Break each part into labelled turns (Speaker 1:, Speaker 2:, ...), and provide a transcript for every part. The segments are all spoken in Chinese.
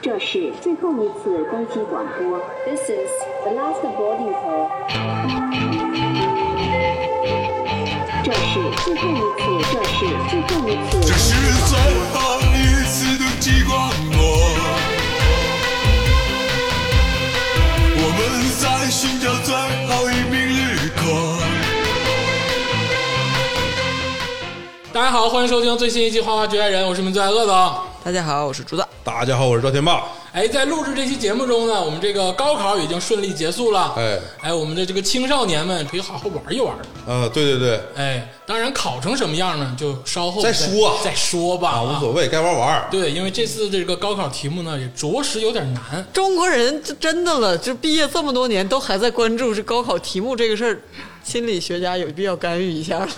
Speaker 1: 这是最后一次登机广播。
Speaker 2: This is the last boarding call.
Speaker 1: 这是最后一次，这是最后一次。
Speaker 3: 这是最后一次的哦极光播，我们在寻找最后一名旅客。
Speaker 4: 大家好，欢迎收听最新一期《花花局外人》，我是你们最爱乐总。
Speaker 5: 大家好，我是竹子。
Speaker 6: 大家好，我是赵天霸。
Speaker 4: 哎，在录制这期节目中呢，我们这个高考已经顺利结束了。
Speaker 6: 哎，
Speaker 4: 哎，我们的这个青少年们可以好好玩一玩。
Speaker 6: 呃，对对对，
Speaker 4: 哎，当然考成什么样呢，就稍后
Speaker 6: 再说
Speaker 4: 再说吧，
Speaker 6: 啊，无所谓，该玩玩。
Speaker 4: 对，因为这次这个高考题目呢，也着实有点难。
Speaker 5: 中国人就真的了，就毕业这么多年都还在关注这高考题目这个事儿，心理学家有必要干预一下了。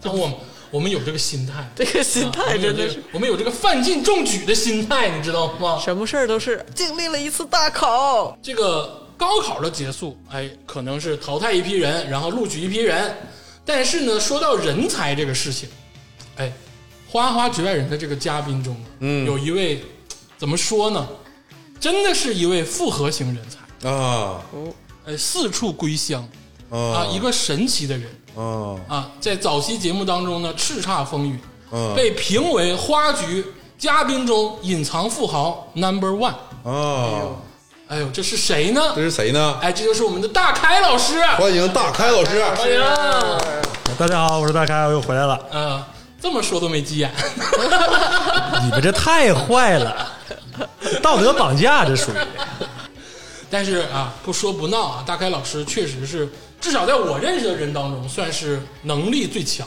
Speaker 4: 但我们我们有这个心态，
Speaker 5: 这个心
Speaker 4: 啊
Speaker 5: 态
Speaker 4: 我们有
Speaker 5: 真
Speaker 4: 这
Speaker 5: 的
Speaker 4: 个
Speaker 5: 是，
Speaker 4: 我们有这个范进中举的心态，你知道吗？
Speaker 5: 什么事儿都是经历了一次大考，
Speaker 4: 这个高考的结束，哎，可能是淘汰一批人，然后录取一批人。但是呢，说到人才这个事情，哎，花花局外人的这个嘉宾中，嗯，有一位怎么说呢，真的是一位复合型人才，
Speaker 6: 啊
Speaker 4: 哎，四处归乡啊，
Speaker 6: 啊
Speaker 4: 一个神奇的人
Speaker 6: 啊
Speaker 4: 啊，在早期节目当中呢，叱咤风云，
Speaker 6: 嗯
Speaker 4: 被评为花局嘉宾中隐藏富豪 number one。
Speaker 6: 啊！
Speaker 4: 哎呦，这是谁呢？
Speaker 6: 这是谁呢？
Speaker 4: 哎，这就是我们的大开老师。
Speaker 6: 欢迎大开老师。啊
Speaker 4: 哎呀，
Speaker 7: 大家好，我是大开，我又回来了。
Speaker 4: 嗯，这么说都没急眼。
Speaker 7: 你们这太坏了，道德绑架这属于。
Speaker 4: 但是啊，不说不闹啊，大开老师确实是，至少在我认识的人当中，算是能力最强。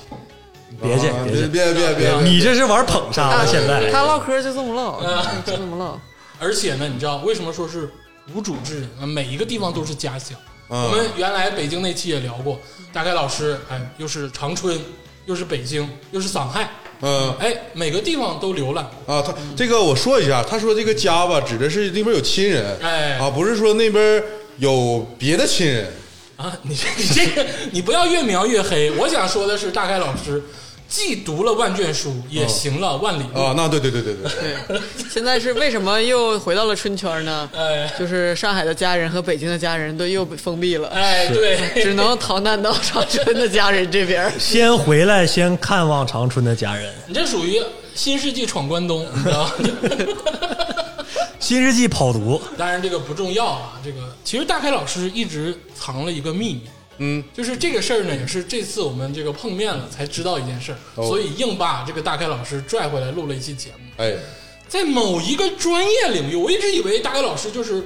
Speaker 7: 别介
Speaker 6: 啊，
Speaker 7: 别介，
Speaker 6: 别别别！
Speaker 7: 你这是玩捧杀
Speaker 5: 啊
Speaker 7: 了，现在
Speaker 5: 他唠嗑就这么唠，就这么唠。
Speaker 4: 而且呢，你知道为什么说是无主之人？啊每一个地方都是家乡。
Speaker 6: 嗯
Speaker 4: 我们原来北京那期也聊过，大开老师，哎，又是长春，又是北京，又是上海，
Speaker 6: 嗯
Speaker 4: 哎，每个地方都浏览过。
Speaker 6: 啊，他这个我说一下，他说这个家吧，指的是那边有亲人，
Speaker 4: 哎
Speaker 6: 啊，不是说那边有别的亲人。
Speaker 4: 啊，你这你这个，你不要越描越黑。我想说的是，大概老师既读了万卷书，也
Speaker 6: 哦
Speaker 4: 行了万里路。
Speaker 6: 啊，那对对对对对，
Speaker 5: 对，现在是为什么又回到了春圈呢？
Speaker 4: 哎
Speaker 5: 就是上海的家人和北京的家人都又被封闭了，
Speaker 4: 哎，对，
Speaker 5: 只能逃难到长春的家人这 边儿。
Speaker 7: 先回来，先看望长春的家人。
Speaker 4: 你这属于新世纪闯关东，你知道吗？
Speaker 7: 新世纪跑毒，
Speaker 4: 当然这个不重要啊。这个其实大开老师一直藏了一个秘密，
Speaker 6: 嗯，
Speaker 4: 就是这个事儿呢，也是这次我们这个碰面了才知道一件事儿，
Speaker 6: 哦
Speaker 4: 所以硬把这个大开老师拽回来录了一期节目。
Speaker 6: 哎，
Speaker 4: 在某一个专业领域，我一直以为大概老师就是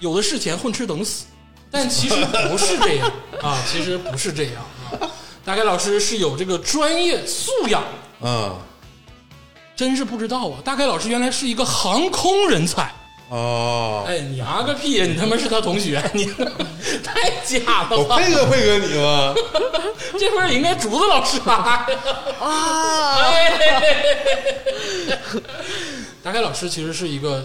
Speaker 4: 有的是钱混吃等死，但其实不是这样啊，其实不是这样啊。大概老师是有这个专业素养，
Speaker 6: 啊
Speaker 4: 真是不知道啊。大概老师原来是一个航空人才，
Speaker 6: 啊，
Speaker 4: 哎，你啊个屁呀！你他妈是他同学，你 太假了
Speaker 6: 我
Speaker 4: 吧！
Speaker 6: 配合配合你吗？
Speaker 4: 这份儿应该竹子老师来呀。
Speaker 5: 啊，
Speaker 4: 大概老师其实是一个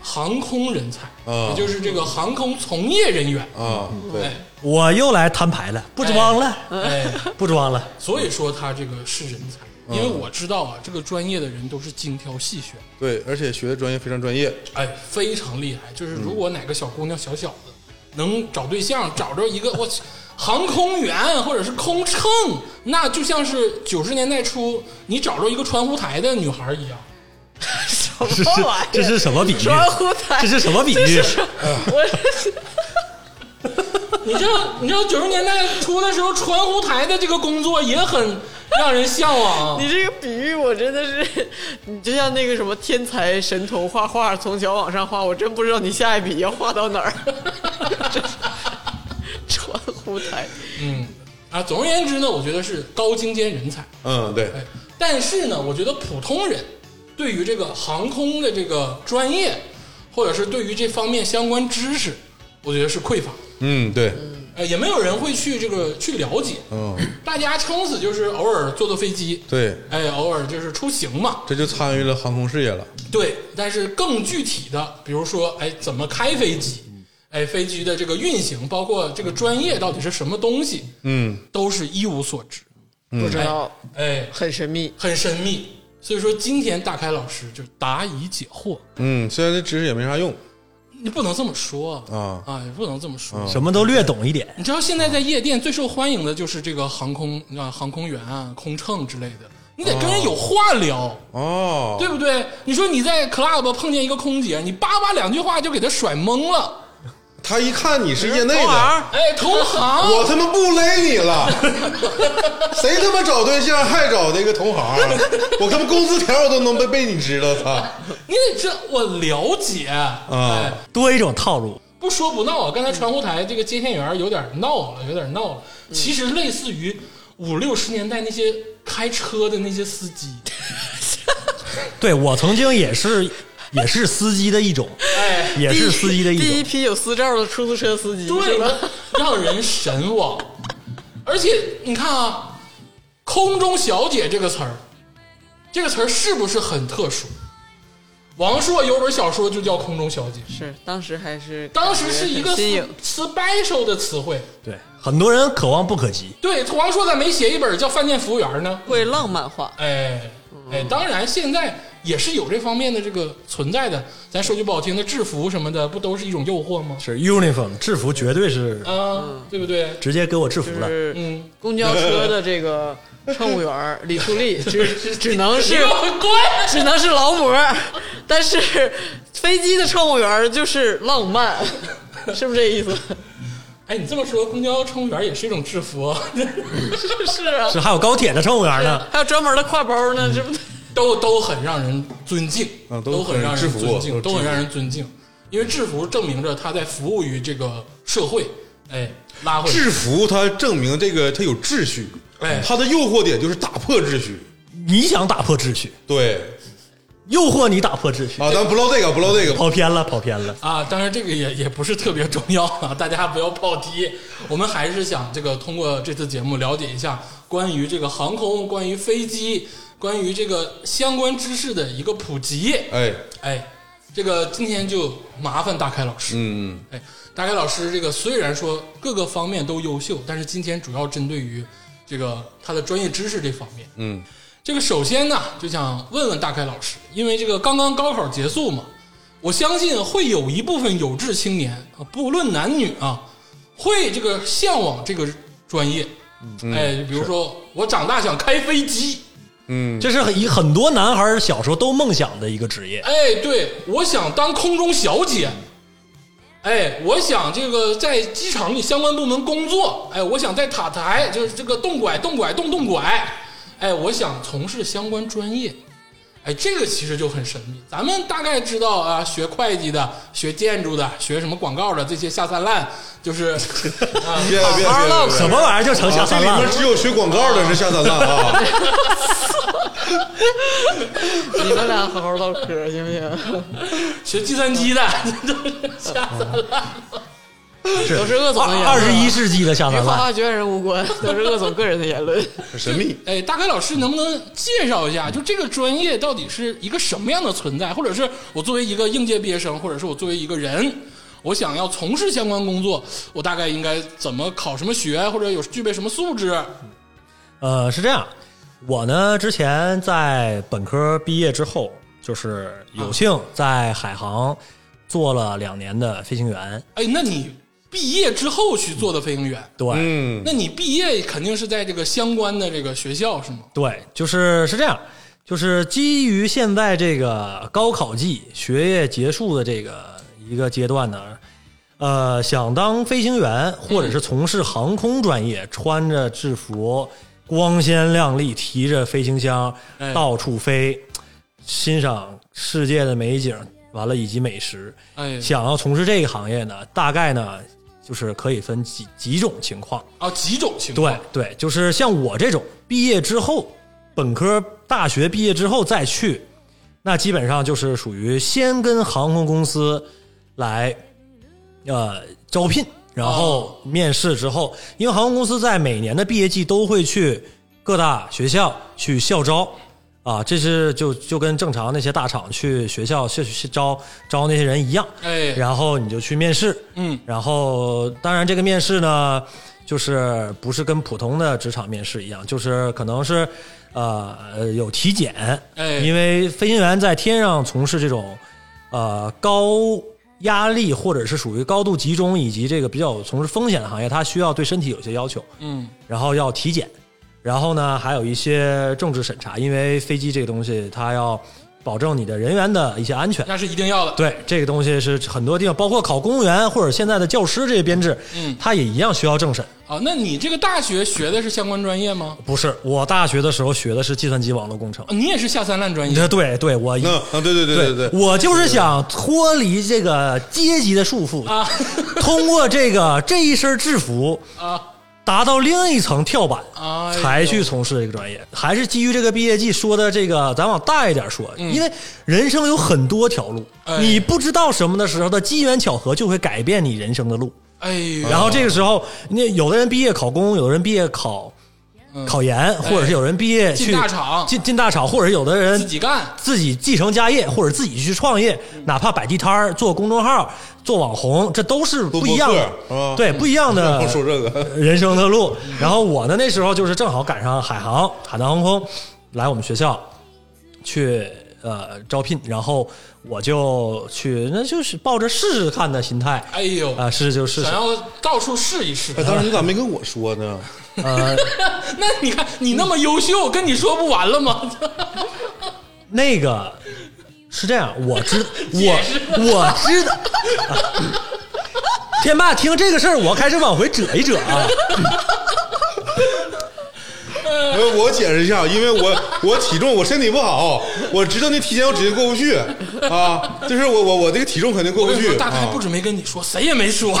Speaker 4: 航空人才，
Speaker 6: 啊
Speaker 7: 嗯
Speaker 4: 也就是这个航空从业人员。
Speaker 6: 啊，对
Speaker 4: 哎，
Speaker 7: 我又来摊牌了，嗯不装了，
Speaker 4: 哎，
Speaker 7: 不装了。
Speaker 4: 所以说他这个是人才，因为我知道啊，这个专业的人都是精挑细选，
Speaker 6: 对，而且学的专业非常专业。
Speaker 4: 哎，非常厉害。就是如果哪个小姑娘、小小子能找对象，找着一个 我去航空员或者是空乘，那就像是九十年代初你找着一个传呼台的女孩一样。
Speaker 7: 这是这是什么比喻？
Speaker 5: 双呼台，
Speaker 7: 这是什么比
Speaker 5: 这
Speaker 7: 喻
Speaker 5: 是？什么啊我
Speaker 4: 你知道，你知道九十年代初的时候，传呼台的这个工作也很让人向 往啊。
Speaker 5: 你这个比喻，我真的是，你就像那个什么天才神童画画，从脚往上画，我真不知道你下一笔要画到哪儿。 这是传呼台，
Speaker 4: 啊，总而言之呢，我觉得是高精尖人才。
Speaker 6: 嗯，对，
Speaker 4: 哎，但是呢，我觉得普通人对于这个航空的这个专业，或者是对于这方面相关知识，我觉得是匮乏。
Speaker 6: 嗯，对，
Speaker 4: 呃，也没有人会去这个去了解，
Speaker 6: 嗯，
Speaker 4: 大家撑死就是偶尔坐坐飞机，
Speaker 6: 对，
Speaker 4: 哎，偶尔就是出行嘛，
Speaker 6: 这就参与了航空事业了。
Speaker 4: 对。但是更具体的，比如说，哎，怎么开飞机，哎，飞机的这个运行，包括这个专业到底是什么东西，
Speaker 6: 嗯，
Speaker 4: 都是一无所知，
Speaker 7: 嗯
Speaker 5: 不知道，
Speaker 4: 哎，
Speaker 5: 很神秘。
Speaker 4: 很神秘。所以说，今天大开老师就答疑解惑，
Speaker 6: 嗯，虽然这知识也没啥用，
Speaker 4: 你不能这么说
Speaker 6: 啊
Speaker 4: 啊，也不能这么说。
Speaker 7: 什么都略懂一点。
Speaker 4: 你知道现在在夜店最受欢迎的就是这个航空啊、航空员啊、空乘之类的，你得跟人有话聊，
Speaker 6: 哦，
Speaker 4: 对不对？你说你在 club 碰见一个空姐，你叭叭两句话就给她甩懵了，
Speaker 6: 他一看你是业内
Speaker 5: 同
Speaker 6: 的，
Speaker 5: 行
Speaker 4: 哎，同 行，
Speaker 6: 我他妈不勒你 了，谁他妈找对象还找那个同行？我他妈工资条我都能被被你知道，操！啊
Speaker 4: 你得这我了解哎，
Speaker 7: 多一种套路，
Speaker 4: 不说不闹啊，刚才传呼台这个接线员有点闹了，有点闹了。其实类似于五六十年代那些开车的那些司机，
Speaker 7: 对我曾经也是，也是司机的一种，
Speaker 4: 哎，
Speaker 7: 也是司机的一
Speaker 5: 第一
Speaker 7: 种。
Speaker 5: 批有私照的出租车司机是
Speaker 4: 对
Speaker 5: 吧？，
Speaker 4: 让人神往。而且你看啊，“空中小姐”这个词儿，这个词儿是不是很特殊？王朔有本小说就叫《空中小姐》，
Speaker 5: 是当时还是
Speaker 4: 当时是一个
Speaker 5: 感觉很新颖，
Speaker 4: special 的词汇。
Speaker 7: 对，很多人可望不可及。
Speaker 4: 对，王朔咋没写一本叫《饭店服务员》呢？
Speaker 5: 会浪漫化。
Speaker 4: 哎哎，当然现在也是有这方面的这个存在的。咱说句不好听的，制服什么的不都是一种诱惑吗？
Speaker 7: 是 uniform 制服绝对是
Speaker 4: 啊，对不对？
Speaker 7: 直接给我制服了
Speaker 5: 就。是
Speaker 4: 嗯
Speaker 5: 公交车的这个乘务员儿李素丽，只只能是
Speaker 4: 给我滚！
Speaker 5: 只能是劳模，但是飞机的乘务员儿就是浪漫，是不是这意思？
Speaker 4: 哎，你这么说，公交乘务员也是一种制服，啊
Speaker 5: 是啊，
Speaker 7: 是还有高铁的乘务员呢，
Speaker 5: 还有专门的挎包呢，这不
Speaker 4: 都都很让人尊敬，
Speaker 6: 啊都
Speaker 4: 都很让人尊
Speaker 6: 制
Speaker 4: 敬，
Speaker 6: 服
Speaker 4: 都很让人尊敬，因为制服证明着他在服务于这个社会。哎，拉回
Speaker 6: 制服它证明这个它有秩序，
Speaker 4: 哎
Speaker 6: 它的诱惑点就是打破秩序。
Speaker 7: 你想打破秩序，
Speaker 6: 对
Speaker 7: 诱惑你打破秩序，
Speaker 6: 啊，咱不唠这个，不唠这个。
Speaker 7: 跑偏了，跑偏了。
Speaker 4: 啊，当然这个也也不是特别重要啊，大家不要跑题。我们还是想这个通过这次节目了解一下关于这个航空、关于飞机、关于这个相关知识的一个普及。
Speaker 6: 哎，
Speaker 4: 哎，这个今天就麻烦大开老师。
Speaker 6: 嗯，
Speaker 4: 哎，大开老师这个虽然说各个方面都优秀，但是今天主要针对于这个他的专业知识这方面。
Speaker 6: 嗯，
Speaker 4: 这个首先呢，就想问问大开老师，因为这个刚刚高考结束嘛，我相信会有一部分有志青年啊，不论男女啊，会这个向往这个专业。
Speaker 6: 嗯
Speaker 4: 哎，比如说我长大想开飞机，
Speaker 6: 嗯
Speaker 7: 这是很很多男孩小时候都梦想的一个职业，
Speaker 4: 哎，对，我想当空中小姐。哎，我想这个在机场里相关部门工作。哎，我想在塔台，就是这个动拐、动拐、动动拐。哎，我想从事相关专业。哎，这个其实就很神秘。咱们大概知道啊，学会计的、学建筑的、学什么广告的这些下三滥，就是 啊
Speaker 6: 别别别
Speaker 5: 好好唠
Speaker 6: 别，
Speaker 7: 什么玩意儿就
Speaker 6: 啊
Speaker 7: 成下
Speaker 6: 这
Speaker 7: 三
Speaker 6: 里
Speaker 7: 滥
Speaker 6: 面
Speaker 7: 了？
Speaker 6: 只有学广告的是下三滥 啊！
Speaker 5: 你们俩好好唠嗑行不行？
Speaker 4: 学计算机的，都是下三滥。
Speaker 5: 都是鄂总的言论啊
Speaker 7: 二十一世纪的下
Speaker 5: 与
Speaker 7: 三
Speaker 5: 花
Speaker 7: 滥，
Speaker 5: 花学院人无关，都是鄂总个人的言论。
Speaker 6: 神秘，
Speaker 4: 哎，大概老师能不能介绍一下，就这个专业到底是一个什么样的存在？或者是我作为一个应届毕业生，或者是我作为一个人，我想要从事相关工作，我大概应该怎么考什么学，或者有具备什么素质？
Speaker 7: 呃，是这样，我呢之前在本科毕业之后，就是有
Speaker 6: 啊
Speaker 7: 幸在海航做了两年的飞行员，
Speaker 4: 哎，那你毕业之后去做的飞行员，
Speaker 7: 对，
Speaker 6: 嗯，
Speaker 4: 那你毕业肯定是在这个相关的这个学校是吗？
Speaker 7: 对，就是是这样，就是基于现在这个高考季、学业结束的这个一个阶段呢，呃，想当飞行员或者是从事航空专业，穿着制服，光鲜亮丽，提着飞行箱、
Speaker 4: 哎
Speaker 7: 到处飞，欣赏世界的美景，完了以及美食。
Speaker 4: 哎，
Speaker 7: 想要从事这个行业呢，大概呢就是可以分几几种情况。
Speaker 4: 啊，几种情况？
Speaker 7: 对对，就是像我这种毕业之后，本科大学毕业之后再去，那基本上就是属于先跟航空公司来呃招聘，然
Speaker 4: 哦
Speaker 7: 后面试之后，因为航空公司在每年的毕业季都会去各大学校去校招。啊，这是就就跟正常那些大厂去学校去去招招那些人一样，
Speaker 4: 哎
Speaker 7: 然后你就去面试，
Speaker 4: 嗯
Speaker 7: 然后当然这个面试呢，就是不是跟普通的职场面试一样，就是可能是呃呃有体检，
Speaker 4: 哎
Speaker 7: 因为飞行员在天上从事这种呃高压力或者是属于高度集中以及这个比较从事风险的行业，他需要对身体有些要求，
Speaker 4: 嗯，
Speaker 7: 然后要体检，然后呢还有一些政治审查，因为飞机这个东西它要保证你的人员的一些安全。
Speaker 4: 那是一定要的。
Speaker 7: 对，这个东西是很多地方，包括考公务员或者现在的教师这些编制，
Speaker 4: 嗯
Speaker 7: 它也一样需要政审。
Speaker 4: 啊，那你这个大学学的是相关专业吗？
Speaker 7: 不是，我大学的时候学的是计算机网络工程
Speaker 4: 啊。你也是下三滥专
Speaker 7: 你
Speaker 4: 业
Speaker 7: 这对对，我一
Speaker 6: 嗯啊，对对对对对，
Speaker 7: 我就是想脱离这个阶级的束缚，
Speaker 4: 啊
Speaker 7: 通过这个这一身制服，
Speaker 4: 啊
Speaker 7: 达到另一层跳板，
Speaker 4: 啊！
Speaker 7: 才去从事这个专业。还是基于这个毕业季说的这个，咱往大一点说，因为人生有很多条路，
Speaker 4: 嗯哎
Speaker 7: 你不知道什么的时候的机缘巧合就会改变你人生的路。
Speaker 4: 哎呦，
Speaker 7: 然后这个时候，那有的人毕业考公，有的人毕业考
Speaker 4: 嗯
Speaker 7: 考研，或者是有人毕业去
Speaker 4: 进大厂
Speaker 7: 进进大厂，或者是有的人
Speaker 4: 自己嗯干，
Speaker 7: 自己继承家业，或者自己去创业，哪怕摆地摊儿、做公众号、做网红，这都是不一样
Speaker 6: 做
Speaker 7: 的，
Speaker 6: 博客啊
Speaker 7: 对不一样的
Speaker 6: 不说这个，
Speaker 7: 人生的路。
Speaker 4: 嗯
Speaker 7: 然后我呢，那时候就是正好赶上海航、海南航空来我们学校去呃招聘，然后我就去，那就是抱着试试看的心态，
Speaker 4: 哎呦，
Speaker 7: 啊、试试就试试
Speaker 4: 想。要到处试一试
Speaker 6: 哎，。当时你咋没跟我说呢？
Speaker 4: 那你看你那么优秀，跟你说不完了吗？
Speaker 7: 那个是这样，我知我我知道。 天霸听这个事儿，我开始往回折一折啊。
Speaker 6: 我我解释一下，因为我我体重我身体不好，我知道那体检我指定过不去 啊，就是我我我这个体重肯定过
Speaker 4: 我
Speaker 6: 不
Speaker 4: 跟你
Speaker 6: 去
Speaker 4: 说，。大概
Speaker 6: 啊
Speaker 4: 不止没跟你说，谁也没说。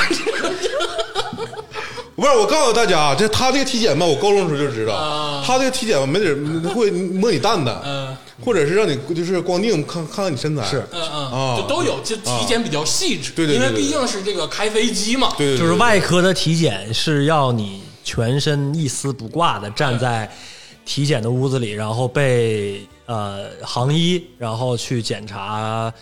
Speaker 6: 不是，我告诉大家啊，这他这个体检吧，我高中的时候就知道，
Speaker 4: 啊
Speaker 6: 他这个体检吧，没准会摸你蛋蛋，
Speaker 4: 嗯
Speaker 6: 或者是让你就是光腚看看看你身材，
Speaker 7: 是
Speaker 4: 嗯嗯，
Speaker 6: 啊
Speaker 4: 就都有，就体检比较细致，
Speaker 6: 对对对
Speaker 4: 因为
Speaker 6: 对对
Speaker 4: 毕竟是这个开飞机嘛。
Speaker 6: 对，对对
Speaker 7: 就是外科的体检是要你全身一丝不挂的站在体检的屋子里，然后被呃行医，然后去检查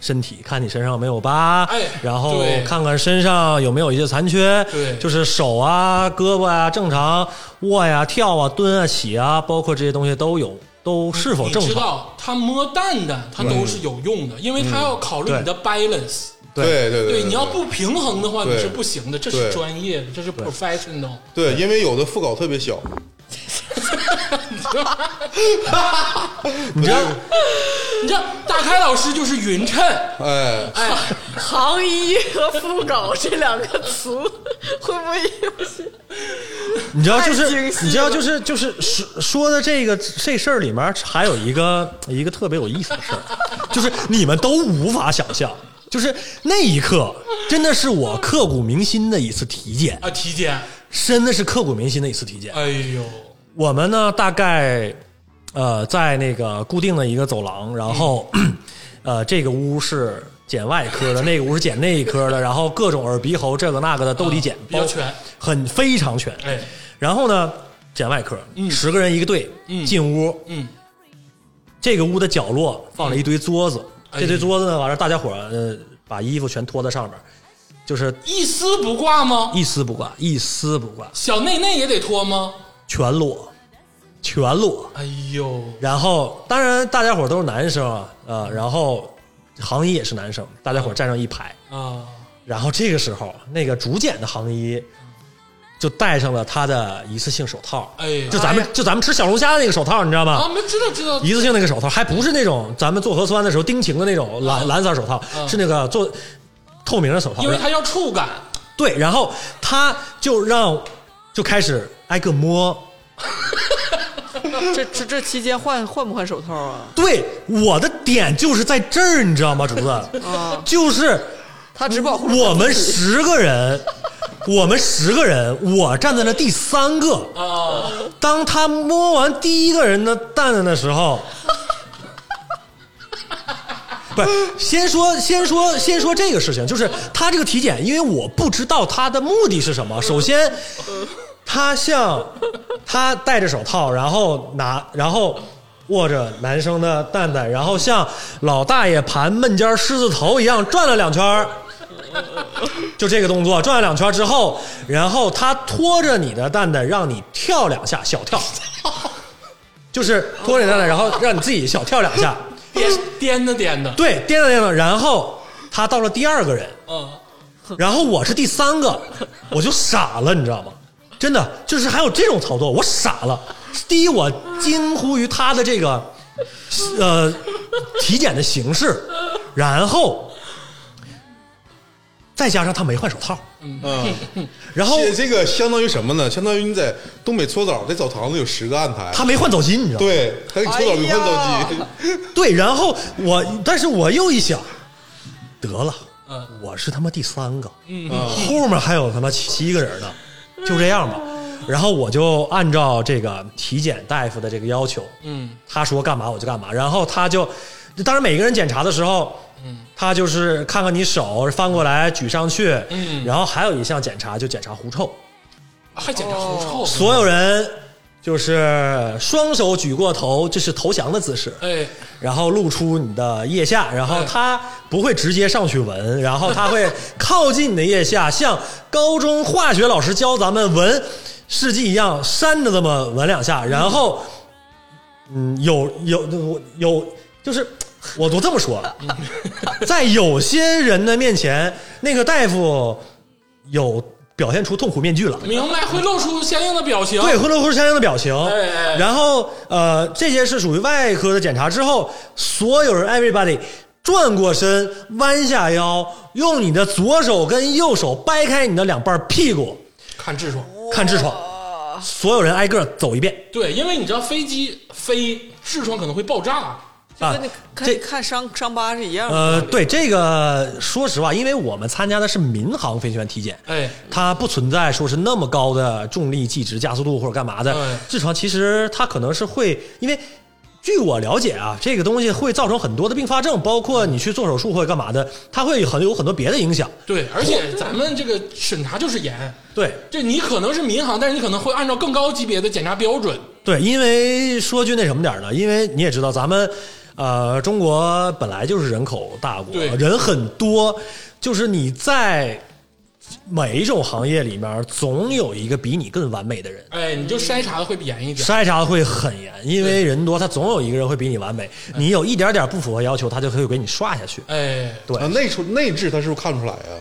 Speaker 7: 身体，看你身上有没有疤，
Speaker 4: 哎
Speaker 7: 然后
Speaker 4: 对
Speaker 7: 看看身上有没有一些残缺，
Speaker 4: 对
Speaker 7: 就是手啊、胳膊啊正常握呀、跳啊、蹲啊、起啊，包括这些东西都有，都是否
Speaker 4: 你
Speaker 7: 正
Speaker 4: 知
Speaker 7: 常？
Speaker 4: 道，他摸蛋蛋，他都是有用的，因为他要考虑你的 balance。
Speaker 6: 对嗯对对，
Speaker 4: 对，你要不平衡的话，
Speaker 6: 对
Speaker 4: 你是不行的。这是
Speaker 6: 对
Speaker 4: 专业的，这是 professional。
Speaker 6: 对，因为有的副稿特别 小，
Speaker 7: 你知道
Speaker 4: 你知道，大开老师就是匀称，
Speaker 6: 哎，
Speaker 4: 哎，
Speaker 5: 行医和副稿这两个词会不会有些？
Speaker 7: 你知道就
Speaker 5: 太精细
Speaker 7: 是
Speaker 5: 了
Speaker 7: 你知道就是就是说说的这个这事儿里面还有一个一个特别有意思的事儿，就是你们都无法想象，就是那一刻真的是我刻骨铭心的一次体检，
Speaker 4: 啊，体检，
Speaker 7: 真的是刻骨铭心的一次体检。
Speaker 4: 哎呦，
Speaker 7: 我们呢大概呃在那个固定的一个走廊，然后、 呃这个屋是。检外科的那个屋是检内科的，然后各种耳鼻喉这个那个的都得检，
Speaker 4: 啊比较
Speaker 7: 包
Speaker 4: 全，
Speaker 7: 很非常全。
Speaker 4: 哎，
Speaker 7: 然后呢，检外科，十个人一个队，
Speaker 4: 嗯
Speaker 7: 进屋，
Speaker 4: 嗯，
Speaker 7: 这个屋的角落放了一堆桌子，
Speaker 4: 嗯
Speaker 7: 这堆桌子呢，完了大家伙儿呃把衣服全脱在上面，就是
Speaker 4: 一丝不挂吗？
Speaker 7: 一丝不挂，一丝不挂，
Speaker 4: 小内内也得脱吗？
Speaker 7: 全裸，全裸。
Speaker 4: 哎呦，
Speaker 7: 然后当然大家伙儿都是男生啊，呃，然后行医也是男生，大家伙儿站上一排，
Speaker 4: 啊，
Speaker 7: 然后这个时候那个主检的行医。就戴上了他的一次性手套，
Speaker 4: 哎
Speaker 7: 就咱们、
Speaker 4: 哎
Speaker 7: 就咱们吃小龙虾的那个手套，你知道吗？
Speaker 4: 啊，没知道知道，
Speaker 7: 一次性那个手套，还不是那种咱们做核酸的时候钉情的那种蓝、蓝色手套，
Speaker 4: 嗯
Speaker 7: 是那个做透明的手套。
Speaker 4: 因为它要触感，
Speaker 7: 对，然后他就让就开始挨个摸。
Speaker 5: 这这这期间换换不换手套啊？
Speaker 7: 对，我的点就是在这儿，你知道吗，竹子？
Speaker 5: 啊，
Speaker 7: 就是
Speaker 5: 他只保护了
Speaker 7: 我们
Speaker 5: 自己
Speaker 7: 十个人，我们十个人，我站在那第三个。
Speaker 4: 啊，
Speaker 7: 当他摸完第一个人的蛋蛋的时候， 不是先说先说先说这个事情，就是他这个体检，因为我不知道他的目的是什么。首先，他像他戴着手套，然后拿然后。握着男生的蛋蛋，然后像老大爷盘闷尖狮子头一样转了两圈儿就这个动作转了两圈之后，然后他拖着你的蛋蛋，让你跳两下，小跳，就是拖着你的蛋蛋，然后让你自己小跳两下，
Speaker 4: 颠颠的颠的，
Speaker 7: 对，颠了颠了，然后他到了第二个人，
Speaker 4: 嗯，
Speaker 7: 然后我是第三个，我就傻了，你知道吗？真的就是还有这种操作，我傻了。第一，我惊呼于他的这个呃体检的形式，然后再加上他没换手套，
Speaker 6: 嗯，
Speaker 7: 然后
Speaker 6: 这这个相当于什么呢？相当于你在东北搓澡，在澡堂子有十个案台，
Speaker 7: 他没换澡巾，你知道吗？
Speaker 6: 对，他给你搓澡没换
Speaker 4: 哎
Speaker 6: 澡巾，
Speaker 7: 对，然后我，但是我又一想，得了，
Speaker 4: 嗯
Speaker 7: 我是他妈第三个，嗯，后面还有他妈七个人呢，就这样吧。然后我就按照这个体检大夫的这个要求，
Speaker 4: 嗯，
Speaker 7: 他说干嘛我就干嘛。然后他就，当然每个人检查的时候，嗯，他就是看看你手翻过来举上去，
Speaker 4: 嗯
Speaker 7: 然后还有一项检查就检查狐臭，
Speaker 4: 啊还检查狐臭，
Speaker 7: 所有人就是双手举过头，这是投降的姿势，
Speaker 4: 哎，
Speaker 7: 然后露出你的腋下，然后它不会直接上去闻，然后它会靠近你的腋下，像高中化学老师教咱们闻试剂一样扇着这么闻两下，然后，嗯，有有有有，就是我都这么说， 在有些人的面前，那个大夫有表现出痛苦面具了。
Speaker 4: 明白会露出相应的表情，
Speaker 7: 对，，会露出相应的表情。
Speaker 4: 哎哎
Speaker 7: 然后呃，这些是属于外科的检查之后，所有人 everybody 转过身，弯下腰，用你的左手跟右手掰开你的两半屁股，
Speaker 4: 看痔疮。
Speaker 7: 看痔疮。所有人挨个走一遍
Speaker 4: 对，因为你知道飞机飞痔疮可能会爆炸，
Speaker 7: 啊
Speaker 5: 跟你。
Speaker 7: 这
Speaker 5: 看看伤伤疤是一样的。
Speaker 7: 呃，对这个，说实话，因为我们参加的是民航飞行员体检，
Speaker 4: 哎，
Speaker 7: 它不存在说是那么高的重力、计值、加速度或者干嘛的
Speaker 4: 哎。
Speaker 7: 痔疮其实它可能是会，因为据我了解啊，这个东西会造成很多的并发症，包括你去做手术或者干嘛的，它会很有很多别的影响。
Speaker 4: 对，而且咱们这个审查就是严，
Speaker 7: 对
Speaker 4: 这你可能是民航，但是你可能会按照更高级别的检查标准，
Speaker 7: 对，因为说句那什么点儿呢，因为你也知道咱们呃中国本来就是人口大国，
Speaker 4: 对
Speaker 7: 人很多，就是你在。每一种行业里面，总有一个比你更完美的人。
Speaker 4: 哎，你就筛查的会严一点。
Speaker 7: 筛查会很严，因为人多，他总有一个人会比你完美。你有一点点不符合要求，他就可以给你刷下去。
Speaker 4: 哎，
Speaker 6: 啊，内出内痔他是不是看不出来啊？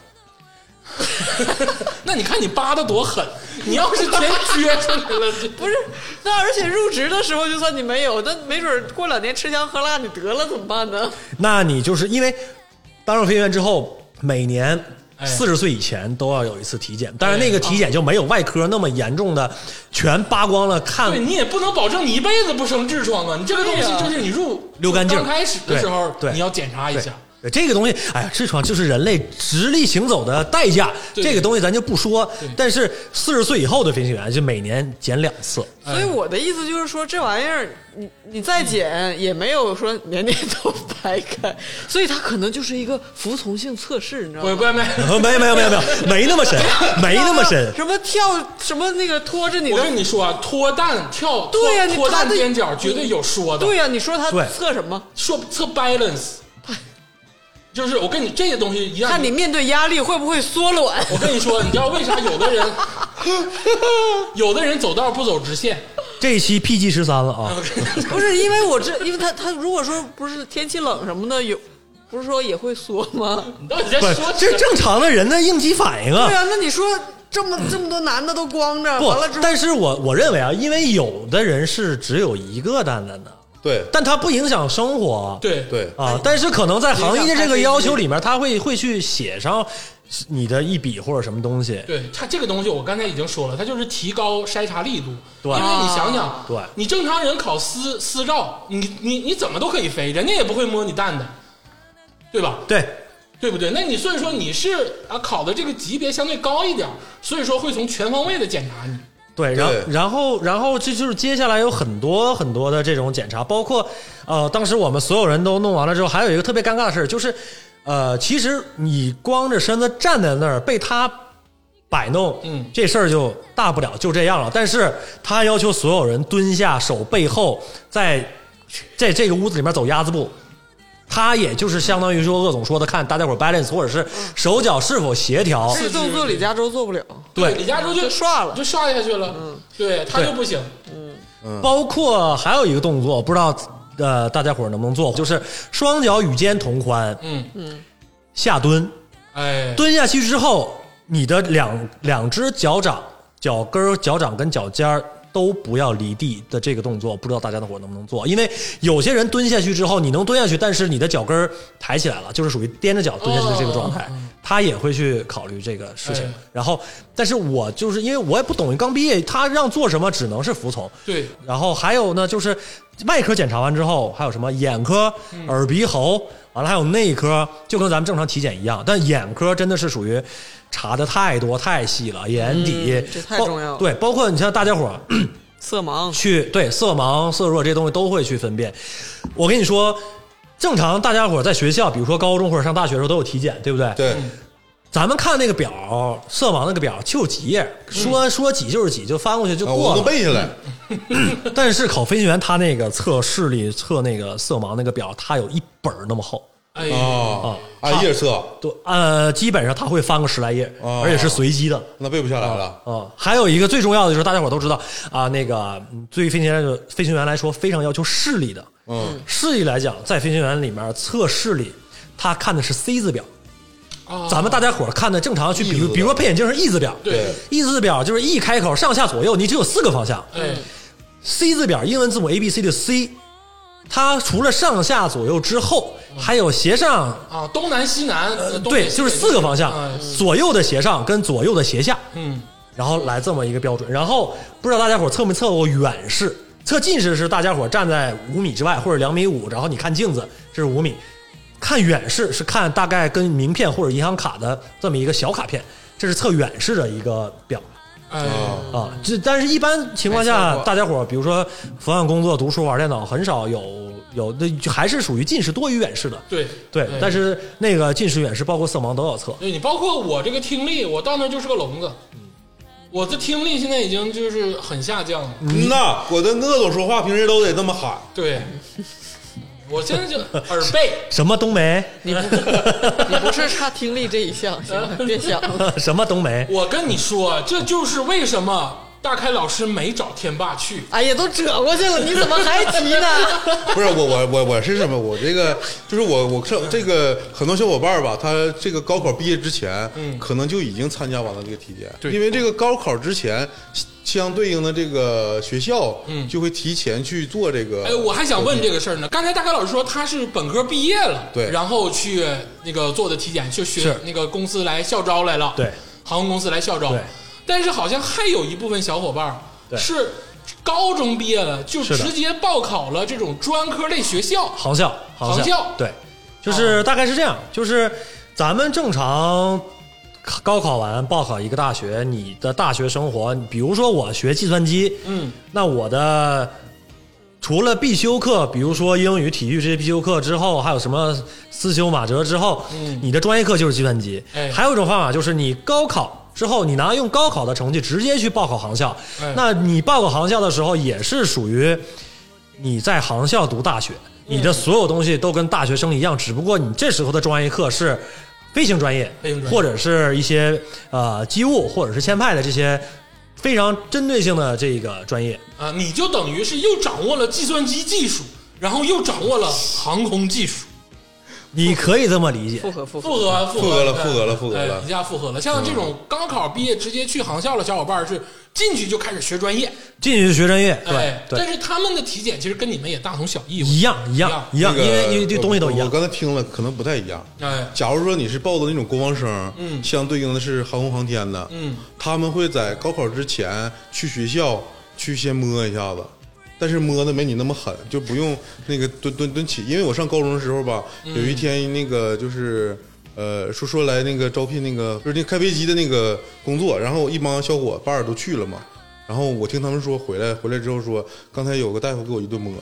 Speaker 4: 那你看你扒的多狠，你要是全撅出来了，这
Speaker 5: 不是，那而且入职的时候，就算你没有，那没准儿过两年吃香喝辣你得了怎么办呢？
Speaker 7: 那你就是因为当上飞行员之后，每年
Speaker 4: 哎
Speaker 7: 四十岁以前都要有一次体检，当然那个
Speaker 4: 啊
Speaker 7: 体检就没有外科那么严重的，全扒光了看
Speaker 4: 对你也不能保证你一辈子不生痔疮啊！你这个东西
Speaker 5: 对呀
Speaker 4: 就是你入
Speaker 7: 溜干净
Speaker 4: 刚开始的时候，
Speaker 7: 对对
Speaker 4: 你要检查一下。
Speaker 7: 对这个东西，哎呀，痔疮就是人类直立行走的代价。
Speaker 4: 对
Speaker 7: 这个东西咱就不说
Speaker 4: 对，
Speaker 7: 但是四十岁以后的飞行员就每年检两 次。
Speaker 4: 哎
Speaker 5: 所以我的意思就是说，这玩意儿你你再减也没有说年年都白开，所以它可能就是一个服从性测试，你知道
Speaker 4: 乖
Speaker 5: 吗？
Speaker 4: 乖妹，
Speaker 7: 呃没有没有没有没有，没那么深，没那么深。
Speaker 5: 什么跳什么那个拖着你
Speaker 4: 我
Speaker 5: 的
Speaker 4: 跟你说啊，脱蛋跳，脱
Speaker 5: 对呀你
Speaker 4: 脱蛋
Speaker 5: 他的
Speaker 4: 踮脚绝对有说的，
Speaker 5: 对啊呀、你说他
Speaker 7: 对
Speaker 5: 测什么？
Speaker 4: 说测 balance，就是我跟你这些东西一样。
Speaker 5: 看你面对压力会不会缩卵？
Speaker 4: 我跟你说，你知道为啥有的 人，有的人走道不走直线？
Speaker 7: 这一期 PG 十三 了啊。
Speaker 5: 不是因为我这，因为他他如果说不是天气冷什么的，有不是说也会缩吗？
Speaker 4: 你到底在
Speaker 7: 不是
Speaker 4: 说什么？
Speaker 7: 这正常的人的应激反应
Speaker 5: 对
Speaker 7: 啊。
Speaker 5: 啊，那你说这么这么多男的都光着，
Speaker 7: 不
Speaker 5: 完了之，后，
Speaker 7: 但是我我认为啊，因为有的人是只有一个蛋蛋的，
Speaker 6: 对
Speaker 7: 但他不影响生活。
Speaker 4: 对
Speaker 6: 对，
Speaker 7: 啊，但是可能在行业的这个要求里面，他会会去写上你的一笔或者什么东西。
Speaker 4: 对，它这个东西我刚才已经说了，它就是提高筛查力度。
Speaker 7: 对
Speaker 4: 因为你想想，
Speaker 7: 对
Speaker 4: 你正常人考私私照，你你你怎么都可以飞，人家也不会摸你蛋的，对吧？
Speaker 7: 对，
Speaker 4: 对不对？那你所以说你是啊考的这个级别相对高一点，所以说会从全方位的检查你。
Speaker 7: 对，然后
Speaker 6: 对
Speaker 7: 然后然后这就是接下来有很多很多的这种检查，包括呃，当时我们所有人都弄完了之后，还有一个特别尴尬的事儿就是，呃，其实你光着身子站在那儿被他摆弄，
Speaker 4: 嗯
Speaker 7: 这事儿就大不了就这样了。但是他要求所有人蹲下，手背后，在在这个屋子里面走鸭子步。他也就是相当于说鄂总说的，看大家伙儿 balance 或者是手脚是否协调。
Speaker 5: 这动作李佳州做不了，
Speaker 4: 对，李佳洲就
Speaker 5: 就刷了
Speaker 4: 就刷下去了。嗯对，他就不行。
Speaker 7: 嗯包括还有一个动作，不知道呃大家伙儿能不能做，就是双脚与肩同宽
Speaker 4: 嗯，
Speaker 7: 下蹲，
Speaker 4: 哎，
Speaker 7: 蹲下去之后，你的两两只脚掌、脚跟儿、脚掌跟脚尖儿都不要离地的这个动作，不知道大家的伙能不能做？因为有些人蹲下去之后，你能蹲下去，但是你的脚跟儿抬起来了，就是属于踮着脚蹲下去的这个状态，他也会去考虑这个事情。
Speaker 4: 哎
Speaker 7: 然后，但是我就是因为我也不懂，刚毕业，他让做什么只能是服从。
Speaker 4: 对，
Speaker 7: 然后还有呢，就是外科检查完之后，还有什么眼科、耳鼻喉，完了还有内科，就跟咱们正常体检一样，但眼科真的是属于查的太多太细了，眼底、
Speaker 5: 嗯这太
Speaker 7: 包
Speaker 5: 重要了
Speaker 7: 对，包括你像大家伙儿
Speaker 5: 色盲。
Speaker 7: 去 对色盲、色弱这些东西都会去分辨。我跟你说，正常大家伙儿在学校，比如说高中或者上大学的时候都有体检，对不对？
Speaker 6: 对，
Speaker 7: 咱们看那个表，色盲那个表就几页，说
Speaker 5: 嗯
Speaker 7: 说几就是几，就翻过去就
Speaker 5: 呃
Speaker 6: 啊，
Speaker 7: 过
Speaker 6: 我
Speaker 7: 了
Speaker 6: 能。背下来。
Speaker 7: 但是考飞行员他那个测视力、测那个色盲那个表，他有一本儿那么厚。
Speaker 4: 哎，
Speaker 6: 哦，
Speaker 7: 啊
Speaker 6: 按页测，
Speaker 7: 对，呃，基本上他会翻个十来页，
Speaker 6: 哦
Speaker 7: 而且是随机的。
Speaker 6: 那背不下来了。
Speaker 7: 啊、还有一个最重要的就是大家伙都知道啊，那个嗯对于飞行员来说飞行员来说非常要求视力的。
Speaker 6: 嗯，
Speaker 7: 视力来讲，在飞行员里面测视力，他看的是 C 字表。
Speaker 4: 啊
Speaker 7: 咱们大家伙儿看的正常去，比
Speaker 6: 字
Speaker 7: 如
Speaker 6: 表
Speaker 7: 比如说配眼镜是 E 字表，
Speaker 4: 对，
Speaker 7: ，E 字表就是 E 开口上下左右，你只有四个方向。
Speaker 4: 哎，
Speaker 7: C 字表英文字母 A B C 的 C，它除了上下左右之后，还有斜上，
Speaker 4: 啊，东南西南，呃东
Speaker 7: 哦对，
Speaker 4: 北
Speaker 7: 就是四个方向
Speaker 4: 哎，
Speaker 7: 左右的斜上跟左右的斜下，
Speaker 4: 嗯，
Speaker 7: 然后来这么一个标准。然后不知道大家伙测没测过远视，测近视是大家伙站在五米之外或者两米五，然后你看镜子，这是五米。看远视是看大概跟名片或者银行卡的这么一个小卡片，这是测远视的一个表。
Speaker 4: 哎，
Speaker 6: 啊，
Speaker 7: 啊，这但是一般情况
Speaker 5: 没
Speaker 7: 下
Speaker 5: 错，过
Speaker 7: 大家伙儿比如说伏案工作、读书、玩电脑，很少有有那就还是属于近视多于远视的。
Speaker 4: 对哎
Speaker 7: 对，但
Speaker 4: 是
Speaker 7: 是那个近视、远视包括色盲都要测。
Speaker 4: 对你包括我这个听力，我到那儿就是个聋子，我的听力现在已经就是很下降了。
Speaker 6: 嗯呐，我跟鄂总说话，平时都得这么喊。
Speaker 4: 对，我现在就耳背，
Speaker 7: 什么冬梅？
Speaker 5: 你不你不是差听力这一项，行了，别想了。
Speaker 7: 什么冬梅？
Speaker 4: 我跟你说，这就是为什么大开老师没找天霸去。
Speaker 5: 哎呀，都折过去了，你怎么还提呢？
Speaker 6: 不是我我我我是什么？我这个就是我我这这个很多小伙伴儿吧，他这个高考毕业之前，
Speaker 4: 嗯
Speaker 6: 可能就已经参加完了这个体检，
Speaker 4: 对
Speaker 6: 因为这个高考之前相对应的这个学校，
Speaker 4: 嗯
Speaker 6: 就会提前去做这个。
Speaker 4: 哎，我还想问这个事儿呢。刚才大开老师说他是本科毕业了，
Speaker 6: 对
Speaker 4: 然后去那个做的体检，去学
Speaker 7: 是
Speaker 4: 那个公司来校招来了，
Speaker 7: 对，
Speaker 4: 航空公司来校招
Speaker 7: 对。
Speaker 4: 但是好像还有一部分小伙伴儿
Speaker 7: 对
Speaker 4: 是高中毕业了，就是
Speaker 7: 的
Speaker 4: 直接报考了这种专科类学校。
Speaker 7: 航校，
Speaker 4: 航校
Speaker 7: 对，
Speaker 4: 哦
Speaker 7: 就是大概是这样，就是咱们正常高考完报考一个大学，你的大学生活，比如说我学计算机，
Speaker 4: 嗯，
Speaker 7: 那我的除了必修课，比如说英语、体育这些必修课之后，还有什么思修、马哲之后，
Speaker 4: 嗯
Speaker 7: 你的专业课就是计算机。
Speaker 4: 哎
Speaker 7: 还有一种方法就是你高考。之后，你拿用高考的成绩直接去报考航校，
Speaker 4: 哎
Speaker 7: 那你报考航校的时候也是属于你在航校读大学，你的所有东西都跟大学生一
Speaker 4: 嗯
Speaker 7: 样，只不过你这时候的专业课是飞行专业
Speaker 4: 飞行，专业
Speaker 7: 或者是一些呃机务或者是签派的这些非常针对性的这个专业。
Speaker 4: 啊，你就等于是又掌握了计算机技术，然后又掌握了航空技术，
Speaker 7: 你可以这么理解
Speaker 5: 复，合复合
Speaker 4: 复合
Speaker 6: 复合了
Speaker 4: 哎
Speaker 6: 复合了复合了嗯
Speaker 4: 哎一下复合了。像这种高考毕业直接去航校的小伙伴儿是进去就开始学专业，
Speaker 7: 进去学专业，对
Speaker 4: 哎，但
Speaker 7: 对，
Speaker 4: 是他们的体检其实跟你们也大同小异，我觉得
Speaker 7: 一样一样一样，
Speaker 6: 那
Speaker 7: 因
Speaker 6: 个
Speaker 7: 为因为这东西都一
Speaker 6: 我
Speaker 7: 样
Speaker 6: 我。刚才听了，可能不太一样。
Speaker 4: 哎
Speaker 6: 假如说你是报的那种国防生，
Speaker 4: 嗯
Speaker 6: 相对应的是航空航天的，
Speaker 4: 嗯，
Speaker 6: 他们会在高考之前去学校去先摸一下子，但是摸的没你那么狠，就不用那个蹲蹲蹲起。因为我上高中的时候吧，
Speaker 4: 嗯
Speaker 6: 有一天那个就是。呃，说说来那个招聘那个就是那开飞机的那个工作，然后一帮小伙伴儿都去了嘛，然后我听他们说回来回来之后说，刚才有个大夫给我一顿摸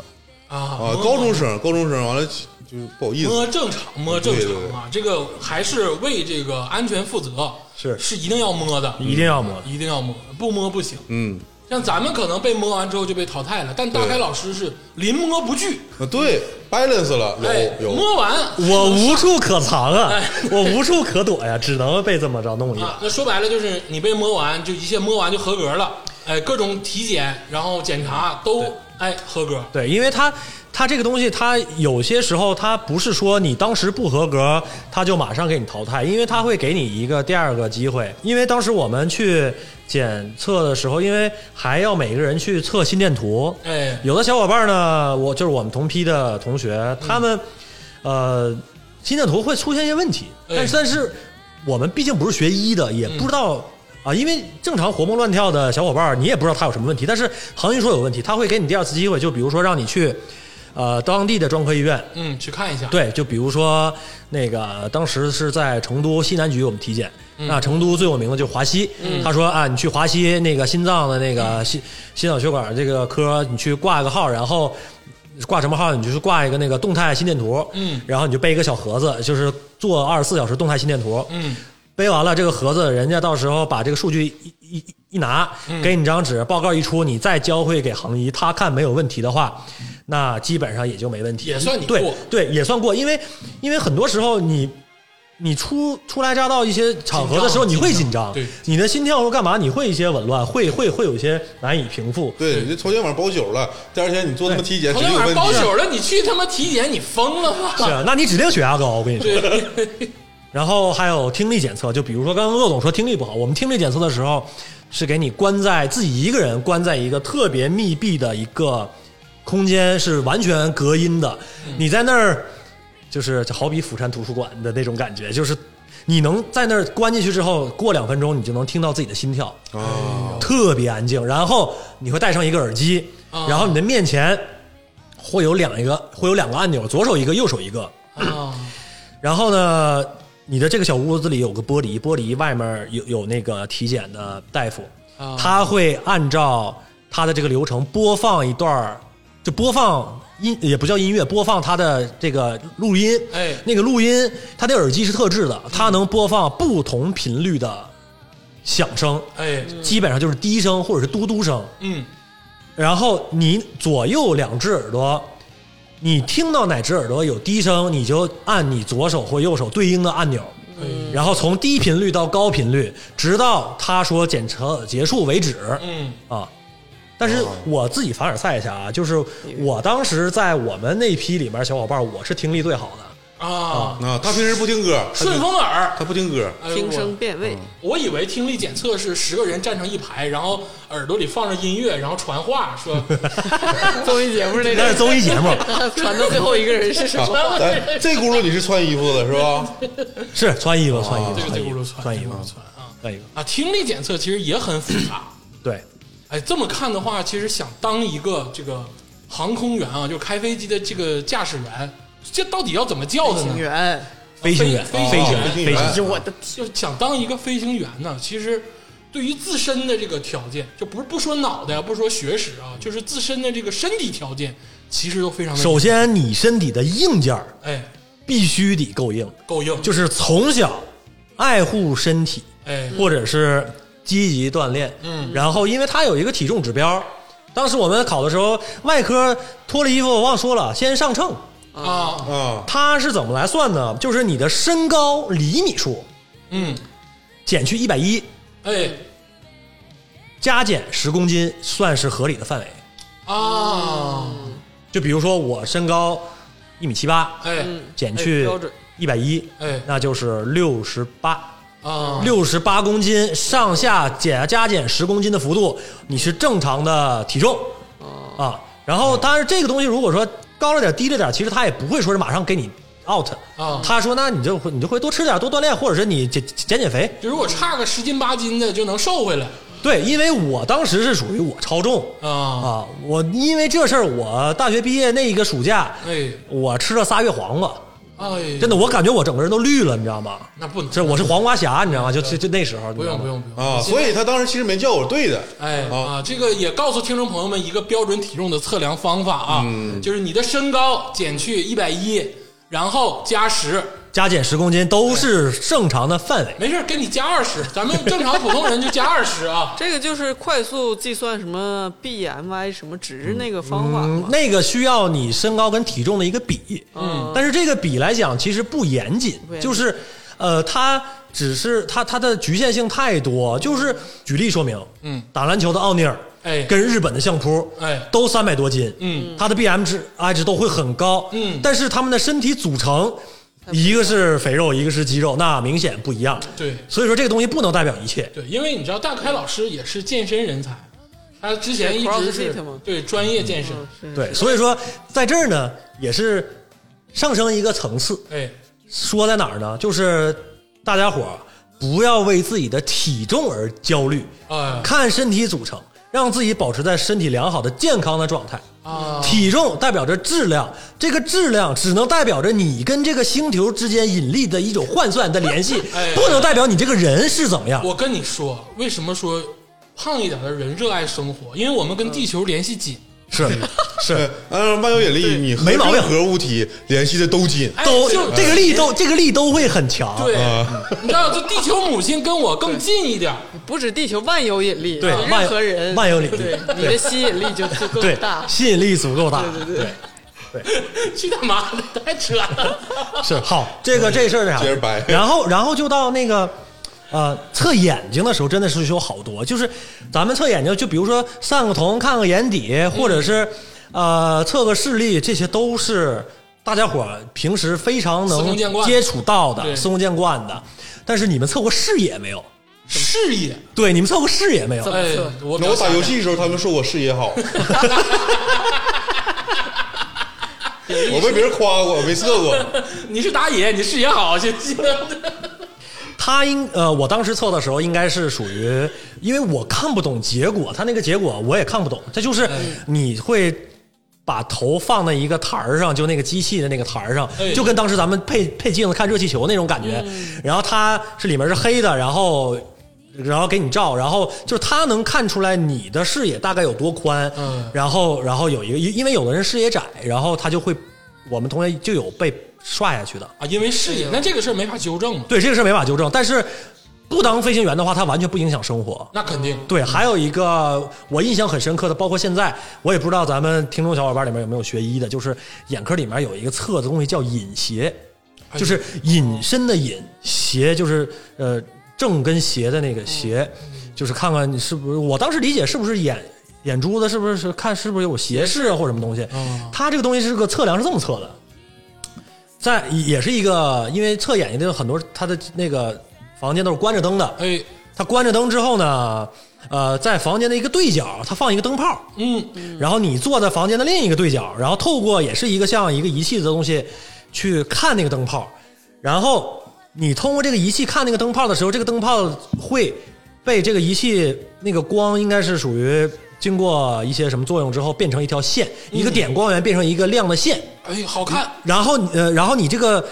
Speaker 4: 啊
Speaker 6: 啊，
Speaker 4: 摸
Speaker 6: 高中生高中生完了就不好意思，
Speaker 4: 摸正常摸正常
Speaker 6: 对对对
Speaker 4: 啊，这个还是为这个安全负责，
Speaker 7: 是
Speaker 4: 是一定要摸的，
Speaker 7: 一定要摸
Speaker 4: 嗯一定要摸，不摸不行。
Speaker 6: 嗯，
Speaker 4: 像咱们可能被摸完之后就被淘汰了，但大开老师是临摸不惧，
Speaker 6: 啊，对，balance
Speaker 4: 哎
Speaker 6: 了，，有嗯有，
Speaker 4: 摸完
Speaker 7: 我无处可藏
Speaker 4: 哎
Speaker 7: 啊，我无处可躲呀，只能被这么着弄一把
Speaker 4: 啊，。那说白了就是你被摸完，就一切摸完就合格了，哎，各种体检，然后检查都哎合格，
Speaker 7: 对，因为它它这个东西，它有些时候它不是说你当时不合格，它就马上给你淘汰，因为它会给你一个第二个机会。因为当时我们去检测的时候，因为还要每个人去测心电图，
Speaker 4: 哎
Speaker 7: 有的小伙伴呢，我就是我们同批的同学，他们、呃心电图会出现一些问题，
Speaker 4: 哎
Speaker 7: 但是、但是我们毕竟不是学医的，也不知道、啊，因为正常活蹦乱跳的小伙伴儿，你也不知道他有什么问题。但是航运说有问题，他会给你第二次机会，就比如说让你去呃当地的专科医院。
Speaker 4: 嗯，去看一下，
Speaker 7: 对，就比如说那个当时是在成都西南局我们体检，
Speaker 4: 嗯
Speaker 7: 那成都最有名的就是华西，他说啊，你去华西那个心脏的那个心心脑血管这个科，你去挂个号，然后挂什么号，你就是挂一个那个动态心电图，
Speaker 4: 嗯
Speaker 7: 然后你就背一个小盒子，就是做二十四小时动态心电图，
Speaker 4: 嗯，
Speaker 7: 背完了这个盒子，人家到时候把这个数据一一一一拿，
Speaker 4: 嗯
Speaker 7: 给你张纸，报告一出，你再交回给行医，他看没有问题的话，那基本上也就没问题，
Speaker 4: 也算你
Speaker 7: 对
Speaker 4: 过
Speaker 7: 对，也算过，因为因为很多时候你。你初初来乍到一些场合的时候，
Speaker 4: 紧
Speaker 7: 你
Speaker 4: 张
Speaker 7: 会紧张，
Speaker 4: 对
Speaker 7: 你的心跳或干嘛，你会一些紊乱，会会会有一些难以平复，
Speaker 6: 对，你这头天晚上包宿了，第二天你做他妈体检，
Speaker 4: 头
Speaker 6: 肯定
Speaker 4: 天晚
Speaker 6: 有
Speaker 4: 上包
Speaker 6: 问题。啊
Speaker 4: 宿了，你去他妈体检，你疯了吗？
Speaker 7: 是，啊那你指定血压高，我跟你说。
Speaker 4: 对，
Speaker 7: 然后还有听力检测，就比如说刚刚鄂总说听力不好，我们听力检测的时候是给你关在自己一个人关在一个特别密闭的一个空间，是完全隔音的。你在那儿就是就好比釜山图书馆的那种感觉，就是你能在那儿关进去之后，过两分钟你就能听到自己的心跳，特别安静。然后你会戴上一个耳机，
Speaker 4: 啊
Speaker 7: 然后你的面前会有两一个会有两个按钮，左手一个，右手一个。
Speaker 4: 啊，
Speaker 7: 然后呢，你的这个小屋子里有个玻璃，玻璃外面有有那个体检的大夫，
Speaker 4: 啊
Speaker 7: 他会按照他的这个流程播放一段儿，就播放音也不叫音乐，播放他的这个录音。
Speaker 4: 哎
Speaker 7: 那个录音，他的耳机是特制的，它能播放不同频率的响声，
Speaker 4: 哎，
Speaker 7: 基本上就是低声或者是嘟嘟声。
Speaker 4: 嗯，
Speaker 7: 然后你左右两只耳朵，你听到哪只耳朵有低声，你就按你左手或右手对应的按钮，然后从低频率到高频率，直到他说检测结束为止。
Speaker 4: 嗯，
Speaker 7: 啊。但是我自己凡尔赛一下啊，就是我当时在我们那批里面小伙伴，我是听力最好的，
Speaker 4: 啊，
Speaker 6: 啊，他平时不听歌，他
Speaker 4: 顺风耳，
Speaker 6: 他不听歌，
Speaker 4: 哎呦
Speaker 5: 听声辨位，
Speaker 4: 我以为听力检测是十个人站成一排，然后耳朵里放着音乐，然后传话说，
Speaker 5: 综艺节目那
Speaker 7: 嗯那是
Speaker 5: 种
Speaker 7: 综艺节目，
Speaker 5: 传到最后一个人是什么？
Speaker 6: 啊哎，这轱辘你是穿衣服的是吧？
Speaker 7: 是穿衣服，穿衣服，
Speaker 4: 这个
Speaker 7: 穿
Speaker 4: 这
Speaker 7: 衣
Speaker 4: 轱
Speaker 7: 服，
Speaker 4: 辘
Speaker 7: 穿
Speaker 4: 这
Speaker 7: 衣
Speaker 4: 轱
Speaker 7: 服
Speaker 4: 辘，传啊
Speaker 7: 穿衣服，
Speaker 4: 啊！听力检测其实也很复杂。
Speaker 7: 对，
Speaker 4: 哎，这么看的话，其实想当一个这个航空员啊，就开飞机的这个驾驶员，这到底要怎么叫他
Speaker 5: 警
Speaker 4: 呢？
Speaker 7: 嗯
Speaker 5: 员，
Speaker 7: 飞行员，哦
Speaker 4: 飞
Speaker 7: 飞行
Speaker 4: 啊
Speaker 7: 员，
Speaker 6: 飞行
Speaker 7: 飞
Speaker 6: 员
Speaker 7: 行
Speaker 5: 哎呦我的天！
Speaker 4: 就想当一个飞行员呢，其实对于自身的这个条件，就不是不说脑袋啊，不说学识啊，就是自身的这个身体条件，其实都非常的
Speaker 7: 首先，你身体的硬件儿
Speaker 4: 哎
Speaker 7: 必须得够硬，
Speaker 4: 够硬，
Speaker 7: 就是从小爱护身体，
Speaker 4: 哎
Speaker 7: 或者是积极锻炼。
Speaker 4: 嗯
Speaker 7: 然后因为它有一个体重指标，当时我们考的时候，外科脱了衣服我忘说了，先上秤，
Speaker 4: 啊
Speaker 6: 啊，
Speaker 7: 它是怎么来算呢？就是你的身高厘米数
Speaker 4: 嗯
Speaker 7: 减去一百一，
Speaker 4: 哎
Speaker 7: 加减十公斤，算是合理的范围。
Speaker 4: 啊
Speaker 7: 就比如说我身高一米七八，
Speaker 4: 哎
Speaker 7: 减
Speaker 5: 哎
Speaker 7: 去
Speaker 5: 标准。
Speaker 7: 一百一，
Speaker 4: 哎
Speaker 7: 那就是六十八。
Speaker 4: 啊
Speaker 7: 六十八公斤上下减加减十公斤的幅度，你是正常的体重啊。然后，
Speaker 4: 嗯
Speaker 7: 当然这个东西如果说高了点低了点，其实他也不会说是马上给你 out
Speaker 4: 啊
Speaker 7: 他说那你就会你就会多吃点，多锻炼，或者是你减减减肥。
Speaker 4: 就如果差个十斤八斤的就能瘦回来
Speaker 7: 对，因为我当时是属于我超重
Speaker 4: 啊
Speaker 7: 啊，我因为这事儿，我大学毕业那一个暑假，
Speaker 4: 哎
Speaker 7: 我吃了仨月黄瓜，
Speaker 4: 哎，
Speaker 7: 真的，我感觉我整个人都绿了，你知道吗？
Speaker 4: 那不能
Speaker 7: 这我是黄瓜侠，你知道吗？就就就那时候，
Speaker 4: 不用不用不用
Speaker 6: 啊，所以他当时其实没叫我对的，
Speaker 4: 哎
Speaker 6: 啊
Speaker 4: 啊，这个也告诉听众朋友们一个标准体重的测量
Speaker 6: 嗯
Speaker 4: 方法啊，就是你的身高减去一百一，然后加十，
Speaker 7: 加减十公斤都是正常的范围。
Speaker 4: 没事，给你加二十，咱们正常普通人就加二十啊
Speaker 5: 这个就是快速计算什么 BMI 什么值那个方法
Speaker 7: 嗯
Speaker 5: 嘛，，
Speaker 7: 那个需要你身高跟体重的一个比，嗯，但是这个比来讲其实不严谨
Speaker 5: 不，严谨
Speaker 7: 就是，呃，它只是它它的局限性太多，就是举例说明，
Speaker 4: 嗯，
Speaker 7: 打篮球的奥尼尔，
Speaker 4: 哎
Speaker 7: 跟日本的相扑，
Speaker 4: 哎
Speaker 7: 都三百多斤，
Speaker 4: 嗯，
Speaker 7: 他的 BM 值 I 值都会很高，
Speaker 4: 嗯
Speaker 7: 但是他们的身体组成，一个是肥肉，一个是肌肉，那明显不一样，
Speaker 4: 对
Speaker 7: 所以说这个东西不能代表一切，
Speaker 4: 对，因为你知道大开老师也是健身人才，他之前一直是
Speaker 5: 是 CrossFit 吗嗯
Speaker 4: 对专业健身，
Speaker 5: 是
Speaker 7: 对，所以说在这儿呢，也是上升一个层次。
Speaker 5: 嗯
Speaker 4: 哎，
Speaker 7: 说在哪儿呢？就是大家伙儿不要为自己的体重而焦虑，
Speaker 4: 啊
Speaker 7: 看身体组成，让自己保持在身体良好的健康的状态。
Speaker 4: 啊，
Speaker 7: 体重代表着质量，这个质量只能代表着你跟这个星球之间引力的一种换算的联系
Speaker 4: 哎，
Speaker 7: 不能代表你这个人是怎么样。
Speaker 4: 我跟你说，为什么说胖一点的人热爱生活？因为我们跟地球联系紧。
Speaker 7: 是
Speaker 6: 哎
Speaker 7: 是，
Speaker 6: 按万有嗯引力，你和
Speaker 7: 没毛病
Speaker 6: 任何物体联系的都啊紧。
Speaker 4: 哎
Speaker 7: 都
Speaker 4: 就
Speaker 7: 这个力都这个力都会很强。
Speaker 4: 对，你知道，就地球母亲跟我更近一点儿。
Speaker 5: 不止地球万有引力，
Speaker 7: 嗯对
Speaker 5: 啊
Speaker 7: 万
Speaker 5: 任何人
Speaker 7: 万有引力
Speaker 5: 对你的吸引力就就够
Speaker 7: 对
Speaker 5: 大，。
Speaker 7: 吸引力足够大。
Speaker 5: 对对 对，
Speaker 4: 去他妈的，太扯了！
Speaker 7: 是好，这个这事儿是啥？
Speaker 6: 接着掰
Speaker 7: 然后，然后就到那个。呃，测眼睛的时候真的是有好多，就是咱们测眼睛，就比如说散个瞳、看个眼底，或者是、呃测个视力，这些都是大家伙儿平时非常
Speaker 4: 司
Speaker 7: 能
Speaker 4: 空见惯
Speaker 7: 接触到的、
Speaker 4: 对
Speaker 7: 司空见惯的。但是你们测过视野没有？
Speaker 4: 视野，
Speaker 7: 对，你们测过视野没有？
Speaker 4: 哎，我比较
Speaker 6: 那我打
Speaker 4: 傻
Speaker 6: 游戏的时候，他们说我视 野好，我被别人夸过，我没测过。
Speaker 4: 你是打野，你视野好， 行不行？
Speaker 7: 他应呃，我当时测的时候应该是属于，因为我看不懂结果，他那个结果我也看不懂。这
Speaker 4: 哎
Speaker 7: 就是你会把头放在一个台儿上，就那个机器的那个台儿上
Speaker 4: 哎，
Speaker 7: 就跟当时咱们配配镜子看热气球那种感觉。然后它是里面是黑的，然后。然后给你照，然后就是他能看出来你的视野大概有多宽，
Speaker 4: 嗯
Speaker 7: 然后然后有一个，因因为有的人视野窄，然后他就会，我们同学就有被刷下去的，
Speaker 4: 啊，因为视
Speaker 5: 哎
Speaker 4: 野，那这个事儿没法纠正嘛，
Speaker 7: 对，这个是没法纠正，但是不当飞行员的话，它完全不影响生活。
Speaker 4: 那肯定。
Speaker 7: 对，还有一个我印象很深刻的，包括现在，我也不知道咱们听众小伙伴里面有没有学医的，就是眼科里面有一个测的东西叫隐邪，就是隐身的隐，邪就是呃正跟邪的那个邪，就是看看你是不是，我当时理解是不是眼眼珠子是不是是看是不是有斜视啊或者什么东西
Speaker 4: 哦，
Speaker 7: 它这个东西是个测量是这么测的，在也是一个因为测眼睛的很多它的那个房间都是关着灯的，
Speaker 4: 哎，
Speaker 7: 他关着灯之后呢，呃，在房间的一个对角，他放一个灯泡，
Speaker 4: 嗯，
Speaker 7: 然后你坐在房间的另一个对角，然后透过也是一个像一个仪器的东西去看那个灯泡，然后你通过这个仪器看那个灯泡的时候，这个灯泡会被这个仪器那个光应该是属于经过一些什么作用之后变成一条线，一个点光源变成一个亮的线，
Speaker 4: 哎，好看，
Speaker 7: 然后你呃，然后你这个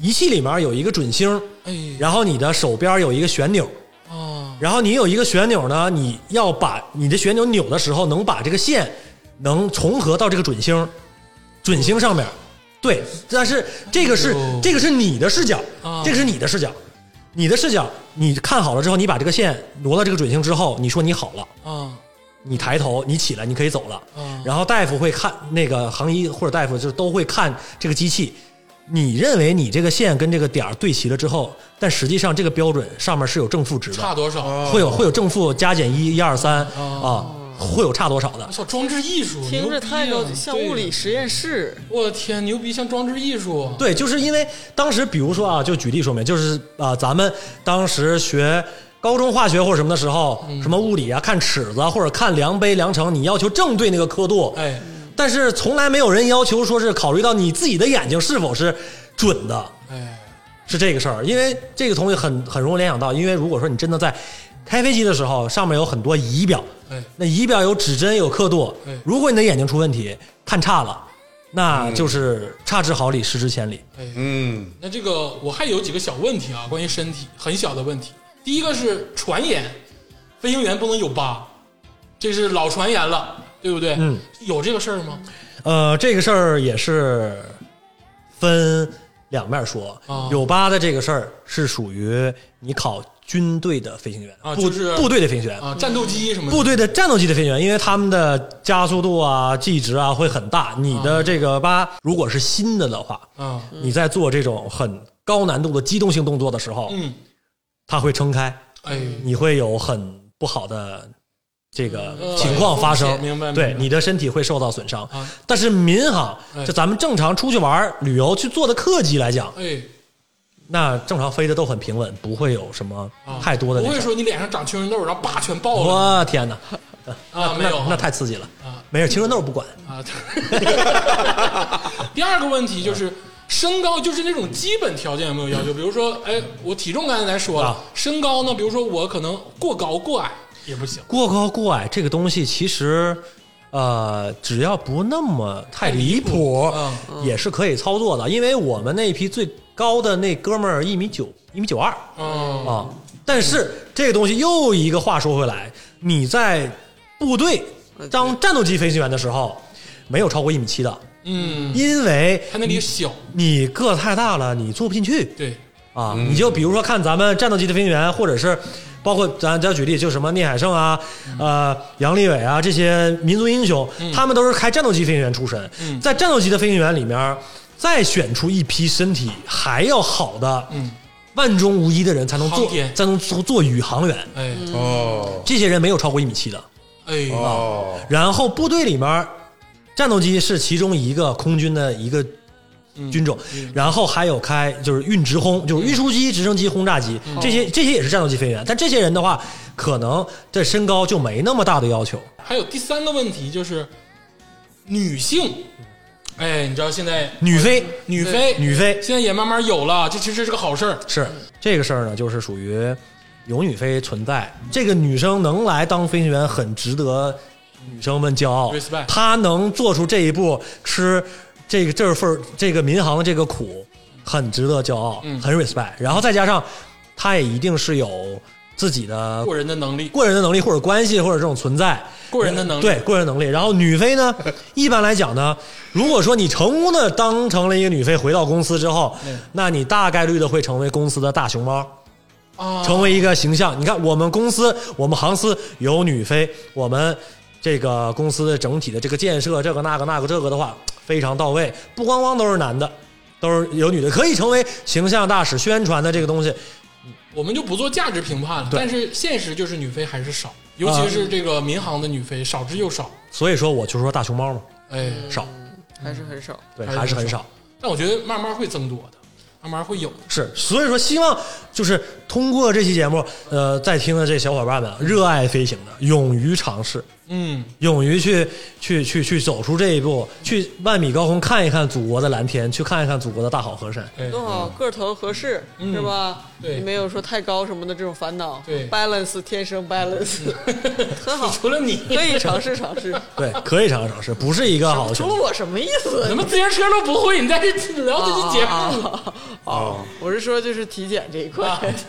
Speaker 7: 仪器里面有一个准星，
Speaker 4: 哎，
Speaker 7: 然后你的手边有一个旋钮。
Speaker 4: 啊，
Speaker 7: 然后你有一个旋钮呢，你要把你的旋钮扭的时候，能把这个线能重合到这个准星，准星上面。对，但是这个是、
Speaker 4: 哎呦
Speaker 7: 这个是你的视角，
Speaker 4: 啊
Speaker 7: 这个是你的视角，你的视角，你看好了之后，你把这个线挪到这个准星之后，你说你好了，
Speaker 4: 啊，
Speaker 7: 你抬头，你起来，你可以走了。
Speaker 4: 啊
Speaker 7: 然后大夫会看那个行医或者大夫就是都会看这个机器，你认为你这个线跟这个点儿对齐了之后，但实际上这个标准上面是有正负值的，
Speaker 4: 差多少？
Speaker 7: 啊会有会有正负加减一一二三啊，会有差多少的
Speaker 4: 我？操，装置艺术，
Speaker 5: 听
Speaker 4: 牛
Speaker 5: 着
Speaker 4: 逼啊
Speaker 5: 太高级，像物理。
Speaker 4: 对
Speaker 5: 实验室。
Speaker 4: 我天，牛逼，像装置艺术。啊
Speaker 7: 对，就是因为当时，比如说啊，就举例说明，就是啊、咱们当时学高中化学或者什么的时候，什么物理啊，看尺子啊或者看量杯量程，你要求正对那个刻度，
Speaker 4: 哎，
Speaker 7: 但是从来没有人要求说是考虑到你自己的眼睛是否是准的，
Speaker 4: 哎，
Speaker 7: 是这个事儿，因为这个东西很很容易联想到，因为如果说你真的在开飞机的时候，上面有很多仪表，
Speaker 4: 哎
Speaker 7: 那仪表有指针有刻度
Speaker 4: 哎，嗯
Speaker 7: 如果你的眼睛出问题看差了，那就是差之毫厘失之千里。
Speaker 6: 嗯，
Speaker 4: 那这个我还有几个小问题啊，关于身体很小的问题。第一个是传言，飞行员不能有疤，这是老传言了，对不对？
Speaker 7: 嗯，
Speaker 4: 有这个事儿吗？
Speaker 7: 呃，这个事儿也是分两面说
Speaker 4: 啊，
Speaker 7: 有疤的这个事儿是属于你考军队的飞行员，
Speaker 4: 啊
Speaker 7: 部
Speaker 4: 就是
Speaker 7: 部队的飞行员，
Speaker 4: 啊，战斗机什么的
Speaker 7: 部队的战斗机的飞行员，因为他们的加速度啊、G 值啊会很大。你的这个八如果是新的的话，
Speaker 4: 啊，
Speaker 7: 你在做这种很高难度的机动性动作的时候，
Speaker 4: 嗯，
Speaker 7: 它会撑开，
Speaker 4: 哎，
Speaker 7: 你会有很不好的这个
Speaker 4: 嗯
Speaker 7: 情况发
Speaker 4: 风
Speaker 7: 生，
Speaker 4: 险明白
Speaker 7: 对
Speaker 4: 明白
Speaker 7: 你的身体会受到损伤
Speaker 4: 啊。
Speaker 7: 但是民航
Speaker 4: 哎，
Speaker 7: 就咱们正常出去玩儿旅游去坐的客机来讲，
Speaker 4: 哎，
Speaker 7: 那正常飞的都很平稳，不会有什么
Speaker 4: 啊
Speaker 7: 太多的
Speaker 4: 不
Speaker 7: 那
Speaker 4: 会
Speaker 7: 啥。
Speaker 4: 说你脸上长青春痘，然后叭全爆了
Speaker 7: 我天哪，
Speaker 4: 啊， 没
Speaker 7: 那
Speaker 4: 有啊，
Speaker 7: 那太刺激了
Speaker 4: 啊
Speaker 7: 没事，青春痘不管。
Speaker 4: 啊。 第二个问题就是身高，就是那种基本条件有没有要求？比如说，哎，我体重刚才咱说了
Speaker 7: 啊，
Speaker 4: 身高呢，比如说我可能过高过矮也不行，
Speaker 7: 过高过矮这个东西，其实呃，只要不那么太离谱，
Speaker 4: 嗯
Speaker 7: 也是可以操作的。因为我们那一批最高的那哥们儿一米九，一米九二
Speaker 4: 嗯
Speaker 7: 啊。但是这个东西又一个话说回来，你在部队当战斗机飞行员的时候，没有超过一米七的，
Speaker 4: 嗯，
Speaker 7: 因为
Speaker 4: 他那里小，
Speaker 7: 你个儿太大了，你坐不进去。
Speaker 4: 对，
Speaker 7: 啊，
Speaker 4: 嗯
Speaker 7: 你就比如说看咱们战斗机的飞行员，或者是包括咱咱举例，就什么聂海胜啊、
Speaker 4: 嗯
Speaker 7: 呃杨利伟啊这些民族英雄，他们都是开战斗机飞行员出身。
Speaker 4: 嗯
Speaker 7: 在战斗机的飞行员里面，再选出一批身体还要好的，
Speaker 4: 嗯
Speaker 7: 万中无一的人才能做
Speaker 4: 航天，
Speaker 7: 才能做做宇航员。
Speaker 4: 哎
Speaker 6: 哦
Speaker 7: 这些人没有超过一米七的。
Speaker 4: 哎，
Speaker 6: 哦，
Speaker 7: 然后部队里面，战斗机是其中一个空军的一个军种，然后还有开就是运直轰，就是运输机、直升机、轰炸机，这些这些也是战斗机飞行员。但这些人的话，可能对身高就没那么大的要求。
Speaker 4: 还有第三个问题就是女性，哎，你知道现在
Speaker 7: 女飞，
Speaker 4: 女飞，
Speaker 7: 女飞
Speaker 4: 现在也慢慢有了，这其实是个好事儿。
Speaker 7: 是这个事儿呢，就是属于有女飞存在，这个女生能来当飞行员，很值得女生们骄傲
Speaker 4: Respect。
Speaker 7: 她能做出这一步，吃这个这份儿这个民航的这个苦，很值得骄傲，
Speaker 4: 嗯
Speaker 7: 很 respect。然后再加上，她也一定是有自己的
Speaker 4: 过人的能力，
Speaker 7: 过人的能力，或者关系，或者这种存在。
Speaker 4: 过人的能力
Speaker 7: 对过人能力。然后女飞 呢，一般来讲呢，如果说你成功的当成了一个女飞，回到公司之后，那你大概率的会成为公司的大熊猫，
Speaker 4: 嗯啊，
Speaker 7: 成为一个形象。你看，我们公司，我们航司有女飞，我们这个公司的整体的这个建设，这个那个那个这个的话，非常到位。不光光都是男的，都是有女的，可以成为形象大使、宣传的这个东西。
Speaker 4: 我们就不做价值评判了。
Speaker 7: 对
Speaker 4: 但是现实就是女飞还是少，尤其是这个民航的女飞少之又少。
Speaker 7: 所以说，我就说大熊猫嘛，
Speaker 4: 哎，
Speaker 7: 少，
Speaker 5: 还是很少。
Speaker 7: 对，
Speaker 4: 还是
Speaker 7: 还是很
Speaker 4: 很少
Speaker 7: 少。
Speaker 4: 但我觉得慢慢会增多的，慢慢会有的。
Speaker 7: 是，所以说希望就是通过这期节目，呃，在听的这小伙伴们，热爱飞行的，勇于尝试，
Speaker 4: 嗯，
Speaker 7: 勇于去去去去走出这一步，去万米高空看一看祖国的蓝天，去看一看祖国的大好河山。
Speaker 4: 哎，
Speaker 5: 弄好个头合适、是吧？
Speaker 4: 对
Speaker 5: 没有说太高什么的这种烦恼。
Speaker 4: 对
Speaker 5: ，balance 天生 balance，很 好，
Speaker 4: 除了你，
Speaker 5: 可以尝试尝 试。
Speaker 7: 对，可以尝试尝试，不是一个好的选
Speaker 5: 除
Speaker 7: 择
Speaker 5: 了。我什么意思？
Speaker 4: 怎么自行车都不会，你在这聊这期节目？
Speaker 5: 啊哦，啊我是说就是体检这一块，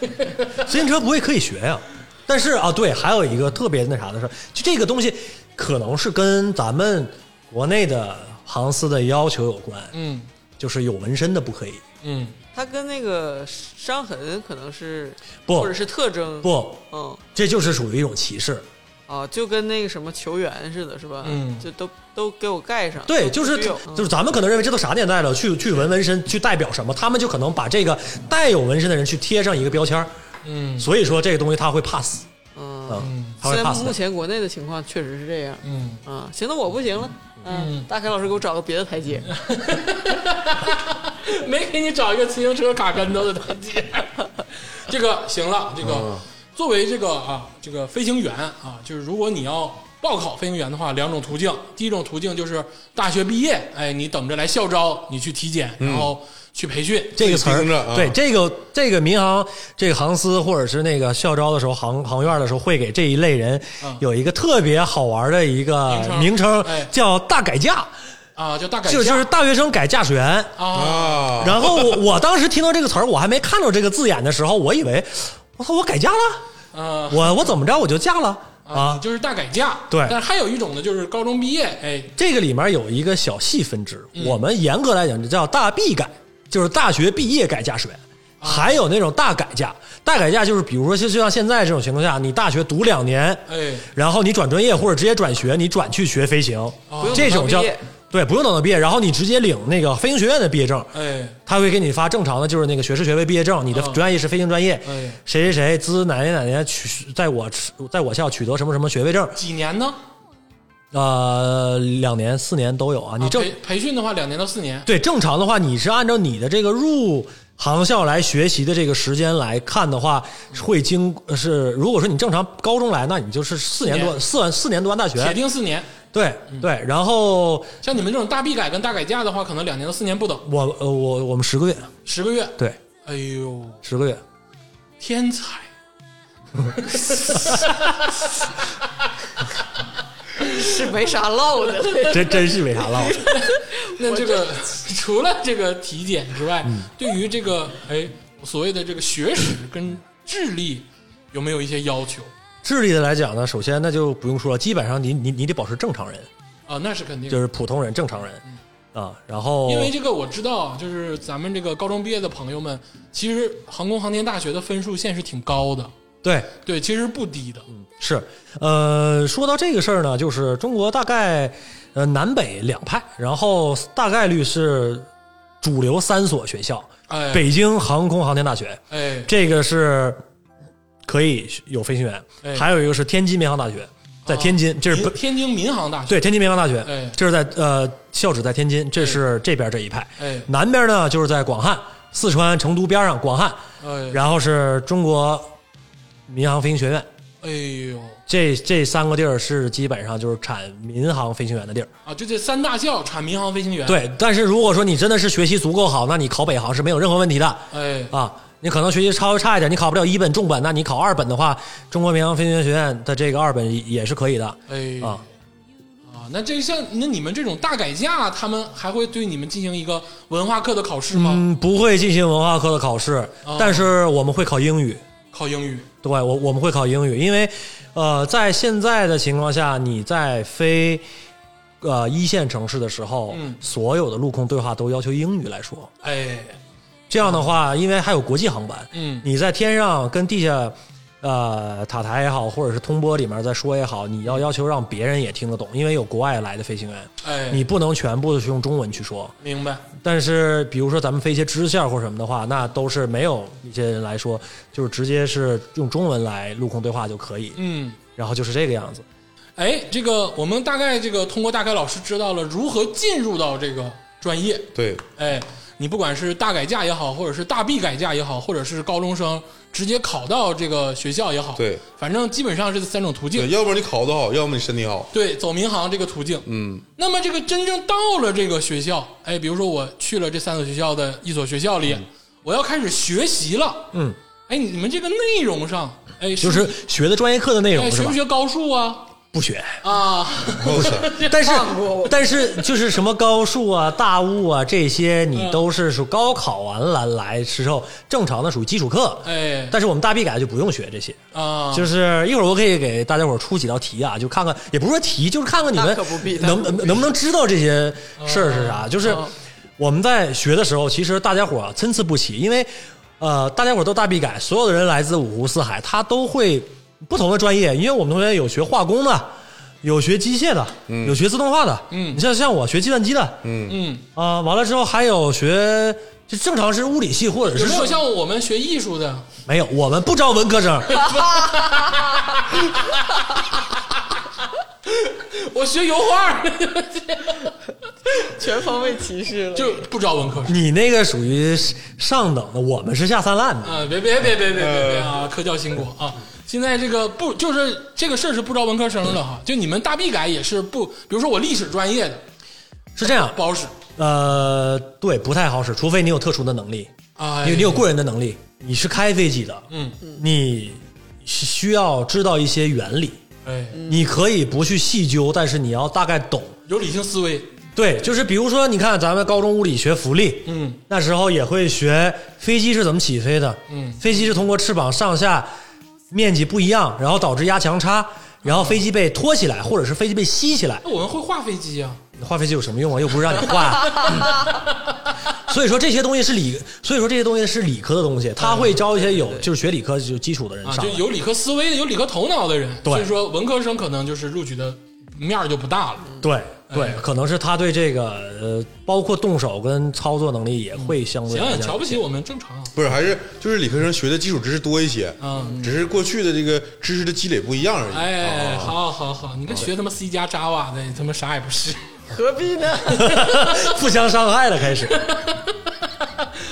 Speaker 7: 自行车不会可以学呀、但是啊，对，还有一个特别那啥的事儿，就这个东西可能是跟咱们国内的航司的要求有关，
Speaker 4: 嗯
Speaker 7: 就是有纹身的不可以。
Speaker 4: 嗯，
Speaker 5: 它跟那个伤痕可能是
Speaker 7: 不
Speaker 5: 或者是特征，
Speaker 7: 不，
Speaker 5: 嗯
Speaker 7: 这就是属于一种歧视。
Speaker 5: 啊，就跟那个什么球员似的，是吧？
Speaker 4: 嗯
Speaker 5: 就都都给我盖上。
Speaker 7: 对，
Speaker 5: 都
Speaker 7: 就
Speaker 5: 必
Speaker 7: 是
Speaker 5: 须有
Speaker 7: 就是咱们可能认为这都啥年代了，去去纹纹身去代表什么？他们就可能把这个带有纹身的人去贴上一个标签儿
Speaker 4: 嗯
Speaker 7: 所以说这个东西他会 pass，
Speaker 5: 嗯。
Speaker 7: 嗯，他会
Speaker 5: 现在
Speaker 7: pass
Speaker 5: 目
Speaker 7: 的。
Speaker 5: 前国内的情况确实是这样
Speaker 4: 嗯，
Speaker 5: 啊。行，那我不行了，嗯，大凯老师给我找个别的台阶。
Speaker 4: 没给你找一个自行车卡跟头的台 阶。这个行了，这个作为这个啊，这个飞行员啊，就是如果你要报考飞行员的话，两种途径。第一种途径就是大学毕业，哎，你等着来校招，你去体检，然后去培训。
Speaker 7: 这个词
Speaker 6: 盯着
Speaker 7: 儿，
Speaker 6: 啊
Speaker 7: 对这个这个民航这个航司或者是那个校招的时候，航航院的时候会给这一类人
Speaker 4: 嗯
Speaker 7: 有一个特别好玩的一个
Speaker 4: 名
Speaker 7: 名
Speaker 4: 称
Speaker 7: 称
Speaker 4: 哎，
Speaker 7: 叫大改嫁，
Speaker 4: 啊，叫大改
Speaker 7: 就
Speaker 4: 嫁
Speaker 7: 就是大学生改驾驶员。
Speaker 4: 啊，
Speaker 6: 啊，
Speaker 7: 然后我我当时听到这个词儿，我还没看到这个字眼的时候，我以为我操我改嫁了。
Speaker 4: 啊
Speaker 7: 我我怎么着我就嫁了啊？
Speaker 4: 就是大改嫁。
Speaker 7: 对
Speaker 4: 但还有一种呢，就是高中毕业，哎，
Speaker 7: 这个里面有一个小细分支，我们严格来讲就叫大 B 改就是大学毕业改驾驶员，还有那种大改驾。大改驾就是比如说就就像现在这种情况下，你大学读两年，
Speaker 4: 哎
Speaker 7: 然后你转专业或者直接转学，你转去学飞行，
Speaker 5: 用
Speaker 7: 这种
Speaker 5: 等到
Speaker 7: 叫
Speaker 5: 毕业
Speaker 7: 对，不用等到毕业，然后你直接领那个飞行学院的毕业证。
Speaker 4: 哎，
Speaker 7: 他会给你发正常的，就是那个学士学位毕业证，你的
Speaker 4: 嗯
Speaker 7: 专业是飞行专业
Speaker 4: 哎，
Speaker 7: 谁谁谁自哪年哪年取，在我在我校取得什么什么学位证，
Speaker 4: 几年呢？
Speaker 7: 呃，两年四年都有啊。你
Speaker 4: 啊
Speaker 7: 正
Speaker 4: 培培训的话，两年到四年。
Speaker 7: 对正常的话，你是按照你的这个入航校来学习的这个时间来看的话，会经是如果说你正常高中来，那你就是四年多四四年读完大
Speaker 4: 铁
Speaker 7: 学，
Speaker 4: 定嗯四年，
Speaker 7: 对对。然后
Speaker 4: 像你们这种大毕改跟大改嫁的话，可能两年到四年不等，
Speaker 7: 我呃我我们十个月，
Speaker 4: 十个月。
Speaker 7: 对
Speaker 4: 哎呦，
Speaker 7: 十 个月，
Speaker 4: 天才！
Speaker 5: 是没啥唠的。
Speaker 7: 真真是没啥唠。
Speaker 4: 那这个 除了这个体检之外，
Speaker 7: 嗯
Speaker 4: 对于这个哎所谓的这个学识跟智力有没有一些要求
Speaker 7: 智力的来讲呢，首先那就不用说了，基本上你你你得保持正常人，
Speaker 4: 啊？那是肯定的，
Speaker 7: 就是普通人、正常人啊。然后
Speaker 4: 嗯因为这个我知道啊，就是咱们这个高中毕业的朋友们，其实航空航天大学的分数线是挺高的，
Speaker 7: 对
Speaker 4: 对，其实不低的。
Speaker 7: 是呃，说到这个事儿呢，就是中国大概呃南北两派，然后大概率是主流三所学校，
Speaker 4: 哎，
Speaker 7: 北京航空航天大学，
Speaker 4: 哎，
Speaker 7: 这个是可以有飞行员，
Speaker 4: 哎
Speaker 7: 还有一个是天津民航大学，在天津，这是不
Speaker 4: 民天津民航大学，
Speaker 7: 对，天津民航大学，
Speaker 4: 哎
Speaker 7: 这是在呃校址在天津，这是这边这一派。
Speaker 4: 哎
Speaker 7: 南边呢就是在广汉，四川成都边上广汉，
Speaker 4: 哎，
Speaker 7: 然后是中国民航飞行学院，
Speaker 4: 哎呦
Speaker 7: 这这三个地儿是基本上就是产民航飞行员的地儿。
Speaker 4: 啊，就这三大校产民航飞行员，，
Speaker 7: 对，但是如果说你真的是学习足够好，那你考北航是没有任何问题的
Speaker 4: 哎
Speaker 7: 啊。你可能学习稍微差一点，你考不了一本、重本，那你考二本的话，中国民航飞行学院的这个二本也是可以的
Speaker 4: 哎
Speaker 7: 啊。
Speaker 4: 啊那这像那你们这种大改嫁，他们还会对你们进行一个文化课的考试吗？
Speaker 7: 嗯，不会进行文化课的考试，
Speaker 4: 哦
Speaker 7: 但是我们会考英语。
Speaker 4: 考英语
Speaker 7: 对，我我们会考英语，因为呃，在现在的情况下，你在飞呃一线城市的时候，
Speaker 4: 嗯
Speaker 7: 所有的陆空对话都要求英语来说。
Speaker 4: 哎，
Speaker 7: 这样的话，因为还有国际航班，
Speaker 4: 嗯
Speaker 7: 你在天上跟地下呃塔台也好，或者是通波里面再说也好，你要要求让别人也听得懂，因为有国外来的飞行员，
Speaker 4: 哎，
Speaker 7: 你不能全部是用中文去说。
Speaker 4: 明白？
Speaker 7: 但是，比如说咱们飞一些支线或什么的话，那都是没有一些人来说，就是直接是用中文来陆空对话就可以。
Speaker 4: 嗯，
Speaker 7: 然后就是这个样子。
Speaker 4: 哎，这个我们大概这个通过大概老师知道了如何进入到这个专业，
Speaker 6: 对，
Speaker 4: 哎，你不管是大改嫁也好，或者是大 B 改嫁也好，或者是高中生直接考到这个学校也好，
Speaker 6: 对，
Speaker 4: 反正基本上是这三种途
Speaker 6: 对
Speaker 4: 径。
Speaker 6: 要不然你考得好，要么你身体好，
Speaker 4: 对，走民航这个途径。
Speaker 6: 嗯，
Speaker 4: 那么这个真正到了这个学校，哎，比如说我去了这三所学校的一所学校里，我要开始学习了。
Speaker 7: 嗯，
Speaker 4: 哎，你们这个内容上，哎，
Speaker 7: 就是学的专业课的内
Speaker 4: 哎，
Speaker 7: 容是
Speaker 4: 学
Speaker 7: 吧
Speaker 4: 不？学高数啊？
Speaker 7: 不学，
Speaker 4: 啊，
Speaker 6: 我操，
Speaker 7: 但是但是就是什么高数啊、大物啊这些，你都是属高考完来来之后正常的属于基础课。
Speaker 4: 哎，
Speaker 7: 但是我们大必改就不用学这些，
Speaker 4: 啊，
Speaker 7: 就是一会儿我可以给大家伙儿出几道题啊，就看看，也不是说题，就是看看你
Speaker 5: 那
Speaker 7: 们
Speaker 5: 可不必那哦
Speaker 7: 能
Speaker 5: 可不必
Speaker 7: 能不能知道这些事儿是啥。就是我们在学的时候，其实大家伙儿参差不齐，因为呃，大家伙儿都大毕改，所有的人来自五湖四海，他都会不同的专业。因为我们同学有学化工的，有学机械的，有学自动化的。
Speaker 4: 嗯
Speaker 7: 你像像我学计算机的，嗯
Speaker 4: 嗯，
Speaker 7: 啊，完了之后还有学就正常是物理系或者
Speaker 4: 有
Speaker 7: 是
Speaker 4: 没有像我们学艺术的？
Speaker 7: 没有，我们不招文科生。
Speaker 4: 我学油画的
Speaker 5: 全方位歧视 了。
Speaker 4: 就不招文科生。
Speaker 7: 你那个属于上等的，我们是下三滥的。
Speaker 4: 啊，别别别别别别别啊！科教兴国啊！现在这个不就是这个事儿是不招文科生的哈？就你们大 B 改也是不，比如说我历史专业的
Speaker 7: 是这样，
Speaker 4: 不好使
Speaker 7: 呃，对，不太好使，除非你有特殊的能力，
Speaker 4: 啊，
Speaker 7: 你你有过人的能力，你是开飞机的，
Speaker 4: 嗯，
Speaker 7: 你需要知道一些原理，
Speaker 4: 哎，
Speaker 7: 你可以不去细究，但是你要大概懂。
Speaker 4: 有理性思维，
Speaker 7: 对，就是比如说，你看咱们高中物理学浮力，
Speaker 4: 嗯，
Speaker 7: 那时候也会学飞机是怎么起飞的，
Speaker 4: 嗯
Speaker 7: 飞机是通过翅膀上下面积不一样，然后导致压强差，然后飞机被托起来，或者是飞机被吸起来，
Speaker 4: 那我们会画飞机啊，
Speaker 7: 画飞机有什么用啊？又不是让你画。 所以说这些东西是理，所以说这些东西是理科的东西，他会招一些有就是学理科就基础的人
Speaker 4: 啊，
Speaker 7: 上
Speaker 4: 就
Speaker 7: 来。
Speaker 4: 有理科思维、有理科头脑的人，
Speaker 7: 对
Speaker 4: 所以说文科生可能就是录取的面儿就不大了。
Speaker 7: 对对
Speaker 4: 哎，
Speaker 7: 可能是他对这个呃，包括动手跟操作能力也会相对
Speaker 4: 行
Speaker 7: 来，讲
Speaker 4: 瞧不起我们正常。
Speaker 6: 不是，还是就是理科生学的基础知识多一些，
Speaker 4: 嗯
Speaker 6: 只是过去的这个知识的积累不一样而已。
Speaker 4: 哎，
Speaker 6: 啊，
Speaker 4: 好好好，你跟学他妈 C 加 Java 的，他妈啥也不是
Speaker 5: 何必呢？
Speaker 7: 互相伤害了，开始。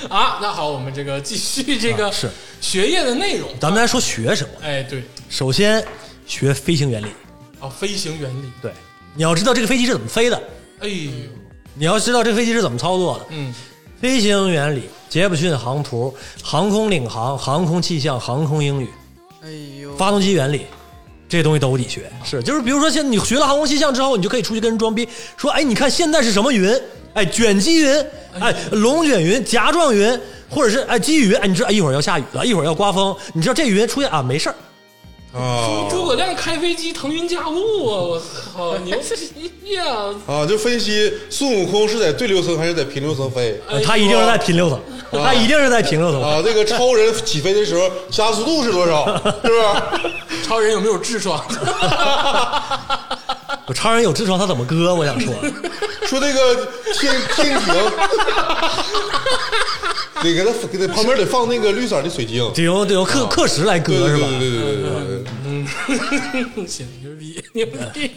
Speaker 4: 啊。那好，我们这个继续这个
Speaker 7: 啊是
Speaker 4: 学业的内容。
Speaker 7: 咱们来说学什么？
Speaker 4: 哎，对，
Speaker 7: 首先学飞行原理。
Speaker 4: 啊，飞行原理，
Speaker 7: 对，你要知道这个飞机是怎么飞的，
Speaker 4: 哎呦，
Speaker 7: 你要知道这个飞机是怎么操作的。
Speaker 4: 嗯，
Speaker 7: 飞行原理、杰普逊航图、航空领航、航空气象、航空英语、
Speaker 5: 哎呦，
Speaker 7: 发动机原理，这些东西都得学。是，就是比如说，像你学了航空气象之后，你就可以出去跟人装逼，说：“哎，你看现在是什么云？哎，卷积云，哎，龙卷云、夹状云，或者是哎积雨云。哎，你知道哎一会儿要下雨了，一会儿要刮风，你知道这云出现啊，没事儿。
Speaker 6: 啊
Speaker 4: 诸葛亮开飞机腾云驾雾啊！我操，牛逼呀！
Speaker 6: 啊，就分析孙悟空是在对流层还是在平流层飞
Speaker 4: 哎呦哦
Speaker 7: 他一定是在平流层，他一定是在平流层。
Speaker 6: 啊？这个超人起飞的时候加速度是多 少？是不是？
Speaker 4: 超人有没有痔疮？
Speaker 7: 我超人有痔疮，他怎么割？我想说，
Speaker 6: 说那个天天 庭，得给他给他旁边得放那个绿色的水晶，
Speaker 7: 得用得用
Speaker 4: 哦
Speaker 7: 课课时来
Speaker 6: 对
Speaker 7: 割
Speaker 6: 对
Speaker 7: 是
Speaker 6: 对
Speaker 7: 吧？
Speaker 4: 嗯
Speaker 7: 嗯
Speaker 6: 对对对对对。
Speaker 4: 行，牛逼，牛逼！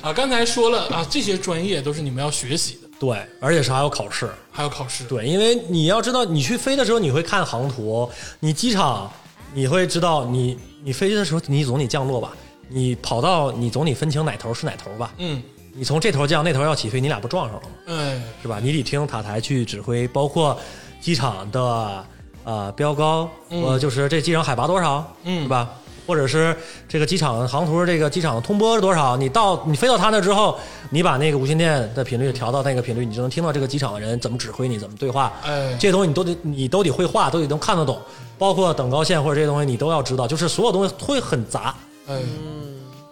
Speaker 4: 啊，刚才说了啊，这些专业都是你们要学习的，
Speaker 7: 对，而且是还要考试。
Speaker 4: 还有考试。
Speaker 7: 对，因为你要知道，你去飞的时候，你会看航图，你机场你会知道你，你飞机的时候，你总得降落吧，你跑道你总得分清哪头是哪头吧，
Speaker 4: 嗯，
Speaker 7: 你从这头降那头要起飞，你俩不撞上了吗？
Speaker 4: 哎，
Speaker 7: 是吧？你得听塔台去指挥，包括机场的呃标高，呃，就是这机场海拔多少，
Speaker 4: 嗯
Speaker 7: 是吧？或者是这个机场航图，这个机场通波是多少？你到你飞到它那之后，你把那个无线电的频率调到那个频率，你就能听到这个机场的人怎么指挥你，怎么对话。
Speaker 4: 哎
Speaker 7: 这些东西你都得你都得会画，都得能看得懂，包括等高线或者这些东西你都要知道，就是所有东西会很杂。
Speaker 4: 哎，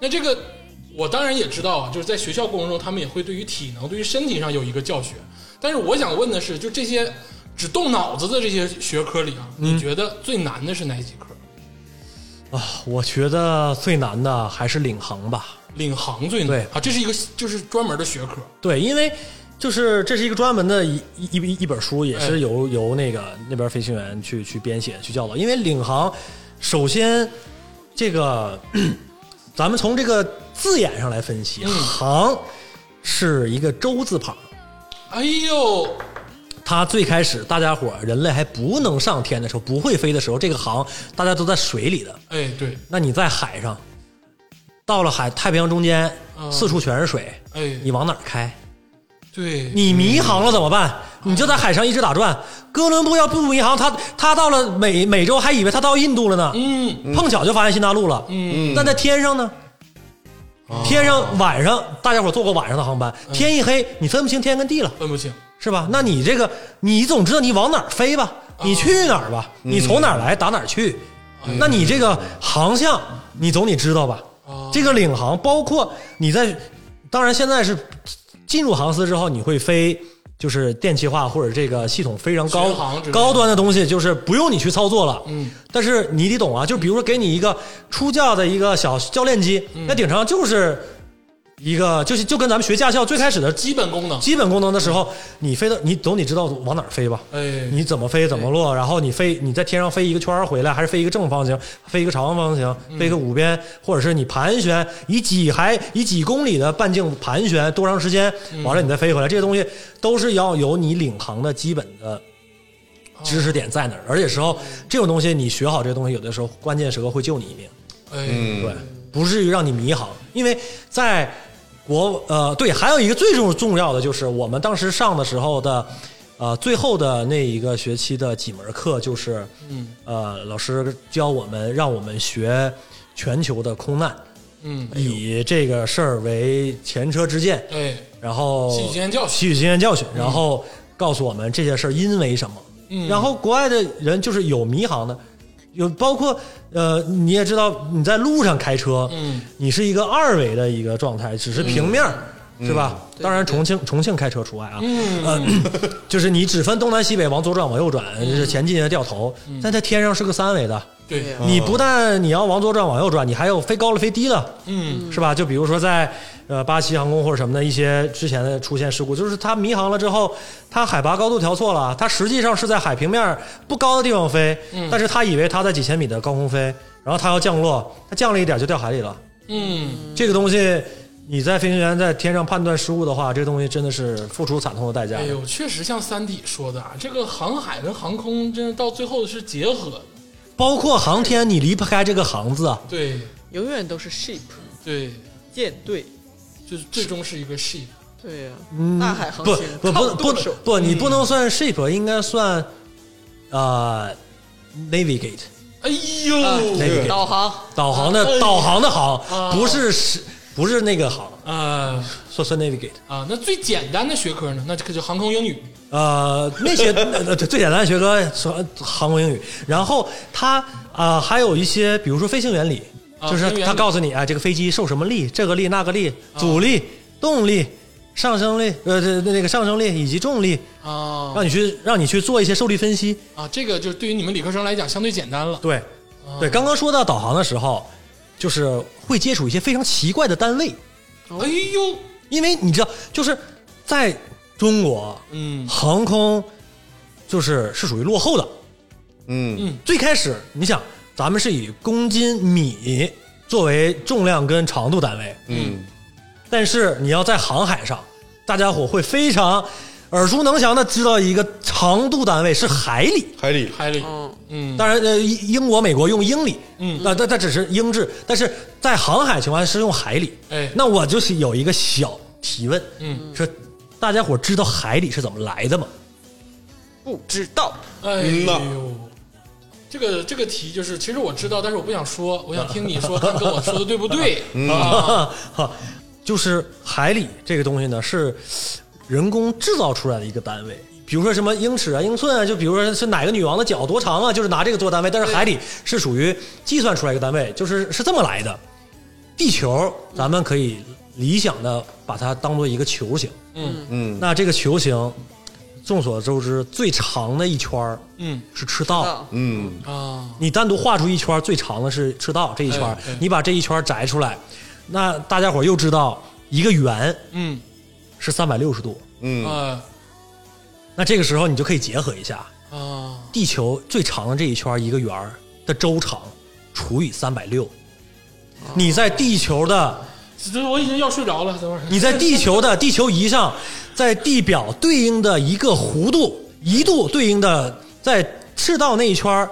Speaker 4: 那这个我当然也知道啊，就是在学校过程中，他们也会对于体能、对于身体上有一个教学。但是我想问的是，就这些只动脑子的这些学科里啊，你觉得最难的是哪几科？
Speaker 7: 啊，我觉得最难的还是领航吧。
Speaker 4: 领航最难
Speaker 7: 对
Speaker 4: 啊，这是一个就是专门的学科。
Speaker 7: 对，因为就是这是一个专门的一一一一本书，也
Speaker 4: 哎
Speaker 7: 是由、由那个那边飞行员去去编写去教导。因为领航，首先这个咱们从这个字眼上来分
Speaker 4: 嗯
Speaker 7: 析，航是一个舟字旁，
Speaker 4: 哎呦，
Speaker 7: 它最开始大家伙儿人类还不能上天的时候，不会飞的时候，这个航大家都在水里的，
Speaker 4: 哎，对，
Speaker 7: 那你在海上，到了海太平洋中间，
Speaker 4: 嗯
Speaker 7: 四处全是水，
Speaker 4: 哎，
Speaker 7: 你往哪儿开？
Speaker 4: 对，
Speaker 7: 你迷航了怎么办？你就在海上一直打转。哥伦布要不迷航，他他到了美美洲还以为他到印度了呢，
Speaker 4: 嗯，
Speaker 7: 碰巧就发现新大陆了。嗯，但在天上呢，天上晚上大家伙坐过晚上的航班，天一黑你分不清天跟地了，
Speaker 4: 分不清。
Speaker 7: 是吧？那你这个你总知道你往哪儿飞吧，
Speaker 4: 啊
Speaker 7: 你去哪儿吧，
Speaker 4: 嗯
Speaker 7: 你从哪儿来打哪儿去，
Speaker 4: 哎
Speaker 7: 那你这个航向你总得知道吧？
Speaker 4: 啊
Speaker 7: 这个领航包括你在，当然现在是进入航司之后你会飞。就是电气化或者这个系统非常高
Speaker 4: 巡航之类的
Speaker 7: 高端的东西，就是不用你去操作了。
Speaker 4: 嗯，
Speaker 7: 但是你得懂啊，就比如说给你一个出教的一个小教练机，
Speaker 4: 嗯
Speaker 7: 那顶上就是一个就是就跟咱们学驾校最开始的
Speaker 4: 基本功能，
Speaker 7: 基本功能的时候，你飞的你总得知道往哪儿飞吧？
Speaker 4: 哎，
Speaker 7: 你怎么飞怎么落，然后你飞你在天上飞一个圈儿回来，还是飞一个正方形，飞一个长方形，
Speaker 4: 嗯
Speaker 7: 飞一个五边，或者是你盘旋以几还以几公里的半径盘旋多长时间，
Speaker 4: 嗯
Speaker 7: 完了你再飞回来，这些东西都是要有你领航的基本
Speaker 4: 哦
Speaker 7: 的。知识点在哪儿？而且时候这种东西你学好这东西，有的时候关键时刻会救你一命。
Speaker 4: 哎，
Speaker 7: 对，不至于让你迷航。因为在国呃，对，还有一个最重重要的就是我们当时上的时候的呃最后的那一个学期的几门课就是，
Speaker 4: 嗯
Speaker 7: 呃，老师教我们让我们学全球的空难，
Speaker 4: 嗯，
Speaker 7: 以这个事儿为前车之鉴，
Speaker 4: 哎，
Speaker 7: 然后
Speaker 4: 吸取经验教训
Speaker 7: 吸取经验教训，然后告诉我们这件事儿因为什么。
Speaker 4: 嗯
Speaker 7: 然后国外的人就是有迷航的，有包括呃，你也知道你在路上开车，
Speaker 4: 嗯，
Speaker 7: 你是一个二维的一个状态，只是平面儿。
Speaker 4: 嗯
Speaker 7: 是吧？
Speaker 5: 对
Speaker 7: 当然，重庆重庆开车除外啊。嗯，就是你只分东南西北，往左转，往右转，
Speaker 4: 嗯
Speaker 7: 就是前进啊掉头。但在天上是个三维的，
Speaker 4: 对，
Speaker 7: 你不但你要往左转、往右转，你还有飞高了、飞低了，嗯，是吧？就比如说在呃巴西航空或者什么的一些之前的出现事故，就是它迷航了之后，它海拔高度调错了，它实际上是在海平面不高的地方飞，
Speaker 4: 嗯
Speaker 7: 但是它以为它在几千米的高空飞，然后它要降落，它降了一点就掉海里了。
Speaker 4: 嗯，
Speaker 7: 这个东西，你在飞行员在天上判断失误的话，这个东西真的是付出惨痛的代价
Speaker 4: 哎
Speaker 7: 的。
Speaker 4: 呦，确实像《三体》说的啊，这个航海跟航空真的到最后是结合的。
Speaker 7: 包括航天，你离不开这个“航”字啊。
Speaker 4: 对
Speaker 5: 永远都是 ship
Speaker 4: 对，
Speaker 5: 舰队。
Speaker 4: 就是最终是一个 sheep。
Speaker 5: 对呀、大海航
Speaker 7: 不
Speaker 5: 行
Speaker 7: 不
Speaker 5: 靠
Speaker 7: 不不
Speaker 5: 动手
Speaker 7: 不，你不
Speaker 4: 嗯
Speaker 7: 能算 ship，应该算呃 navigate
Speaker 4: 哎呦，
Speaker 5: 啊
Speaker 7: 那个
Speaker 5: 导航
Speaker 7: 导航
Speaker 4: 哎
Speaker 7: 的
Speaker 4: 呀
Speaker 7: 导航的航，
Speaker 4: 啊
Speaker 7: 不是是不是那个航，
Speaker 4: 啊
Speaker 7: 说算 navigate。
Speaker 4: 啊，那最简单的学科呢？那这个就航空英语。
Speaker 7: 呃，那些呃最简单的学科说航空英语，然后它啊、呃还有一些，比如说飞行原理，
Speaker 4: 啊
Speaker 7: 就是
Speaker 4: 飞行原
Speaker 7: 它
Speaker 4: 理啊
Speaker 7: 告诉你啊、哎这个飞机受什么力，这个力那个力，阻力、动力、上升力，呃，这那个上升力以及重力，
Speaker 4: 啊
Speaker 7: 让你去让你去做一些受力分析。
Speaker 4: 啊，这个就对于你们理科生来讲相对简单了。
Speaker 7: 对，对，刚刚说到导航的时候，就是会接触一些非常奇怪的单位，
Speaker 4: 哎呦，
Speaker 7: 因为你知道，就是在中国，
Speaker 4: 嗯
Speaker 7: 航空就是是属于落后的。
Speaker 6: 嗯
Speaker 7: 最开始，你想，咱们是以公斤米作为重量跟长度单位，
Speaker 6: 嗯
Speaker 7: 但是你要在航海上，大家伙会非常耳熟能详的知道一个长度单位是海里。
Speaker 6: 海里
Speaker 4: 海里，
Speaker 5: 嗯
Speaker 4: 嗯，
Speaker 7: 当然，呃，英英国、美国用英里，
Speaker 4: 嗯
Speaker 7: 那那那只是英制，但是在航海情况下是用海里。
Speaker 4: 哎
Speaker 7: 那我就是有一个小提问，
Speaker 4: 嗯，
Speaker 7: 说大家伙知道海里是怎么来的吗？
Speaker 5: 不知道，
Speaker 4: 哎
Speaker 6: 嗯呐
Speaker 4: 呦，这个这个题就是，其实我知道，但是我不想说，我想听你说，看跟我说的对不 对。
Speaker 7: 嗯
Speaker 4: 啊，
Speaker 7: 哈，就是海里这个东西呢，是人工制造出来的一个单位。比如说什么英尺啊、英寸啊，就比如说是哪个女王的脚多长啊，就是拿这个做单位。但是海里是属于计算出来一个单位，就是是这么来的。地球咱们可以理想的把它当做一个球形，
Speaker 4: 嗯
Speaker 6: 嗯
Speaker 7: 那这个球形，众所周知，最长的一圈儿
Speaker 4: 嗯
Speaker 7: 是赤道。
Speaker 5: 啊
Speaker 6: 嗯
Speaker 4: 啊，
Speaker 7: 你单独画出一圈儿最长的是赤道这一圈儿
Speaker 4: 哎哎，
Speaker 7: 你把这一圈儿摘出来，那大家伙儿又知道一个圆
Speaker 4: 嗯
Speaker 7: 是三百六十度。
Speaker 6: 嗯
Speaker 4: 啊
Speaker 7: 那这个时候你就可以结合一下
Speaker 4: 啊，
Speaker 7: 地球最长的这一圈儿一个圆儿的周长除以三百六，你在地球的
Speaker 4: 这我已经要睡着了，等会儿。
Speaker 7: 你在地球的地球仪上，在地表对应的一个弧度，一度对应的在赤道那一圈儿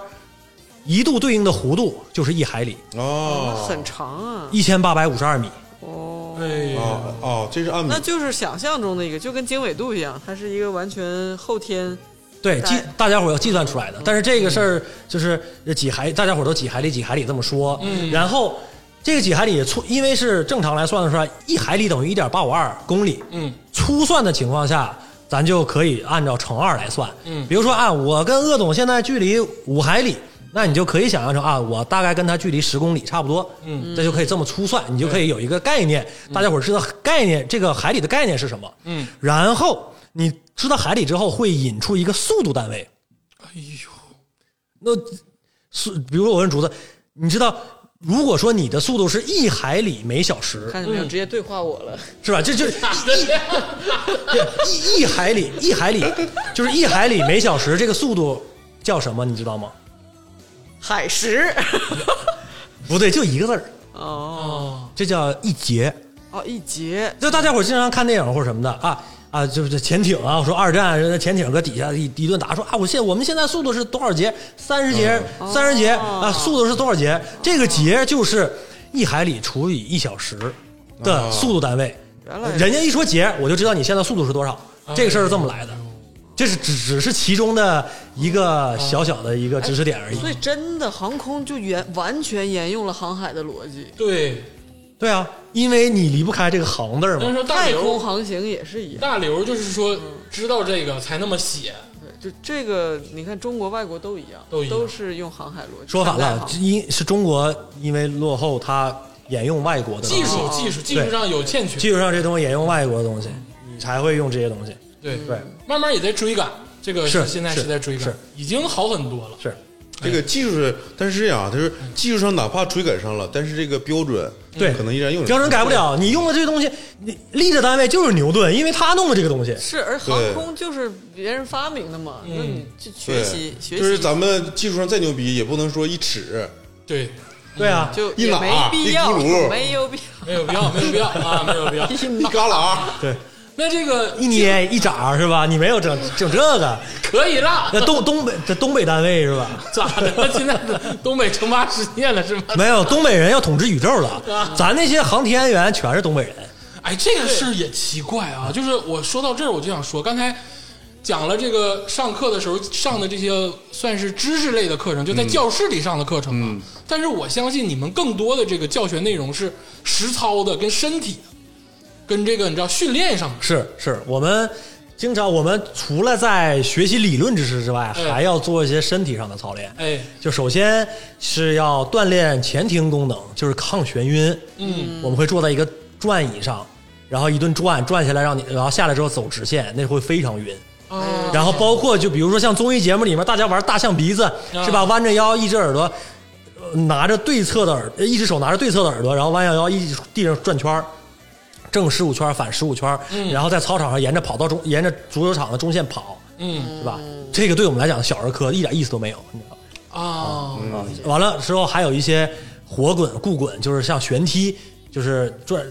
Speaker 7: 一度对应的弧度就是一海里，
Speaker 6: 哦
Speaker 5: 很长啊，
Speaker 7: 一千八百五十二米。
Speaker 5: 哦，
Speaker 4: 哎
Speaker 6: 哦
Speaker 4: 呀，
Speaker 6: 哦，这是
Speaker 7: 嗯
Speaker 6: 按米
Speaker 5: 那就是想象中的一个，就跟经纬度一样，它是一个完全后天
Speaker 7: 对，
Speaker 5: 大
Speaker 7: 计大家伙儿要计算出来
Speaker 4: 嗯
Speaker 7: 的。但是这个事儿就是几海，大家伙儿都几海里几海里这么说。
Speaker 4: 嗯
Speaker 7: 然后这个几海里粗，因为是正常来算的出来，一海里等于一点八五二公里。
Speaker 4: 嗯，
Speaker 7: 粗算的情况下，咱就可以按照乘二来算。
Speaker 4: 嗯
Speaker 7: 比如说啊，我跟鄂总现在距离五海里。那你就可以想象成啊，我大概跟他距离十公里差不多，
Speaker 4: 嗯，
Speaker 7: 这就可以这么粗算，你就可以有一个概念，大家伙儿知道概念，这个海里的概念是什么，
Speaker 4: 嗯，
Speaker 7: 然后你知道海里之后，会引出一个速度单位。
Speaker 4: 哎呦，
Speaker 7: 那速，比如说我问竹子，你知道，如果说你的速度是一海里每小时，
Speaker 5: 看见没有？直接对话我了，
Speaker 7: 是吧？这就 一一海里一海里，就是一海里每小时这个速度叫什么？你知道吗？
Speaker 5: 海石。
Speaker 7: 不对，就一个字儿，
Speaker 5: 哦
Speaker 4: 啊，
Speaker 7: 这叫一节。
Speaker 5: 哦，一节
Speaker 7: 就大家伙儿经常看电影或者什么的啊啊，就是这潜艇啊，我说二战人家潜艇搁底下一一顿打，说啊，我现我们现在速度是多少节？三十节，
Speaker 5: 嗯
Speaker 7: 三十节
Speaker 5: 哦
Speaker 7: 啊，速度是多少节？这个节就是一海里除以一小时的速度单位。
Speaker 5: 哦原来哦
Speaker 7: 人家一说节，我就知道你现在速度是多少。这个事儿是这么来的，这是只只是其中的一个小小的一个知识点而已。
Speaker 5: 哦所以真的航空就沿完全沿用了航海的逻辑，
Speaker 4: 对，
Speaker 7: 对啊，因为你离不开这个行字儿
Speaker 4: 但
Speaker 7: 嘛
Speaker 4: 是。说大
Speaker 5: 太空
Speaker 4: 刘，
Speaker 5: 航行也是一样。
Speaker 4: 大刘就是说知道这个才那么写，
Speaker 5: 就这个，你看中国、外国都一样，
Speaker 4: 都一样
Speaker 5: 是用航海逻辑。
Speaker 7: 说反
Speaker 5: 航海
Speaker 7: 了，
Speaker 5: 航
Speaker 7: 因是中国因为落后，它沿用外国的东
Speaker 4: 技
Speaker 7: 西，
Speaker 4: 术技术技术上有欠缺，
Speaker 7: 技术上这东西沿用外国的东西，你才会用这些东西。
Speaker 4: 对
Speaker 7: 对，
Speaker 4: 慢慢也在追赶，这个
Speaker 7: 是
Speaker 4: 现在
Speaker 7: 是
Speaker 4: 是在追赶
Speaker 7: 是，
Speaker 4: 已经好很多了。
Speaker 7: 是
Speaker 6: 这个技术是，但是这样啊，就是技术上哪怕追赶上了，但是这个标准
Speaker 7: 对
Speaker 6: 可能依然用着
Speaker 7: 标准改不。了，你用的这东西，你力的单位就是牛顿，因为他弄的这个东西。
Speaker 5: 是，而航空就是别人发明的嘛，那你去学
Speaker 6: 嗯对
Speaker 5: 习学习，
Speaker 6: 就是咱们技术上再牛逼，也不能说一尺。
Speaker 4: 对，
Speaker 7: 对啊，
Speaker 5: 就
Speaker 6: 一
Speaker 5: 也
Speaker 6: 哪
Speaker 5: 没必要，
Speaker 6: 一轱辘
Speaker 5: 没有必要。
Speaker 4: 没有必要，没有必要啊，没 有必要。
Speaker 6: 一啊旮旯，
Speaker 7: 对，
Speaker 4: 那这个
Speaker 7: 一捏一掌是吧？你没有整整这个，
Speaker 4: 可以啦，
Speaker 7: 那东东北这东北单位是吧？
Speaker 4: 咋的了？现在东北称霸世界了是吗？
Speaker 7: 没有，东北人要统治宇宙
Speaker 4: 啊
Speaker 7: 了，咱那些航天员全是东北人。
Speaker 4: 哎，这个事儿也奇怪啊，就是我说到这儿，我就想说，刚才讲了这个上课的时候上的这些算是知识类的课程，就在教室里上的课程啊。但是我相信你们更多的这个教学内容是实操的，跟身体的，跟这个你知道训练上的。
Speaker 7: 是是，我们经常我们除了在学习理论知识之外，
Speaker 4: 哎
Speaker 7: 还要做一些身体上的操练。
Speaker 4: 哎，
Speaker 7: 就首先是要锻炼前庭功能，就是抗眩晕。
Speaker 4: 嗯，
Speaker 7: 我们会坐在一个转椅上，然后一顿转，转下来让你，然后下来之后走直线，那会非常晕。
Speaker 4: 啊，
Speaker 7: 然后包括就比如说像综艺节目里面，大家玩大象鼻子
Speaker 4: 啊
Speaker 7: 是吧？弯着腰，一只耳朵呃拿着对侧的耳，呃一只手拿着对侧的耳朵，然后弯下腰一地上转圈儿正十五圈儿反十五圈儿，然后在操场上沿着跑道中，沿着足球场的中线跑，
Speaker 4: 嗯
Speaker 7: 是吧？这个对我们来讲小儿科一点意思都没有，你知道吗？
Speaker 4: 啊，
Speaker 7: 啊，完了之后还有一些活滚、固滚，就是像旋踢，就是转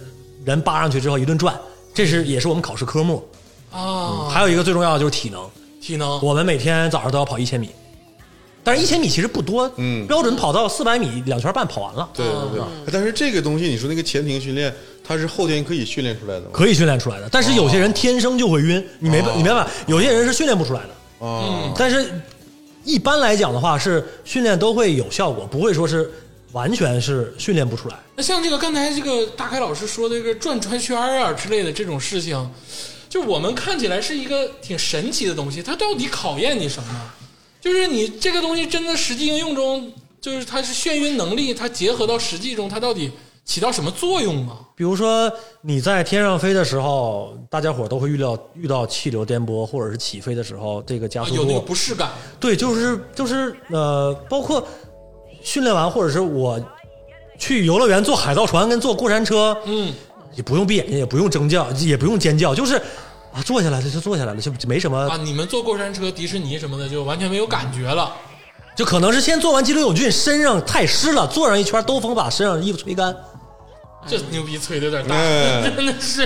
Speaker 7: 人扒上去之后一顿转，这是也是我们考试科目。
Speaker 4: 啊，
Speaker 7: 还有一个最重要的就是体能，
Speaker 4: 体能，
Speaker 7: 我们每天早上都要跑一千米，但是一千米其实不多，
Speaker 6: 嗯
Speaker 7: 标准跑道四百米两圈半跑完了，
Speaker 6: 对对对。但是这个东西，你说那个前庭训练，它是后天可以训练出来的吗？
Speaker 7: 可以训练出来的。但是有些人天生就会
Speaker 6: 哦
Speaker 7: 晕，你没办你没办法，有些人是训练不出来的。
Speaker 6: 啊，
Speaker 7: 但是一般来讲的话，是训练都会有效果，不会说是完全是训练不出来。
Speaker 4: 那像这个刚才这个大开老师说的这个转圈圈儿啊之类的这种事情，就我们看起来是一个挺神奇的东西，它到底考验你什么？就是你这个东西真的实际应用中，就是它是眩晕能力，它结合到实际中，它到底起到什么作用啊？
Speaker 7: 比如说你在天上飞的时候，大家伙都会遇到遇到气流颠簸，或者是起飞的时候这个加
Speaker 4: 啊
Speaker 7: 速
Speaker 4: 有那个
Speaker 7: 度，
Speaker 4: 不适感，
Speaker 7: 对，就是就是呃，包括训练完，或者是我去游乐园坐海盗船跟坐过山车，
Speaker 4: 嗯，
Speaker 7: 也不用闭眼睛，也不用争叫，也不用尖叫，就是啊，坐下来了就坐下来了，就就没什么
Speaker 4: 啊，你们坐过山车、迪士尼什么的就完全没有感觉了。
Speaker 7: 就可能是先做完激流勇进，身上太湿了，坐上一圈兜风，把身上的衣服吹干。
Speaker 4: 这牛逼吹的有点大，
Speaker 6: 哎
Speaker 4: 真的是，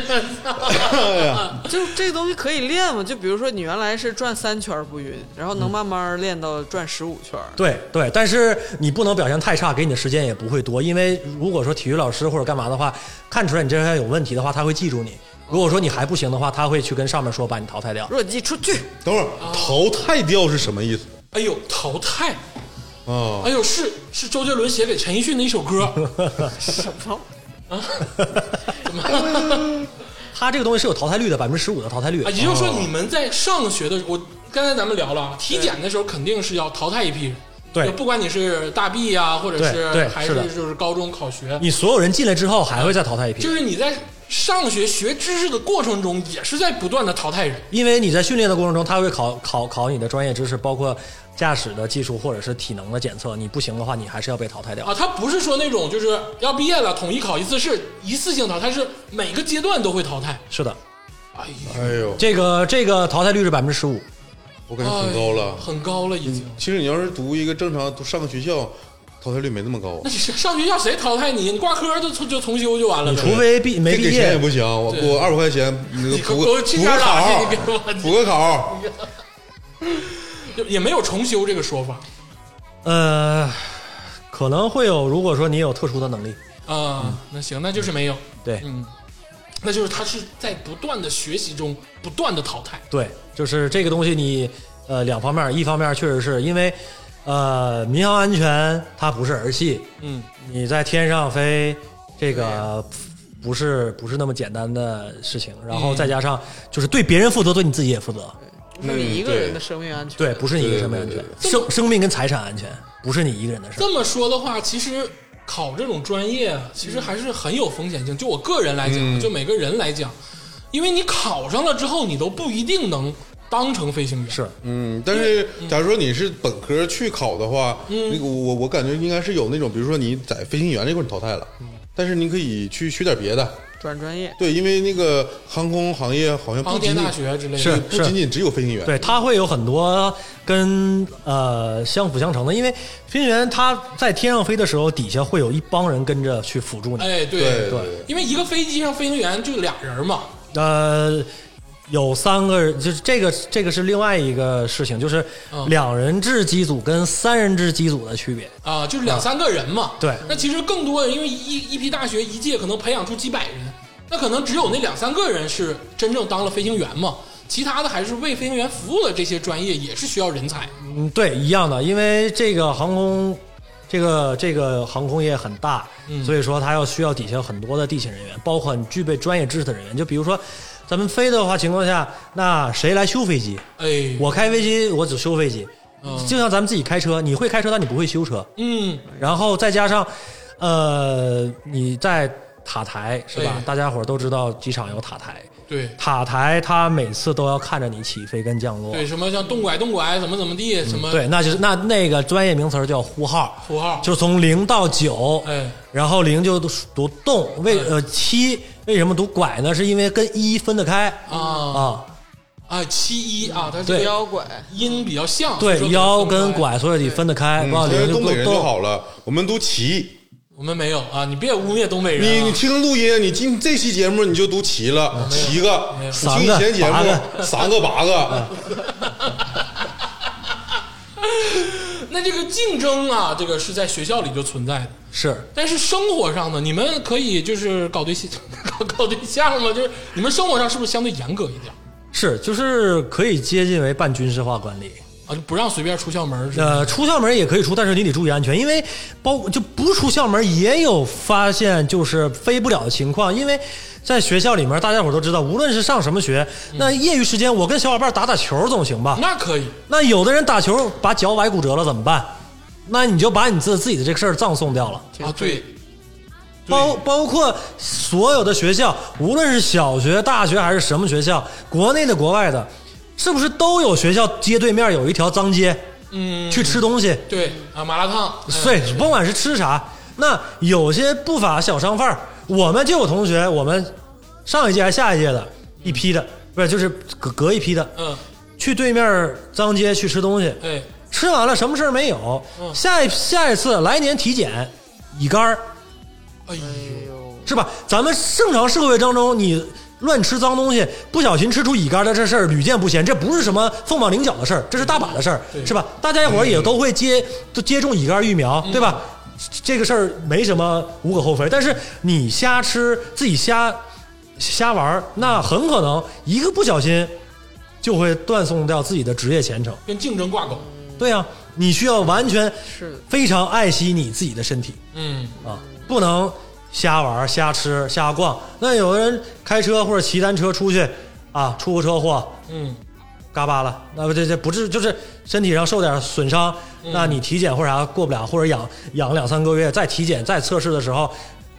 Speaker 5: 就这个东西可以练嘛？就比如说你原来是转三圈儿不晕，然后能慢慢练到转十五圈儿。
Speaker 7: 对对，但是你不能表现太差，给你的时间也不会多，因为如果说体育老师或者干嘛的话，看出来你这人有问题的话，他会记住你。如果说你还不行的话，他会去跟上面说把你淘汰
Speaker 6: 嗯
Speaker 7: 掉。
Speaker 5: 若鸡出去，
Speaker 6: 等会儿淘汰掉是什么意思
Speaker 4: 哎呦，淘汰，
Speaker 6: 啊
Speaker 4: 哎？呦，是是周杰伦写给陈奕迅的一首歌。
Speaker 5: 什么？
Speaker 7: 他这个东西是有淘汰率的，百分之十五的淘汰率
Speaker 6: 哎
Speaker 4: 啊，。也就是
Speaker 7: 哦
Speaker 4: 说你们在上学的时候，我刚才咱们聊了啊，体检的时候肯定是要淘汰一批人，
Speaker 7: 对
Speaker 4: 就不管你是大 B 呀、或者
Speaker 7: 对对
Speaker 4: 还
Speaker 7: 是的
Speaker 4: 是就是高中考学，
Speaker 7: 你所有人进来之后还会再淘汰一批
Speaker 6: 哎
Speaker 4: 就，是你在上学学知识的过程中，也是在不断的淘汰人。
Speaker 7: 因为你在训练的过程中，他会考考考你的专业知识，包括驾驶的技术或者是体能的检测。你不行的话，你还是要被淘汰掉
Speaker 4: 啊，。他不是说那种就是要毕业了统一考一次试，一次性淘汰，是每个阶段都会淘汰。
Speaker 7: 是的，
Speaker 4: 哎呀，
Speaker 7: 嗯
Speaker 6: 哎呦，
Speaker 7: 这个这个淘汰率是百分之十五。
Speaker 6: 我感觉很高了。
Speaker 4: 很高了已经。
Speaker 6: 其实你要是读一个正常读上个学校，淘汰率没那么高啊
Speaker 4: 那。你上上学校谁淘汰你？你挂科就重就重修就完了
Speaker 7: 你
Speaker 4: 呗。
Speaker 7: 除非毕没
Speaker 6: 这
Speaker 7: 毕
Speaker 6: 给钱也
Speaker 7: 业，
Speaker 6: 不行，我给我二百块钱，那个
Speaker 4: 你给
Speaker 6: 补
Speaker 4: 我
Speaker 6: 个
Speaker 4: 去
Speaker 6: 补
Speaker 4: 那
Speaker 6: 个
Speaker 4: 儿拉去，你
Speaker 6: 考，
Speaker 4: 给我，
Speaker 6: 补个考。
Speaker 4: 就也没有重修这个说法。
Speaker 7: 呃，可能会有。如果说你有特殊的能力，
Speaker 4: 啊、那行，那就是没有，
Speaker 7: 对
Speaker 4: 嗯，那就是他是在不断的学习中不断的淘汰，
Speaker 7: 对，就是这个东西你呃两方面，一方面确实是因为呃民航安全它不是儿戏，
Speaker 4: 嗯，
Speaker 7: 你在天上飞，这个不是不是那么简单的事情。然后再加上就是对别人负责，对你自己也负责。
Speaker 5: 那你一个人的生命安全。
Speaker 7: 对，不是你一个生命安全
Speaker 6: 对对，
Speaker 7: 生生命跟财产安全不是你一个人的事儿。
Speaker 4: 这么说的话，其实考这种专业啊其实还是很有风险性。就我个人来讲，
Speaker 6: 嗯
Speaker 4: 就每个人来讲，因为你考上了之后，你都不一定能当成飞行员。
Speaker 7: 是，
Speaker 6: 嗯，但是假如说你是本科去考的话，
Speaker 4: 嗯
Speaker 6: 那个我我感觉应该是有那种，比如说你在飞行员这块儿你淘汰了，
Speaker 4: 嗯
Speaker 6: 但是你可以去学点别的。
Speaker 5: 转专业，
Speaker 6: 对，因为那个航空行业好像不
Speaker 4: 航
Speaker 6: 仅
Speaker 4: 天
Speaker 6: 仅
Speaker 4: 大学之类的，
Speaker 7: 是
Speaker 6: 不仅仅只有飞行员，
Speaker 7: 对，它会有很多跟呃相辅相成的，因为飞行员他在天上飞的时候，底下会有一帮人跟着去辅助你。
Speaker 4: 哎，对
Speaker 6: 对对
Speaker 4: 因为一个飞机上飞行员就俩人嘛，
Speaker 7: 呃，有三个人，就是这个这个是另外一个事情，就是
Speaker 4: 嗯
Speaker 7: 两人制机组跟三人制机组的区别。
Speaker 4: 啊，就是两三个人嘛。
Speaker 7: 对
Speaker 4: 那其实更多的，因为一一批大学一届可能培养出几百人，那可能只有那两三个人是真正当了飞行员嘛，其他的还是为飞行员服务的这些专业也是需要人才。
Speaker 7: 嗯，对，一样的，因为这个航空，这个这个航空业很大，
Speaker 4: 嗯
Speaker 7: 所以说它要需要底下很多的地勤人员，包括你具备专业知识的人员。就比如说，咱们飞的话情况下，那谁来修飞机？
Speaker 4: 哎，
Speaker 7: 我开飞机，我只修飞机，
Speaker 4: 嗯
Speaker 7: 就像咱们自己开车，你会开车，但你不会修车。
Speaker 4: 嗯，
Speaker 7: 然后再加上，呃，你在塔台是吧
Speaker 4: 对？
Speaker 7: 大家伙儿都知道机场有塔台，
Speaker 4: 对
Speaker 7: 塔台它每次都要看着你起飞跟降落。
Speaker 4: 对，什么像动拐动拐怎么怎么地，什么
Speaker 7: 嗯对，那就是那那个专业名词儿叫呼号，
Speaker 4: 呼号
Speaker 7: 就从零到九，
Speaker 4: 哎
Speaker 7: 然后零就读动，为呃七为什么读拐呢？是因为跟一分得开
Speaker 4: 啊
Speaker 7: 啊，
Speaker 4: 啊七一啊，它这
Speaker 7: 对
Speaker 4: 个
Speaker 5: 妖怪，
Speaker 4: 音比较像，所
Speaker 7: 对，
Speaker 4: 以说
Speaker 7: 腰
Speaker 4: 可能
Speaker 7: 跟
Speaker 4: 分不来。
Speaker 7: 拐所以得分得开，
Speaker 6: 嗯
Speaker 7: 往
Speaker 6: 因为
Speaker 7: 零就
Speaker 6: 东北
Speaker 7: 读
Speaker 6: 人就
Speaker 7: 动。
Speaker 6: 好了，我们读齐。
Speaker 4: 我们没有啊，你别污蔑东北人、
Speaker 6: 你
Speaker 4: 啊。
Speaker 6: 你听录音，你今这期节目你就读齐了，七个，你
Speaker 7: 三
Speaker 6: 听以
Speaker 7: 个
Speaker 6: 前节
Speaker 7: 八
Speaker 6: 目
Speaker 7: 个
Speaker 6: 三个八个，
Speaker 4: 那这个竞争啊，这个是在学校里就存在的，
Speaker 7: 是
Speaker 4: 但是生活上呢，你们可以就是搞对象， 搞搞对象吗？就是你们生活上是不是相对严格一点
Speaker 7: 是，就是可以接近为半军事化管理。
Speaker 4: 啊？就不让随便出校门儿是吧？
Speaker 7: 呃，出校门也可以出，但是你得注意安全，因为包就不出校门也有发现就是飞不了的情况，因为在学校里面，大家伙都知道，无论是上什么学，那业余时间我跟小伙伴打打球总行吧？
Speaker 4: 那可以，
Speaker 7: 那有的人打球把脚崴骨折了怎么办？那你就把你自自己的这个事儿葬送掉了。
Speaker 4: 啊，对，
Speaker 7: 包包括所有的学校，无论是小学、大学还是什么学校，国内的、国外的，是不是都有学校街对面有一条脏街？嗯，去吃东西，
Speaker 4: 对啊，麻辣烫，嗯
Speaker 7: 对，甭管是吃啥，那有些不法小商贩儿，我们就有同学，我们上一届还下一届的一批的，不是就是隔隔一批的，
Speaker 4: 嗯，
Speaker 7: 去对面脏街去吃东西，
Speaker 4: 哎，
Speaker 7: 吃完了什么事儿没有，下一下一次来年体检乙肝儿
Speaker 4: 哎呦，
Speaker 7: 是吧？咱们正常社会当中，你乱吃脏东西，不小心吃出乙肝的这事儿屡见不鲜，这不是什么凤毛麟角的事儿，这是大把的事儿，是吧？大家伙儿也都会接都接种乙肝疫苗，对吧？这个事儿没什么无可厚非，但是你瞎吃自己瞎瞎玩儿，那很可能一个不小心就会断送掉自己的职业前程。
Speaker 4: 跟竞争挂钩，
Speaker 7: 对啊，你需要完全
Speaker 5: 是
Speaker 7: 非常爱惜你自己的身体
Speaker 4: 嗯，
Speaker 7: 啊，不能瞎玩、瞎吃、瞎逛。那有的人开车或者骑单车出去啊，出个车祸，
Speaker 4: 嗯，
Speaker 7: 嘎巴了，那不这这不是就是身体上受点损伤，那你体检或者啥过不了，或者养养两三个月，再体检再测试的时候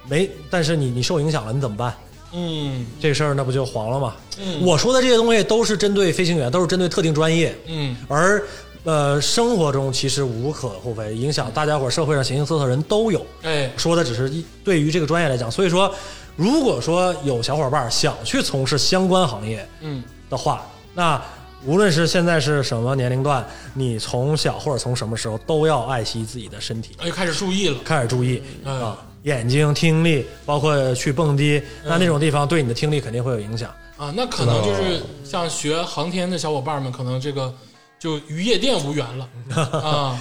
Speaker 7: 没，但是你你受影响了，你怎么办？
Speaker 4: 嗯，
Speaker 7: 这个事儿那不就黄了吗？我说的这些东西都是针对飞行员，都是针对特定专业。
Speaker 4: 嗯，
Speaker 7: 而呃，生活中其实无可厚非，影响大家伙儿社会上形形色色人都有。
Speaker 4: 哎，
Speaker 7: 说的只是一对于这个专业来讲，所以说，如果说有小伙伴想去从事相关行业
Speaker 4: 嗯，
Speaker 7: 的话，那无论是现在是什么年龄段，你从小或者从什么时候都要爱惜自己的身体，
Speaker 4: 哎，开始注意了，
Speaker 7: 开始注意
Speaker 4: 嗯
Speaker 7: 啊，眼睛、听力，包括去蹦迪，那那种地方对你的听力肯定会有影响。
Speaker 4: 啊，那可能
Speaker 7: 哦
Speaker 4: 就是像学航天的小伙伴们，可能这个就与夜店无 缘了啊，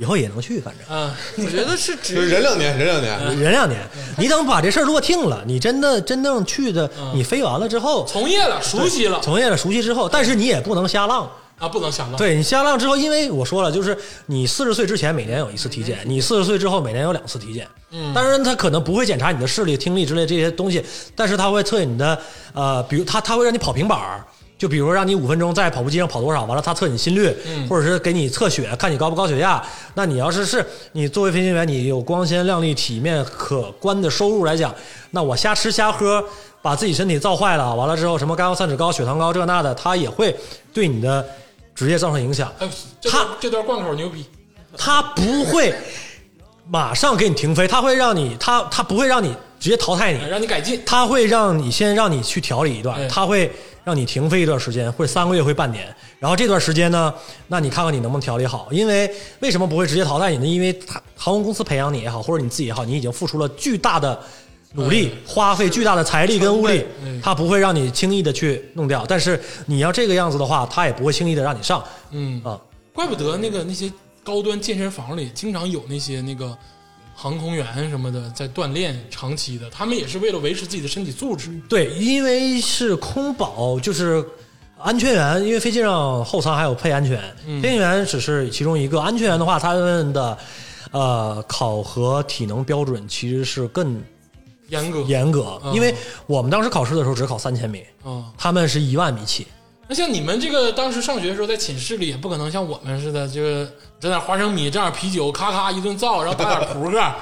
Speaker 7: 以后也能去，反正
Speaker 4: 嗯，
Speaker 5: 我觉得是
Speaker 6: 就是
Speaker 5: 职
Speaker 6: 忍两年，忍两年。
Speaker 7: 忍两年。你等把这事儿落定了，你真的真正去的，你飞完了之后，
Speaker 4: 从业了，熟悉了
Speaker 7: 从业了熟悉之后，但是你也不能瞎浪。
Speaker 4: 啊，不能想了，
Speaker 7: 对你瞎浪之后，因为我说了，就是你四十岁之前每年有一次体检，你四十岁之后每年有两次体检。嗯，当然他可能不会检查你的视力、听力之类这些东西，但是他会测你的呃，比如他他会让你跑平板儿，就比如说让你五分钟在跑步机上跑多少，完了他测你心率，或者是给你测血，看你高不高血压。那你要是是你作为飞行员，你有光鲜亮丽、体面可观的收入来讲，那我瞎吃瞎喝，把自己身体造坏了，完了之后什么甘油三酯高、血糖高这那的，它也会对你的职业造成影响。
Speaker 4: 哎，这
Speaker 7: 他
Speaker 4: 段这段贯口牛逼，
Speaker 7: 他不会马上给你停飞，他会让你他他不会让你直接淘汰你
Speaker 4: 哎，让你改进。
Speaker 7: 他会让你先让你去调理一
Speaker 4: 哎
Speaker 7: 段，他会让你停飞一段时间，会三个月，会半年。然后这段时间呢，那你看看你能不能调理好。因为为什么不会直接淘汰你呢？因为他航空公司培养你也好，或者你自己也好，你已经付出了巨大的努力，花费巨大的财力跟物力，他不会让你轻易的去弄掉。但是你要这个样子的话，他也不会轻易的让你上。
Speaker 4: 嗯，
Speaker 7: 啊，
Speaker 4: 怪不得那个那些高端健身房里经常有那些那个航空员什么的在锻炼长期的，他们也是为了维持自己的身体素质。
Speaker 7: 对，因为是空保，就是安全员，因为飞机上后舱还有配安全，
Speaker 4: 嗯
Speaker 7: 飞行员只是其中一个。安全员的话，他们的呃考核体能标准其实是更
Speaker 4: 严格
Speaker 7: 严格，
Speaker 4: 嗯
Speaker 7: 因为我们当时考试的时候只考三千米，
Speaker 4: 啊、
Speaker 7: 他们是一万米起。
Speaker 4: 那像你们这个当时上学的时候，在寝室里也不可能像我们似的，这个整点花生米，蘸点啤酒，咔咔一顿造，然后打点扑克，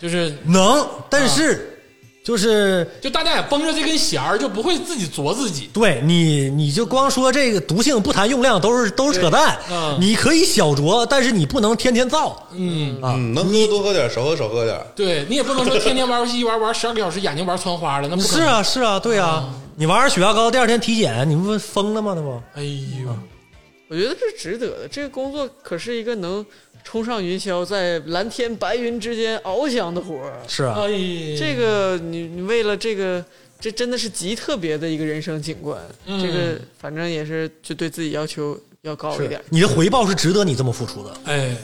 Speaker 4: 就是
Speaker 7: 能，但
Speaker 4: 嗯
Speaker 7: 是就是
Speaker 4: 就大家也绷着这根弦儿，就不会自己啄自己。
Speaker 7: 对你，你就光说这个毒性不谈用量，都是都是扯淡。
Speaker 4: 嗯
Speaker 7: 你可以小酌，但是你不能天天造。
Speaker 4: 嗯，
Speaker 7: 啊
Speaker 6: 嗯，能喝多喝点，少喝少喝点。
Speaker 4: 对你也不能说天天玩游戏，一玩玩十二个小时，眼睛玩穿花了，那不可
Speaker 7: 是
Speaker 4: 能。
Speaker 7: 啊，是啊，对啊，你玩上血压高，第二天体检，你不疯了吗？那不，
Speaker 4: 哎呦，
Speaker 5: 我觉得是值得的。这个工作可是一个能冲上云霄，在蓝天白云之间翱翔的活儿。
Speaker 7: 是啊，
Speaker 4: 哎，
Speaker 5: 这个你你为了这个，这真的是极特别的一个人生景观。
Speaker 4: 嗯
Speaker 5: 这个反正也是就对自己要求要高一点
Speaker 7: 是。你的回报是值得你这么付出的。
Speaker 4: 哎，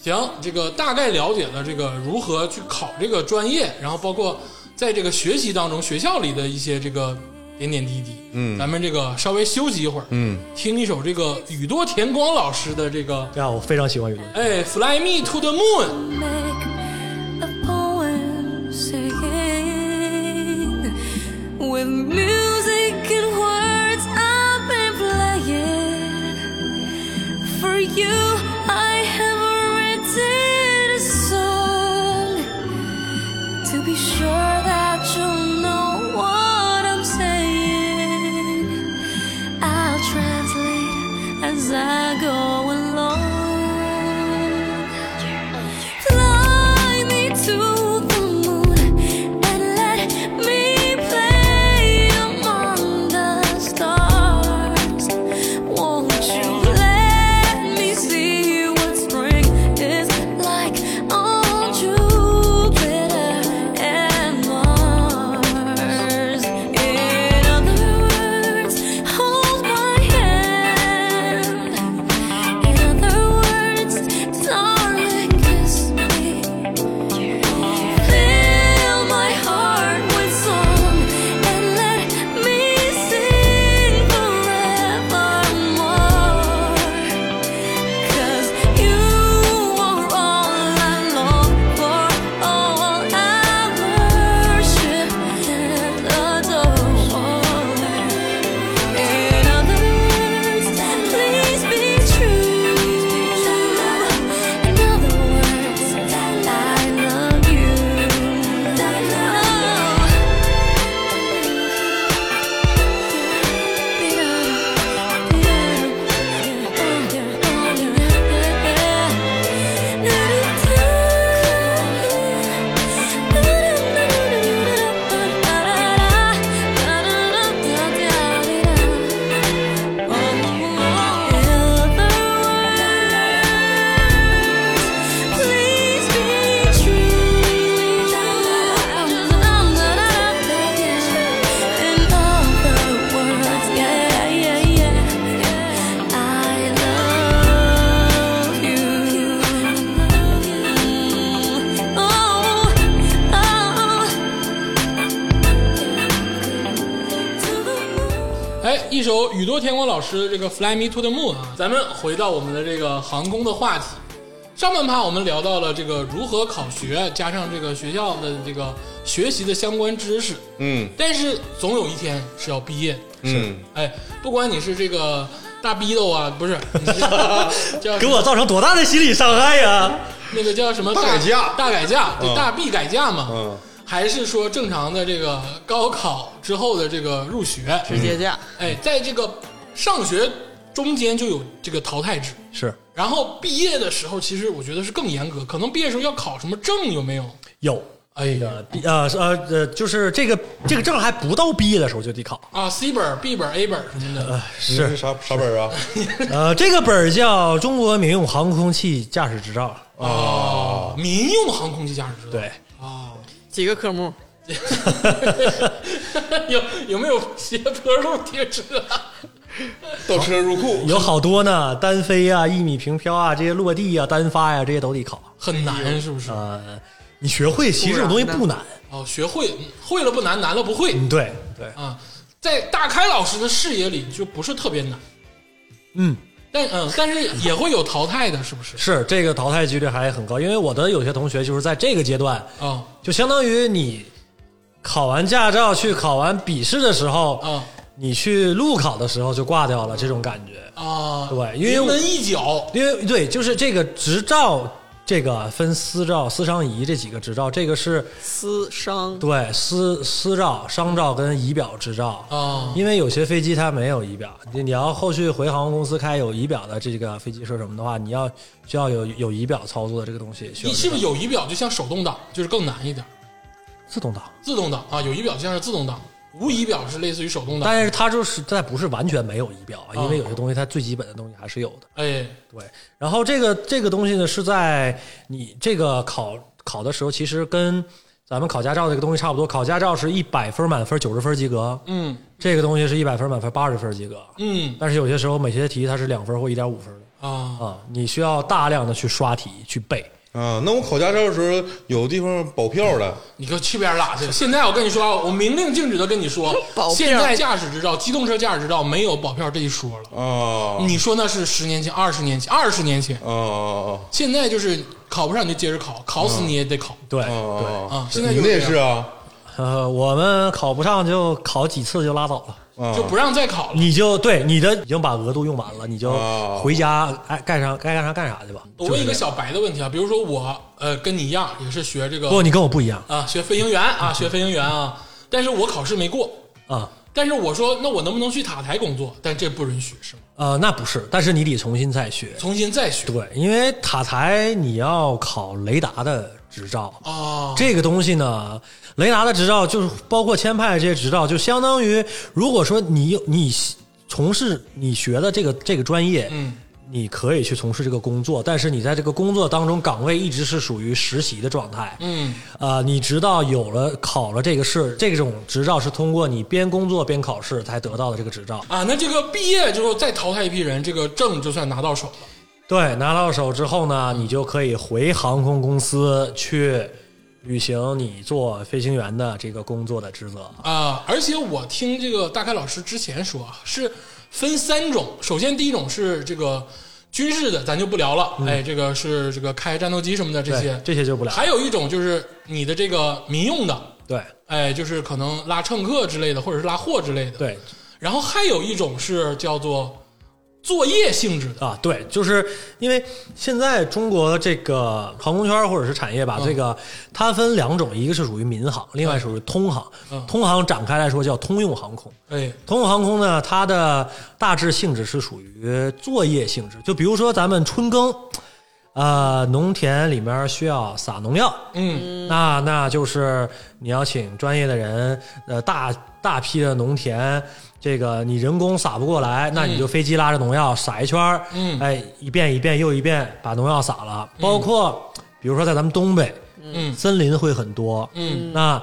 Speaker 4: 行，这个大概了解了这个如何去考这个专业，然后包括在这个学习当中学校里的一些这个点点滴滴。嗯，咱们这个稍微休息一会儿，嗯，听一首这个宇多田光老师的这个
Speaker 7: 对啊，我非常喜欢宇宙。
Speaker 4: 哎《Fly Me to the Moon》。
Speaker 8: make a poem singing with music and words I've been playing. For you, I have written a song to be sure that you'll know what I'm saying. I'll translate as I go along. Fly me to the moon and let me play among the stars. Won't you let me see what spring is like on Jupiter and Mars? In other words, hold my hand. In other words, darling, kiss me. Fill my heart with song and let me sing forevermore. 'Cause you are all I long for, all I worship and adore. In other words, please be true. In other words, I love you. Oh, Please be true. In other words, yeah, yeah, yeah. I love you. Oh, oh.
Speaker 4: 哎，一首宇多田光老师的这个《Fly Me to the Moon》啊，咱们回到我们的这个航空的话题。上半趴我们聊到了这个如何考学，加上这个学校的这个学习的相关知识，
Speaker 6: 嗯，
Speaker 4: 但是总有一天是要毕业的。
Speaker 6: 嗯，
Speaker 4: 哎，不管你是这个大逼斗啊， 不是，你是叫
Speaker 7: 给我造成多大的心理伤害呀？
Speaker 4: 那个叫什么
Speaker 6: 大改嫁
Speaker 4: 大改嫁，对，
Speaker 6: 嗯
Speaker 4: 大 B 改嫁嘛，
Speaker 6: 嗯
Speaker 4: 还是说正常的这个高考之后的这个入学，
Speaker 5: 直接嫁，
Speaker 4: 哎，在这个上学中间就有这个淘汰制，
Speaker 7: 是
Speaker 4: 然后毕业的时候，其实我觉得是更严格，可能毕业时候要考什么证有没有？
Speaker 7: 有。
Speaker 4: 哎呀
Speaker 7: 呃是呃呃，就是这个这个证还不到毕业的时候就得考，
Speaker 4: 啊，C 本、B 本、A 本什么的，
Speaker 6: 你
Speaker 7: 嗯
Speaker 6: 是啥啥本儿啊？
Speaker 7: 呃，这个本儿叫《中国民用航空器驾驶执照
Speaker 4: 哦，民用航空器驾驶执》，照，
Speaker 7: 对，
Speaker 4: 啊，
Speaker 5: 几个科目？
Speaker 4: 有有没有斜坡路贴啊车？
Speaker 6: 倒车入库，
Speaker 7: 有好多呢，单飞啊、一米平飘啊、这些落地啊、单发呀、这些都得考。
Speaker 4: 很难是不是？
Speaker 7: 呃，你学会其实这种东西不难，
Speaker 4: 哦，学会嗯会了不难，难了不会
Speaker 7: 嗯，对对，
Speaker 4: 啊，在大开老师的视野里就不是特别难，
Speaker 7: 嗯，
Speaker 4: 但嗯，但是也会有淘汰的，是不是？
Speaker 7: 是这个淘汰几率还很高，因为我的有些同学就是在这个阶段，
Speaker 4: 啊
Speaker 7: 就相当于你考完驾照去考完笔试的时候，
Speaker 4: 啊
Speaker 7: 你去路考的时候就挂掉了，这种感觉。
Speaker 4: 啊！
Speaker 7: 对因为
Speaker 4: 临
Speaker 7: 我
Speaker 4: 门一脚，
Speaker 7: 因为对，就是这个执照，这个分私照、私商仪这几个执照，这个是
Speaker 5: 私商
Speaker 7: 对私私照、商照跟仪表执照
Speaker 4: 哦
Speaker 7: 因为有些飞机它没有仪表，你你要后续回航空公司开有仪表的这个飞机是什么的话，你要需要有有仪表操作的这个东西，需
Speaker 4: 你
Speaker 7: 要这个
Speaker 4: 是不是有仪表就像手动挡，就是更难一点？
Speaker 7: 自动挡？
Speaker 4: 自动挡啊，有仪表就像是自动挡，无仪表是类似于手动挡。
Speaker 7: 但是它就是它不是完全没有仪表
Speaker 4: 哦
Speaker 7: 啊，因为有些东西它最基本的东西还是有的。
Speaker 4: 哎，
Speaker 7: 对，然后这个这个东西呢，是在你这个考考的时候，其实跟咱们考驾照这个东西差不多。考驾照是一百分满分九十分及格，
Speaker 4: 嗯
Speaker 7: 这个东西是一百分满分八十分及格。
Speaker 4: 嗯
Speaker 7: 但是有些时候每些题它是两分或一点五分的
Speaker 4: 啊，
Speaker 7: 啊，你需要大量的去刷题去背。
Speaker 6: 啊，那我考驾照的时候有地方保票的，
Speaker 4: 你给我去边儿拉去！现在我跟你说啊，我明令禁止的跟你说，
Speaker 5: 哎保票
Speaker 4: 现在驾驶执照、机动车驾驶执照没有保票这一说了。
Speaker 6: 啊
Speaker 7: 哦
Speaker 4: 你说那是十年前、二十年前、二十年前，
Speaker 6: 啊啊
Speaker 4: 现在就是考不上你就接着考，考死你也得考。
Speaker 7: 对，
Speaker 6: 啊啊
Speaker 4: 啊
Speaker 6: 啊！
Speaker 4: 现在
Speaker 6: 你
Speaker 4: 就
Speaker 6: 们也
Speaker 4: 这样
Speaker 6: 是啊
Speaker 7: 呃，我们考不上就考几次就拉倒了。
Speaker 6: 啊，
Speaker 4: 就不让再考了。
Speaker 7: 你就对你的已经把额度用完了，你就
Speaker 6: 哦
Speaker 7: 回家爱干啥该干啥干啥去吧。
Speaker 4: 我
Speaker 7: 就
Speaker 4: 问
Speaker 7: 是
Speaker 4: 一个
Speaker 7: 这样
Speaker 4: 小白的问题啊，比如说我呃跟你一样也是学这
Speaker 7: 不，
Speaker 4: 个
Speaker 7: 你跟我不一样
Speaker 4: 啊学飞行员啊学飞行员啊，但是我考试没过，
Speaker 7: 啊。
Speaker 4: 但是我说那我能不能去塔台工作？但这不允许是吗？
Speaker 7: 呃，那不是，但是你得重新再学。
Speaker 4: 重新再学
Speaker 7: 对，因为塔台你要考雷达的执照，
Speaker 4: 啊
Speaker 7: 这个东西呢，雷达的执照就是包括签派这些执照，就相当于如果说你你从事你学的这个这个专业，
Speaker 4: 嗯，
Speaker 7: 你可以去从事这个工作，但是你在这个工作当中岗位一直是属于实习的状态，
Speaker 4: 嗯，
Speaker 7: 呃，你直到有了考了这个试，这种执照是通过你边工作边考试才得到的这个执照。
Speaker 4: 啊，那这个毕业之后再淘汰一批人，这个证就算拿到手了。
Speaker 7: 对，拿到手之后呢，你就可以回航空公司去履行你做飞行员的这个工作的职责。
Speaker 4: 啊、而且我听这个大开老师之前说啊，是分三种。首先，第一种是这个军事的，咱就不聊了。哎，这个是这个开战斗机什么的这些
Speaker 7: 嗯对，这些就不聊
Speaker 4: 还有一种就是你的这个民用的，
Speaker 7: 对
Speaker 4: 哎，就是可能拉乘客之类的，或者是拉货之类的。。
Speaker 7: 对
Speaker 4: 然后还有一种是叫做作业性质的。
Speaker 7: 啊，对，就是因为现在中国这个航空圈或者是产业吧，这个它分两种，一个是属于民航，另外属于通航。
Speaker 4: 嗯
Speaker 7: 通航展开来说叫通用航空。
Speaker 4: 哎，
Speaker 7: 通用航空呢，它的大致性质是属于作业性质，就比如说咱们春耕，呃，农田里面需要撒农药，
Speaker 4: 嗯
Speaker 7: 那那就是你要请专业的人，呃，大大批的农田，这个你人工撒不过来，那你就飞机拉着农药撒一圈儿，
Speaker 4: 嗯
Speaker 7: 哎，一遍一遍又一遍把农药撒了，包括比如说在咱们东北，
Speaker 4: 嗯
Speaker 7: 森林会很多，
Speaker 4: 嗯
Speaker 7: 那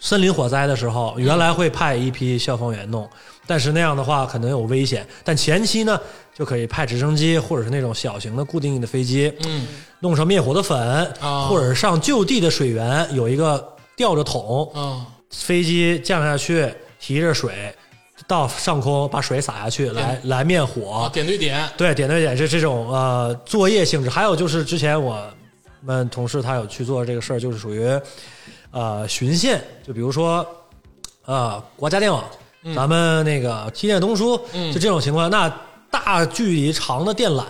Speaker 7: 森林火灾的时候，原来会派一批消防员弄，但是那样的话可能有危险。但前期呢，就可以派直升机或者是那种小型的固定的飞机，
Speaker 4: 嗯，
Speaker 7: 弄上灭火的粉，
Speaker 4: 啊
Speaker 7: 或者是上就地的水源有一个吊着桶，
Speaker 4: 啊，
Speaker 7: 飞机降下去，提着水到上空把水洒下去，来来灭火
Speaker 4: 啊，。点对点，
Speaker 7: 对，点对点是这种呃作业性质。还有就是之前我们同事他有去做这个事儿，就是属于呃巡线，就比如说呃国家电网咱们那个机电东输，就这种情况，那大距离长的电缆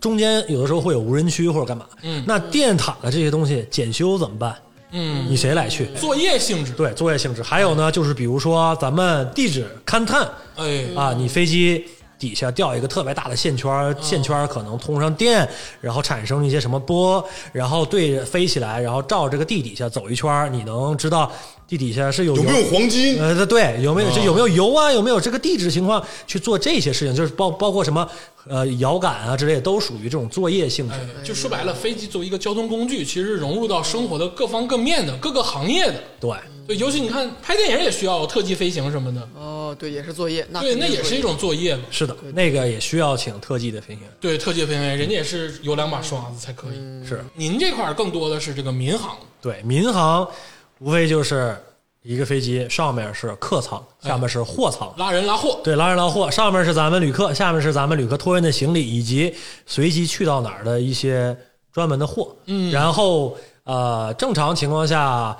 Speaker 7: 中间有的时候会有无人区或者干嘛，那电塔的这些东西检修怎么办？
Speaker 4: 嗯，
Speaker 7: 你谁来去？
Speaker 4: 作业性质，
Speaker 7: 对，作业性质。还有呢，就是比如说咱们地质勘探
Speaker 4: 哎，
Speaker 7: 啊，你飞机底下掉一个特别大的线圈
Speaker 4: 哦
Speaker 7: 儿，线圈儿可能通上电，然后产生一些什么波，然后对着飞起来，然后照这个地底下走一圈儿，你能知道地底下是有
Speaker 6: 有没
Speaker 7: 油
Speaker 6: 有黄金？
Speaker 7: 呃，对，有没有这
Speaker 4: 哦
Speaker 7: 有没有油啊？有没有这个地质情况去做这些事情？就是包包括什么呃遥感啊之类的，都属于这种作业性质。
Speaker 4: 哎就说白了，飞机作为一个交通工具，其实融入到生活的各方各面的各个行业的。
Speaker 7: 对，
Speaker 4: 对，尤其你看拍电影也需要特技飞行什么的，
Speaker 5: 哦，对，也是作业，那
Speaker 4: 对，
Speaker 5: 肯
Speaker 4: 那
Speaker 5: 定
Speaker 4: 也是一种作业嘛。
Speaker 7: 是的，那个也需要请特技的飞行员。
Speaker 4: 对，特技飞行员人家也是有两把刷子才可以。
Speaker 7: 是
Speaker 4: 您这块儿更多的是这个民航，
Speaker 7: 对，民航无非就是一个飞机，上面是客舱，下面是货舱。
Speaker 4: 拉人拉货，
Speaker 7: 对，拉人拉货，上面是咱们旅客，下面是咱们旅客托运的行李，以及随机去到哪儿的一些专门的货。嗯，然后呃，正常情况下，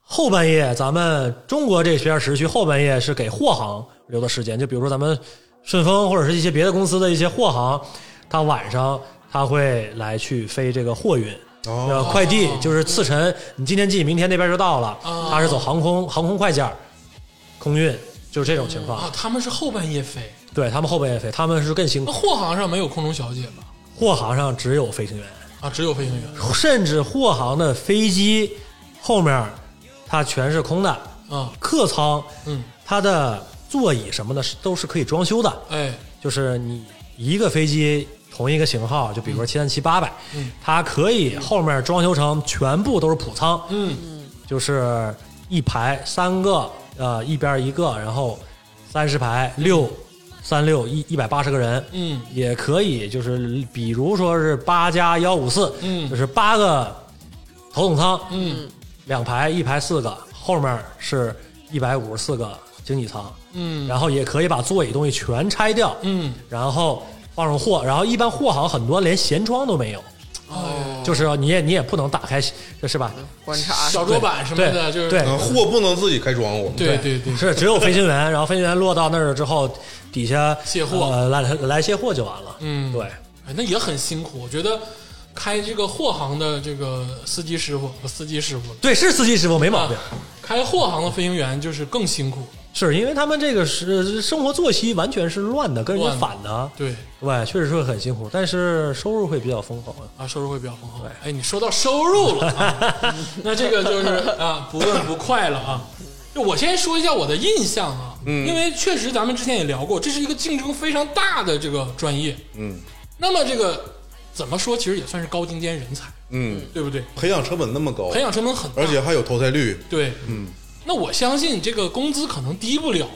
Speaker 7: 后半夜咱们中国这边时区后半夜是给货航留的时间，就比如说咱们顺丰或者是一些别的公司的一些货航，它晚上它会来去飞这个货运。呃，快递就是次晨，你今天寄，明天那边就到了。它是走航空航空快件儿，空运，就是这种情况。
Speaker 4: 啊，他们是后半夜飞，
Speaker 7: 对他们后半夜飞，他们是更辛
Speaker 4: 那
Speaker 7: 苦。
Speaker 4: 啊货航上没有空中小姐吧？
Speaker 7: 货航上只有飞行员，
Speaker 4: 啊，只有飞行员。
Speaker 7: 甚至货航的飞机后面它全是空的
Speaker 4: 啊
Speaker 7: 客舱
Speaker 4: 嗯，
Speaker 7: 它的座椅什么的是都是可以装修的，
Speaker 4: 哎，
Speaker 7: 就是你一个飞机同一个型号，就比
Speaker 4: 嗯
Speaker 7: 如说七三七八百，它可以后面装修成全部都是普舱，
Speaker 4: 嗯，
Speaker 7: 就是一排三个，呃，一边一个，然后三十排六三六一一百八十个人，
Speaker 4: 嗯，
Speaker 7: 也可以，就是比如说是八加幺五四，
Speaker 4: 嗯
Speaker 7: 就是八个头等舱，
Speaker 4: 嗯，
Speaker 7: 两排一排四个，后面是一百五十四个经济舱，
Speaker 4: 嗯，
Speaker 7: 然后也可以把座椅东西全拆掉，
Speaker 4: 嗯，
Speaker 7: 然后放上货，然后一般货行很多连舷窗都没有。
Speaker 4: 哦，
Speaker 7: 就是你也你也不能打开，是吧？
Speaker 5: 观察
Speaker 4: 小桌板什么
Speaker 7: 对
Speaker 4: 的，就是
Speaker 7: 对
Speaker 6: 啊，货不能自己开窗户。
Speaker 4: 对对对，
Speaker 7: 是只有飞行员，然后飞行员落到那儿之后，底下
Speaker 4: 卸货
Speaker 7: 呃、来来卸货就完了。
Speaker 4: 嗯
Speaker 7: 对，
Speaker 4: 哎，那也很辛苦。我觉得开这个货航的这个司机师傅，司机师傅
Speaker 7: 对，是司机师傅没毛病，
Speaker 4: 啊开货航的飞行员就是更辛苦。
Speaker 7: 是因为他们这个是生活作息完全是乱的，跟人家
Speaker 4: 乱的
Speaker 7: 反的。
Speaker 4: 对
Speaker 7: 对，确实是很辛苦，但是收入会比较丰厚。
Speaker 4: 啊，收入会比较丰厚。哎，你说到收入了， 啊、那这个就是啊，不问不快了啊。就我先说一下我的印象啊，
Speaker 6: 嗯
Speaker 4: 因为确实咱们之前也聊过，这是一个竞争非常大的这个专业。嗯，那么这个怎么说，其实也算是高精尖人才，
Speaker 6: 嗯，
Speaker 4: 对不对？
Speaker 6: 培养成本那么高
Speaker 4: 培，养成本很大，
Speaker 6: 而且还有淘汰率。
Speaker 4: 对，嗯，那我相信这个工资可能低不了，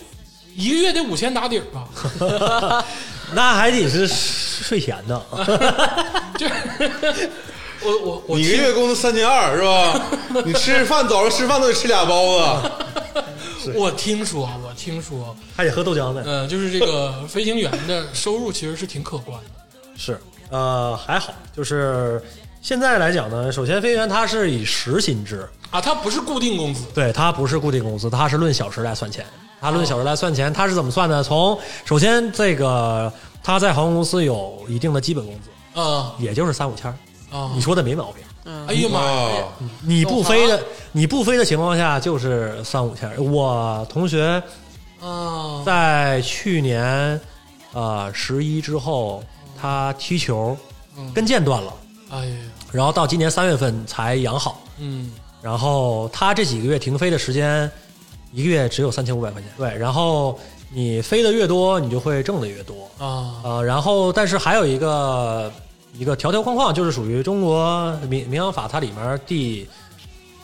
Speaker 4: 一个月得五千打底儿吧，
Speaker 7: 那还得是睡前 呢，
Speaker 4: 就是我我我
Speaker 6: 你一个
Speaker 4: 听
Speaker 6: 月工资三千二是吧？ 你吃饭早上吃饭都得吃俩包子，
Speaker 4: 哎我听说啊我听说，
Speaker 7: 还得喝豆浆呢。
Speaker 4: 嗯、就是这 个飞行员的收入其实是挺可观的，
Speaker 7: 是，呃，还好，就是现在来讲呢，首先飞行员他是以时薪制，
Speaker 4: 啊，他不是固定工资，
Speaker 7: 对，它不是固定工资，它是论小时来算钱。它论小时来算钱，它是怎么算呢？从首先这个他在航空公司有一定的基本工资，
Speaker 4: 啊
Speaker 7: 也就是三五千儿。
Speaker 4: 啊
Speaker 7: 你，说的没毛病。
Speaker 4: 哎呀妈呀，
Speaker 6: 啊，
Speaker 7: 你不飞的，你不飞的情况下就是三五千儿。我同学
Speaker 4: 啊，
Speaker 7: 在去年呃十一之后，他踢球跟腱断了，
Speaker 4: 哎呀，
Speaker 7: 然后到今年三月份才养好。
Speaker 4: 嗯，
Speaker 7: 然后他这几个月停飞的时间，一个月只有三千五百块钱。对，然后你飞的越多，你就会挣的越多。
Speaker 4: 啊，
Speaker 7: 呃，然后但是还有一个一个条条框框，就是属于中国民民航法它里面第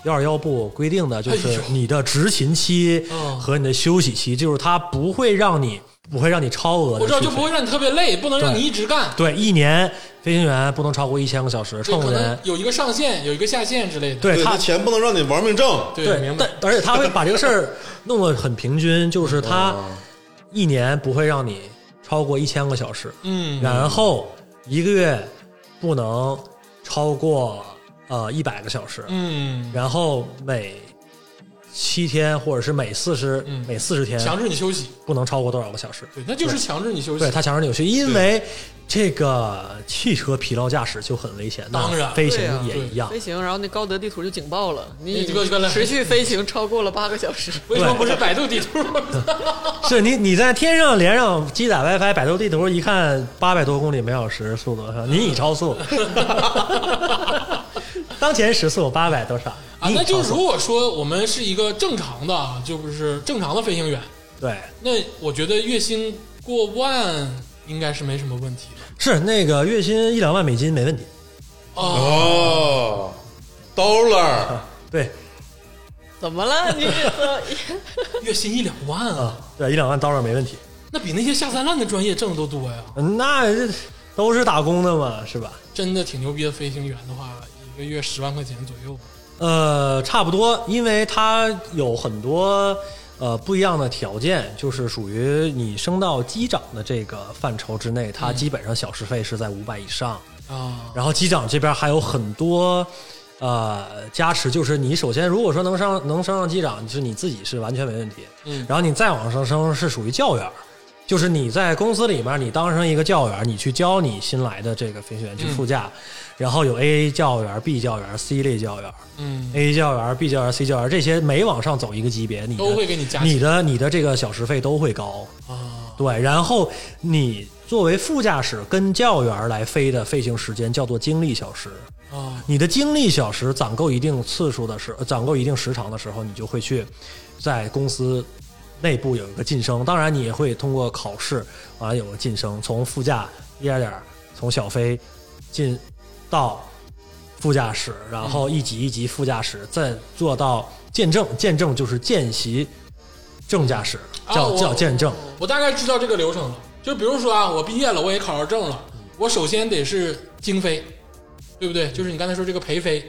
Speaker 7: 幺二幺部规定的，就
Speaker 4: 哎
Speaker 7: 是
Speaker 4: 呦
Speaker 7: 你的执勤期
Speaker 4: 嗯
Speaker 7: 和你的休息期，就是它不会让你不会让你超额的。
Speaker 4: 我知道就不会让你特别累，不能让
Speaker 7: 对
Speaker 4: 你一直干。
Speaker 7: 对，一年飞行员不能超过一千个小时，
Speaker 4: 对，
Speaker 7: 乘务
Speaker 4: 可
Speaker 7: 员
Speaker 4: 能有一个上限，有一个下限之类的。
Speaker 7: 对
Speaker 6: 对，
Speaker 7: 他
Speaker 6: 这钱不能让你玩命挣。
Speaker 4: 对，
Speaker 7: 对，
Speaker 4: 明白
Speaker 7: 但。而且他会把这个事儿弄得很平均，就是他
Speaker 4: 哦
Speaker 7: 一年不会让你超过一千个小时，
Speaker 4: 嗯，
Speaker 7: 然后一个月不能超过呃一百个小时，
Speaker 4: 嗯，
Speaker 7: 然后每七天，或者是每四十、每四十天
Speaker 4: 嗯强制你休息，
Speaker 7: 不能超过多少个小时。
Speaker 4: 对，那就是强制你休息。
Speaker 7: 对他强制扭去，因为这个汽车疲劳驾驶就很危险，那
Speaker 4: 当然
Speaker 7: 飞行
Speaker 5: 对啊
Speaker 7: 也一样
Speaker 5: 飞。行，然后那高德地图就警报了，你
Speaker 4: 哎你这个这个
Speaker 5: 持续飞行超过了八个小时，
Speaker 4: 为什么不是百度地图？
Speaker 7: 是你你在天上连上机载 WiFi，百度地图一看，八百多公里每小时速度，你已 超速。当前时速八百多少？
Speaker 4: 啊，
Speaker 7: 你已
Speaker 4: 那就
Speaker 7: 超
Speaker 4: 是
Speaker 7: 速
Speaker 4: 如果说我们是一个正常的啊，就是正常的飞行员，
Speaker 7: 对，
Speaker 4: 那我觉得月薪过万应该是没什么问题的。
Speaker 7: 是那个月薪一两万美金没问题。
Speaker 4: 哦，
Speaker 6: 哦，dollar，
Speaker 7: 对
Speaker 5: 怎么了？你这 个
Speaker 4: 月薪一两万啊，
Speaker 7: 啊，对一两万 dollar 没问题。嗯
Speaker 4: 那比那些下三滥的专业挣的都多呀！
Speaker 7: 那这都是打工的嘛，是吧？
Speaker 4: 真的挺牛逼的飞行员的话，一个月十万块钱左右吧。
Speaker 7: 呃，差不多，因为它有很多呃不一样的条件，就是属于你升到机长的这个范畴之内，
Speaker 4: 嗯
Speaker 7: 它基本上小时费是在五百以上。
Speaker 4: 啊，
Speaker 7: 然后机长这边还有很多呃加持，就是你首先如果说能上能升上机长，就是你自己是完全没问题。
Speaker 4: 嗯
Speaker 7: 然后你再往上升是属于教员儿，就是你在公司里面你当上一个教员儿，你去教你新来的这个飞行员去
Speaker 4: 嗯
Speaker 7: 副驾，然后有 A 教员、B 教员、C 类教员。
Speaker 4: 嗯，
Speaker 7: A 教员、B 教员、C 教员这些每往上走一个级别，你的
Speaker 4: 都会给你加
Speaker 7: 你
Speaker 4: 薪
Speaker 7: 的你的这个小时费都会高
Speaker 4: 啊。
Speaker 7: 对，然后你作为副驾驶跟教员来飞的飞行时间叫做经历小时。
Speaker 4: 啊，
Speaker 7: 你的经历小时攒够一定次数的时，呃攒够一定时长的时候，你就会去在公司内部有一个晋升。当然，你也会通过考试完了有个晋升，从副驾一点点儿从小飞进到副驾驶，然后一级一级副驾驶，再做到见证。见证就是见习正驾驶，
Speaker 4: 啊
Speaker 7: 叫、
Speaker 4: 我
Speaker 7: 叫见证。
Speaker 4: 我大概知道这个流程了。就比如说啊，我毕业了，我也考着证了，
Speaker 7: 嗯
Speaker 4: 我首先得是经飞，对不对？就是你刚才说这个陪飞，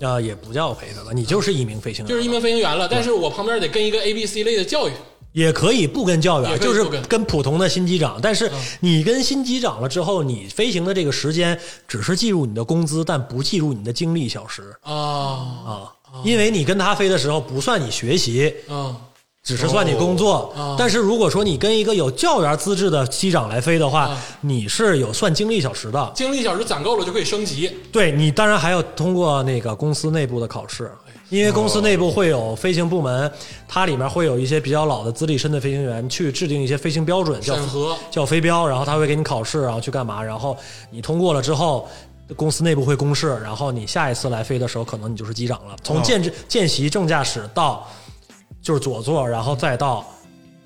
Speaker 7: 呃，也不叫陪他了，你就是一名飞行员，
Speaker 4: 就是一名飞行员了，但是我旁边得跟一个 A、B、C 类的教育。
Speaker 7: 也可以不跟教
Speaker 4: 也
Speaker 7: 员，
Speaker 4: 可以
Speaker 7: 就是
Speaker 4: 不跟
Speaker 7: 跟普通的新机长。但是
Speaker 4: 嗯
Speaker 7: 你跟新机长了之后，你飞行的这个时间只是计入你的工资，但不计入你的经历小时
Speaker 4: 啊，
Speaker 7: 啊，因为你跟他飞的时候不算你学习，
Speaker 4: 嗯，
Speaker 7: 只是算你工作。
Speaker 4: 哦
Speaker 7: 但是如果说你跟一个有教员资质的机长来飞的话，
Speaker 4: 啊
Speaker 7: 你是有算经历小时的。
Speaker 4: 经历小时攒够了就可以升级。
Speaker 7: 对你当然还要通过那个公司内部的考试，因为公司内部会有飞行部门，它里面会有一些比较老的资历深的飞行员去制定一些飞行标准，叫
Speaker 4: 审核
Speaker 7: 叫飞标，然后他会给你考试，然后去干嘛，然后你通过了之后。公司内部会公示，然后你下一次来飞的时候，可能你就是机长
Speaker 6: 哦
Speaker 7: 了。从见见习正驾驶到就是左座，然后再到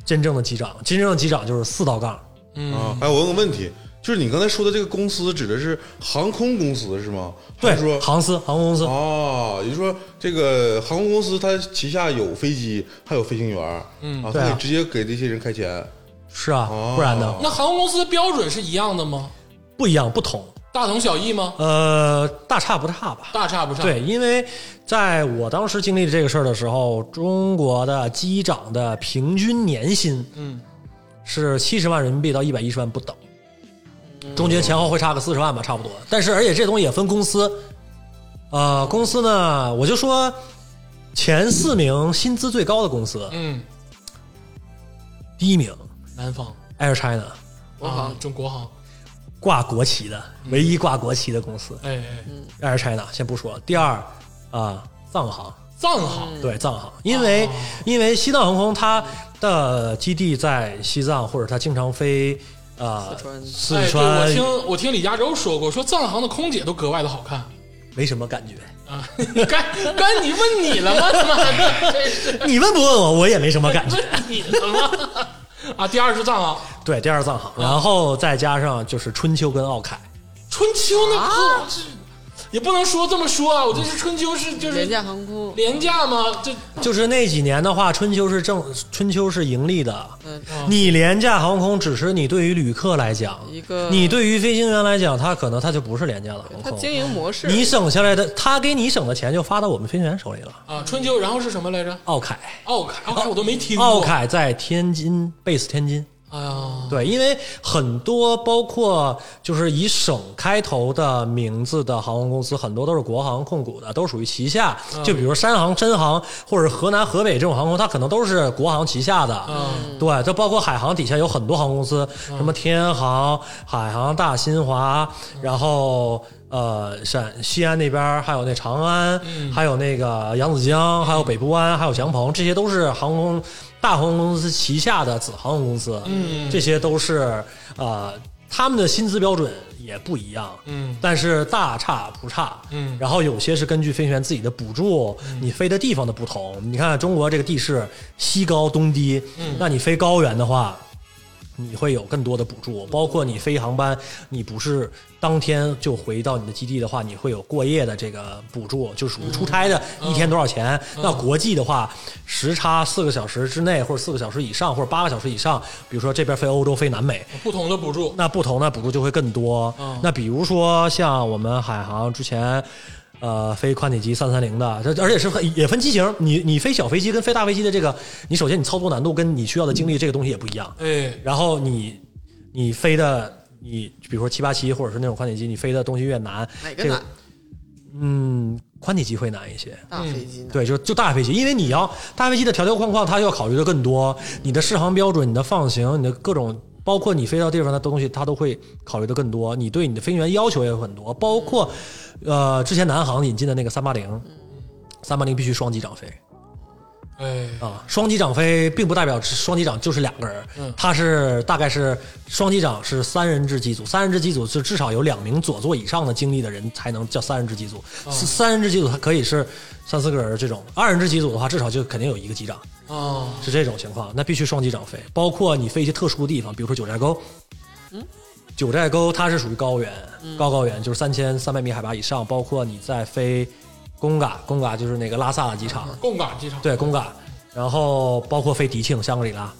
Speaker 7: 真正的机长。真正的机长就是四道杠，
Speaker 4: 嗯
Speaker 6: 啊，哎，我问个问题，就是你刚才说的这个公司指的是航空公司是吗？还
Speaker 7: 对
Speaker 6: 是，说
Speaker 7: 航司航空公司。
Speaker 6: 哦，也就是说这个航空公司它旗下有飞机，还有飞行员，嗯啊，
Speaker 7: 对
Speaker 6: 它
Speaker 7: 啊
Speaker 6: 可以直接给这些人开钱。
Speaker 7: 是啊
Speaker 6: 哦，
Speaker 7: 不然呢？
Speaker 4: 那航空公司的标准是一样的吗？
Speaker 7: 不一样，不同。
Speaker 4: 大同小异吗？
Speaker 7: 呃，大差不差吧。
Speaker 4: 大差不差。
Speaker 7: 对，因为在我当时经历这个事儿的时候，中国的机长的平均年薪，
Speaker 4: 嗯，
Speaker 7: 是七十万人民币到一百一十万不等，
Speaker 4: 嗯
Speaker 7: 中间前后会差个四十万吧，差不多。但是而且这东西也分公司，呃，公司呢，我就说前四名薪资最高的公司，
Speaker 4: 嗯，
Speaker 7: 第一名
Speaker 4: 南方
Speaker 7: Air China
Speaker 4: 国航、
Speaker 5: 啊
Speaker 4: 中国航，
Speaker 7: 挂国旗的，
Speaker 4: 嗯
Speaker 7: 唯一挂国旗的公司
Speaker 4: 哎哎，
Speaker 5: 嗯
Speaker 7: Air China 先不说，第二啊、藏航。
Speaker 4: 藏
Speaker 5: 嗯
Speaker 4: 哎航、
Speaker 7: 对藏航，因为、因为西藏航空它的基地在西藏，或者它经常飞啊、呃、四
Speaker 4: 哎，对
Speaker 7: 川，
Speaker 4: 我听我听李佳洲说过，说藏航的空姐都格外的好看
Speaker 7: 没什么感觉。
Speaker 4: 啊。该该你问你了吗？他 妈的，真是
Speaker 7: 你问不问我，我也没什么感觉。
Speaker 4: 问你了吗？ 啊，第二是藏航，
Speaker 7: 对，第二藏航，然后再加上就是春秋跟奥凯，
Speaker 4: 春秋那
Speaker 5: 啊
Speaker 4: 个、这也不能说这么说啊，我这是春秋是就是
Speaker 5: 廉价航空，
Speaker 4: 廉价吗？这
Speaker 7: 就是那几年的话，春秋是正春秋是盈利的。
Speaker 5: 嗯，
Speaker 7: 你廉价航空只是你对于旅客来讲，
Speaker 5: 一个
Speaker 7: 你对于飞行员来讲，它可能它就不是廉价的航
Speaker 5: 它
Speaker 7: 空。
Speaker 5: 经营模式，
Speaker 7: 你省下来的，他给你省的钱就发到我们飞行员手里了。
Speaker 4: 啊，春秋，然后是什么来着？
Speaker 7: 奥凯，
Speaker 4: 奥凯，奥凯我都没听过。
Speaker 7: 奥，凯在天津，base 天津，
Speaker 4: 哎呀，
Speaker 7: 对，因为很多包括就是以省开头的名字的航空公司，很多都是国航控股的，都属于旗下。就比如山航、真航或者河南、河北这种航空，它可能都是国航旗下的。
Speaker 4: 嗯
Speaker 7: 对，它包括海航底下有很多航空公司，什么天航、海航、大新华，然后呃，陕西安那边儿还有那长安，还有那个扬子江，还有北部湾，还有祥鹏，这些都是航空大航空公司旗下的子航空公司。
Speaker 4: 嗯
Speaker 7: 这些都是呃，他们的薪资标准也不一样，
Speaker 4: 嗯
Speaker 7: 但是大差不差，
Speaker 4: 嗯
Speaker 7: 然后有些是根据飞行员自己的补助，你飞的地方的不同。你看中国这个地势西高东低，
Speaker 4: 嗯
Speaker 7: 那你飞高原的话。你会有更多的补助，包括你飞航班，你不是当天就回到你的基地的话，你会有过夜的这个补助，就属于出差的，一天多少钱？那国际的话，时差四个小时之内，或者四个小时以上，或者八个小时以上，比如说这边飞欧洲，飞南美，
Speaker 4: 不同的补助，
Speaker 7: 那不同的补助就会更多。
Speaker 4: 嗯
Speaker 7: 那比如说像我们海航之前。呃，飞宽体机三三零的，这而且是很也分机型。你你飞小飞机跟飞大飞机的这个，你首先你操作难度跟你需要的精力这个东西也不一样。
Speaker 4: 哎，
Speaker 7: 然后你你飞的你比如说七八七或者是那种宽体机，你飞的东西越难，
Speaker 5: 哪个
Speaker 7: 这
Speaker 5: 难？
Speaker 7: 嗯，宽体机会难一些。
Speaker 5: 大飞机呢？
Speaker 7: 对，就就大飞机，因为你要大飞机的条条框框，它要考虑的更多，你的适航标准、你的放行、你的各种，包括你飞到地方的东西，它都会考虑的更多。你对你的飞行员要求也有很多，包括呃，之前南航引进的那个三八零，三八零必须双机长飞
Speaker 4: 哎，
Speaker 7: 啊，双机长飞并不代表是双机长就是两个人，它是大概是双机长是三人制机组，三人制机组是至少有两名左座以上的经历的人才能叫三人制机组，三三人制机组它可以是三四个人这种，二人制机组的话至少就肯定有一个机长，
Speaker 4: 啊，
Speaker 7: 是这种情况，那必须双机长飞，包括你飞一些特殊的地方，比如说九寨沟。九寨沟它是属于高原，高高原就是三千三百米海拔以上，包括你在飞贡嘎，贡嘎就是那个拉萨的机场，
Speaker 4: 贡嘎机场，
Speaker 7: 对，贡嘎，然后包括飞迪庆、香格里拉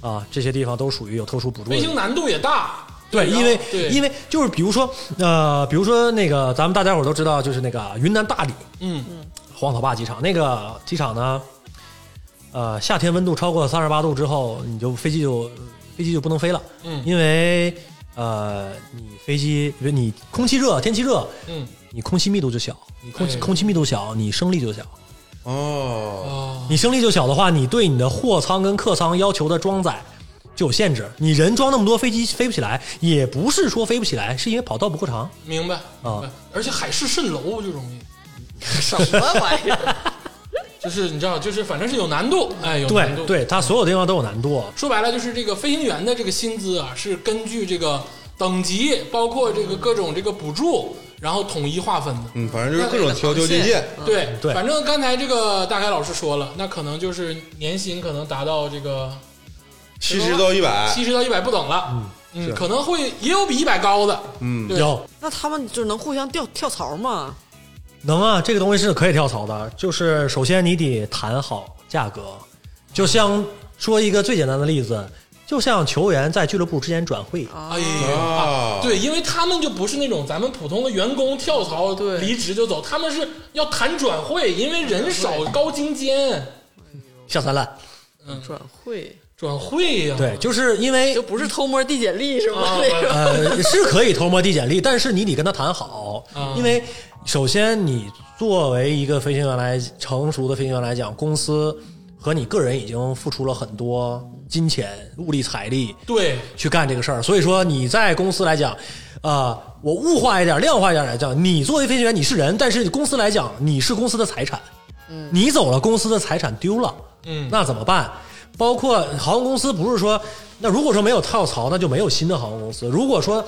Speaker 7: 啊这些地方都属于有特殊补助
Speaker 4: 飞
Speaker 7: 的地
Speaker 4: 行。
Speaker 7: 方
Speaker 4: 难度也大，
Speaker 7: 对，因为因
Speaker 4: 为
Speaker 7: 为就是比如说呃，比如说那个咱们大家伙儿都知道，就是那个云南大理
Speaker 4: 嗯
Speaker 7: 黄草坝机场，那个机场呢，呃，夏天温度超过三十八度之后，你就飞机就飞机就不能飞了，
Speaker 4: 嗯
Speaker 7: 因为呃，你飞机因为你空气热，天气热，
Speaker 4: 嗯
Speaker 7: 你空气密度就小，你空气
Speaker 4: 哎
Speaker 7: 空气密度小，你升力就小。
Speaker 6: 哦，
Speaker 4: 啊，
Speaker 7: 你升力就小的话，你对你的货舱跟客舱要求的装载就有限制。你人装那么多，飞机飞不起来，也不是说飞不起来，是因为跑道不够长。
Speaker 4: 明白明
Speaker 7: 啊
Speaker 4: 白而且海市蜃楼就容易，
Speaker 5: 什么玩意儿？
Speaker 4: 就是你知道，就是反正是有难度，哎，有难
Speaker 7: 对
Speaker 4: 度。
Speaker 7: 对，它所有地方都有难度。
Speaker 4: 说白了就是这个飞行员的这个薪资啊，是根据这个等级，包括这个各种这个补助，然后统一划分的。
Speaker 6: 嗯，反正就是各种条条件件，
Speaker 4: 对，
Speaker 7: 嗯对
Speaker 4: 反正刚才这个大凯老师说了，那可能就是年薪可能达到这个
Speaker 6: 七十到一百，
Speaker 4: 七十到一百不等了，嗯，可能会也有比一百高的，
Speaker 6: 嗯
Speaker 4: 对
Speaker 7: 有
Speaker 5: 那他们就能互相跳跳槽吗？
Speaker 7: 能啊，这个东西是可以跳槽的。就是首先你得谈好价格，就像说一个最简单的例子，就像球员在俱乐部之间转会，
Speaker 4: 哎呀、
Speaker 7: 哦
Speaker 6: 啊
Speaker 4: 对，因为他们就不是那种咱们普通的员工跳槽
Speaker 5: 对
Speaker 4: 离职就走，他们是要谈转会，因为人少高精尖，
Speaker 7: 下三滥。
Speaker 5: 转会
Speaker 4: 转会呀、
Speaker 7: 对，就是因为
Speaker 5: 就不是偷摸递简历是吗？那个
Speaker 7: 呃，是可以偷摸递简历，但是你得跟他谈好，
Speaker 4: 啊
Speaker 7: 因为首先你作为一个飞行员来成熟的飞行员来讲，公司和你个人已经付出了很多金钱、物力、财力
Speaker 4: 对
Speaker 7: 去干这个事儿，所以说你在公司来讲，呃，我物化一点、量化一点来讲，你作为飞行员你是人，但是公司来讲你是公司的财产，嗯，你走了，公司的财产丢了，
Speaker 4: 嗯
Speaker 7: 那怎么办？包括航空公司不是说，那如果说没有跳槽，那就没有新的航空公司。如果说，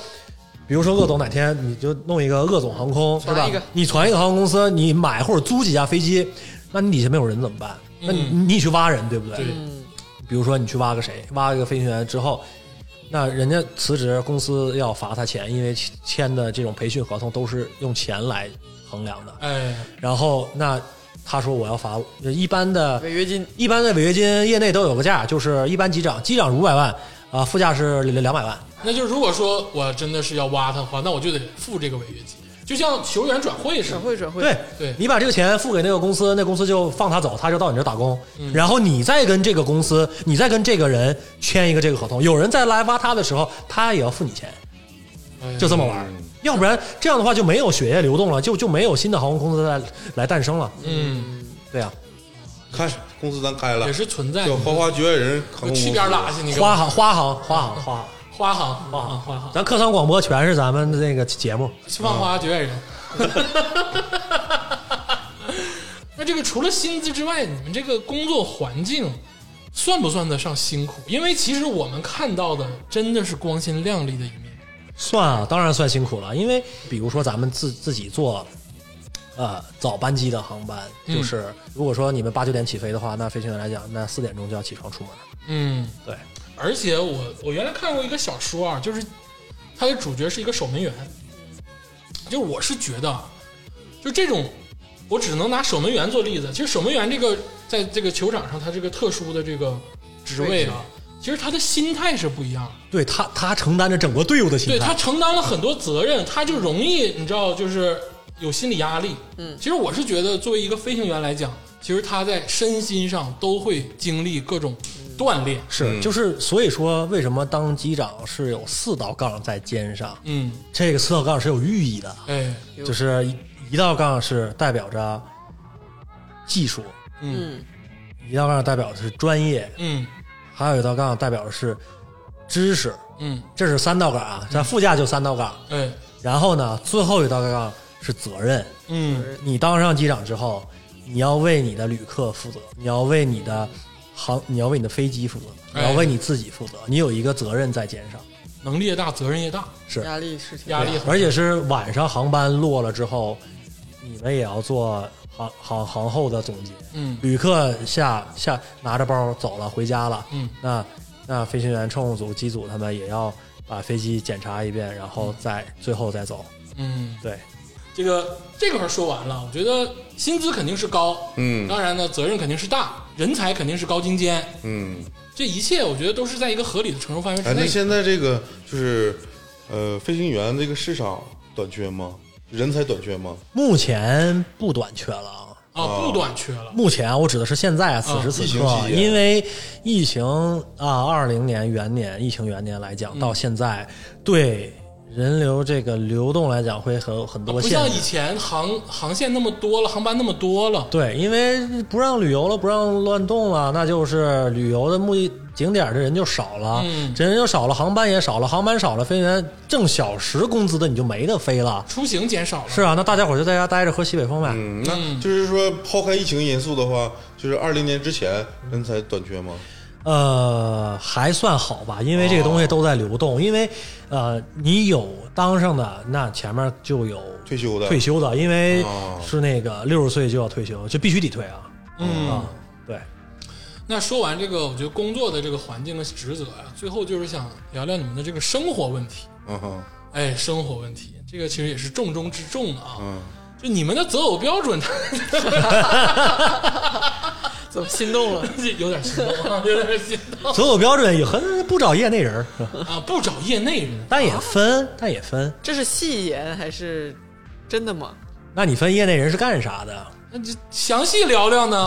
Speaker 7: 比如说鄂总哪天你就弄一个鄂总航空，是吧
Speaker 5: 传一个？
Speaker 7: 你传一个航空公司，你买或者租几架飞机，那你底下没有人怎么办？那你你去挖人，对不对？
Speaker 4: 对，
Speaker 5: 嗯
Speaker 7: 比如说你去挖个谁，挖一个飞行员之后，那人家辞职，公司要罚他钱，因为签的这种培训合同都是用钱来衡量的。
Speaker 4: 哎，
Speaker 7: 然后那他说我要罚，一般的
Speaker 5: 违约金
Speaker 7: 一般的违约金业内都有个价，就是一般机长，机长五百万啊，副驾是两百万。
Speaker 4: 那就如果说我真的是要挖他的话，那我就得付这个违约金。就像球员转会似
Speaker 5: 转
Speaker 4: 的。
Speaker 5: 会转会，
Speaker 7: 对，
Speaker 4: 对
Speaker 7: 你把这个钱付给那个公司，那公司就放他走，他就到你这儿打工，
Speaker 4: 嗯
Speaker 7: 然后你再跟这个公司，你再跟这个人签一个这个合同。有人在来挖他的时候，他也要付你钱，
Speaker 4: 哎
Speaker 7: 就这么玩儿。要不然这样的话就没有血液流动了，就就没有新的航空公司来来诞生了。
Speaker 4: 嗯，
Speaker 7: 对啊呀、
Speaker 6: 开公司咱开了
Speaker 4: 也，是存在
Speaker 6: 叫
Speaker 4: 的。
Speaker 6: 花花绝爱人航
Speaker 4: 我
Speaker 6: 空公司
Speaker 4: 去边儿拉去，你给我
Speaker 7: 花航、花航、花航、花航，
Speaker 4: 花行花行花行，
Speaker 7: 咱客舱广播全是咱们的那个节目。
Speaker 4: 放花绝爱人。那这个除了薪资之外，你们这个工作环境算不算得上辛苦？因为其实我们看到的真的是光鲜亮丽的一面。
Speaker 7: 算啊，当然算辛苦了，因为比如说咱们自自己坐，呃，早班机的航班，
Speaker 4: 嗯
Speaker 7: 就是如果说你们八九点起飞的话，那飞行员来讲，那四点钟就要起床出门了。
Speaker 4: 嗯，
Speaker 7: 对，
Speaker 4: 而且我我原来看过一个小说啊，就是它的主角是一个守门员，就我是觉得啊，就这种，我只能拿守门员做例子。其实守门员这个在这个球场上，他这个特殊的这个职位啊，其实他的心态是不一样的。
Speaker 7: 对他，他承担着整个队伍的心
Speaker 4: 对他
Speaker 7: 态。
Speaker 4: 承担了很多责任，他就容易你知道就是有心理压力。嗯，其实我是觉得作为一个飞行员来讲，其实他在身心上都会经历各种
Speaker 7: 嗯
Speaker 4: 锻炼。
Speaker 7: 是，就是所以说，为什么当机长是有四道杠在肩上？
Speaker 4: 嗯，
Speaker 7: 这个四道杠是有寓意的，
Speaker 4: 哎，
Speaker 7: 就是一一道杠是代表着技术，
Speaker 4: 嗯
Speaker 7: 一道杠代表的是专业，
Speaker 4: 嗯
Speaker 7: 还有一道杠代表的是知识。
Speaker 4: 嗯，
Speaker 7: 这是三道杠啊，咱副驾就三道杠。
Speaker 4: 哎，
Speaker 7: 然后呢，最后一道杠是责任。
Speaker 4: 嗯
Speaker 7: 你当上机长之后，你要为你的旅客负责，你要为你的航，你要为你的飞机负责，你要为你自己负责，你有一个责任在肩上。
Speaker 4: 能力越大，责任越大，
Speaker 7: 是
Speaker 5: 压力是挺
Speaker 4: 压力
Speaker 6: 啊
Speaker 4: 很大
Speaker 7: 而且是晚上航班落了之后，你们也要做航航航后的总结。
Speaker 4: 嗯
Speaker 7: 旅客下下拿着包走了，回家了。
Speaker 4: 嗯
Speaker 7: 那那飞行员、乘务组、机组他们也要把飞机检查一遍，然后再最后再走。
Speaker 4: 嗯，
Speaker 7: 对，
Speaker 4: 这个这块儿说完了，我觉得薪资肯定是高，
Speaker 6: 嗯
Speaker 4: 当然呢，责任肯定是大，人才肯定是高精尖，
Speaker 6: 嗯，
Speaker 4: 这一切我觉得都是在一个合理的承受范围之
Speaker 6: 哎，那
Speaker 4: 内。
Speaker 6: 现在这个就是呃，飞行员这个市场短缺吗？人才短缺吗？
Speaker 7: 目前不短缺了啊。
Speaker 4: 啊，不短缺
Speaker 6: 哦
Speaker 4: 了，
Speaker 7: 目前啊我指的是现在啊，此时此刻，
Speaker 6: 疫情期间
Speaker 7: 因为疫情啊，二零年元年疫情元年来讲，到现在对人流这个流动来讲会很很多
Speaker 4: 啊不
Speaker 7: 限
Speaker 4: 像以
Speaker 7: 制。
Speaker 4: 前航航线那么多了，航班那么多了。
Speaker 7: 对，因为不让旅游了，不让乱动了，那就是旅游的目的景点的人就少了，
Speaker 4: 嗯
Speaker 7: 人就少了，航班也少了，航班少了，飞行员挣小时工资的你就没得飞了。
Speaker 4: 出行减少了，
Speaker 7: 是啊，那大家伙就在家待着喝西北风呗。
Speaker 6: 嗯，那就是说抛开疫情因素的话，就是二零年之前人才短缺吗？
Speaker 7: 呃，还算好吧，因为这个东西都在流动，因为呃，你有当上的，那前面就有
Speaker 6: 退休的
Speaker 7: 退休的，因为
Speaker 6: 哦
Speaker 7: 是那个六十岁就要退休，就必须得退啊。嗯啊，对，
Speaker 4: 那说完这个，我觉得工作的这个环境和职责啊，最后就是想聊聊你们的这个生活问题。
Speaker 6: 嗯哼，
Speaker 4: 哎，生活问题，这个其实也是重中之重的啊。
Speaker 6: 嗯，
Speaker 4: 就你们的择偶标准，
Speaker 5: 怎么心动了？
Speaker 4: 有点心动啊，有点心动
Speaker 7: 择偶标准也很不找业内人儿，
Speaker 4: 啊。不找业内人，
Speaker 7: 但也
Speaker 5: 哦
Speaker 7: 分，但也分。
Speaker 5: 这是戏言还是真的吗？
Speaker 7: 那你分业内人是干啥的
Speaker 4: 那就详细聊聊
Speaker 7: 啊
Speaker 5: 哦
Speaker 4: 呢。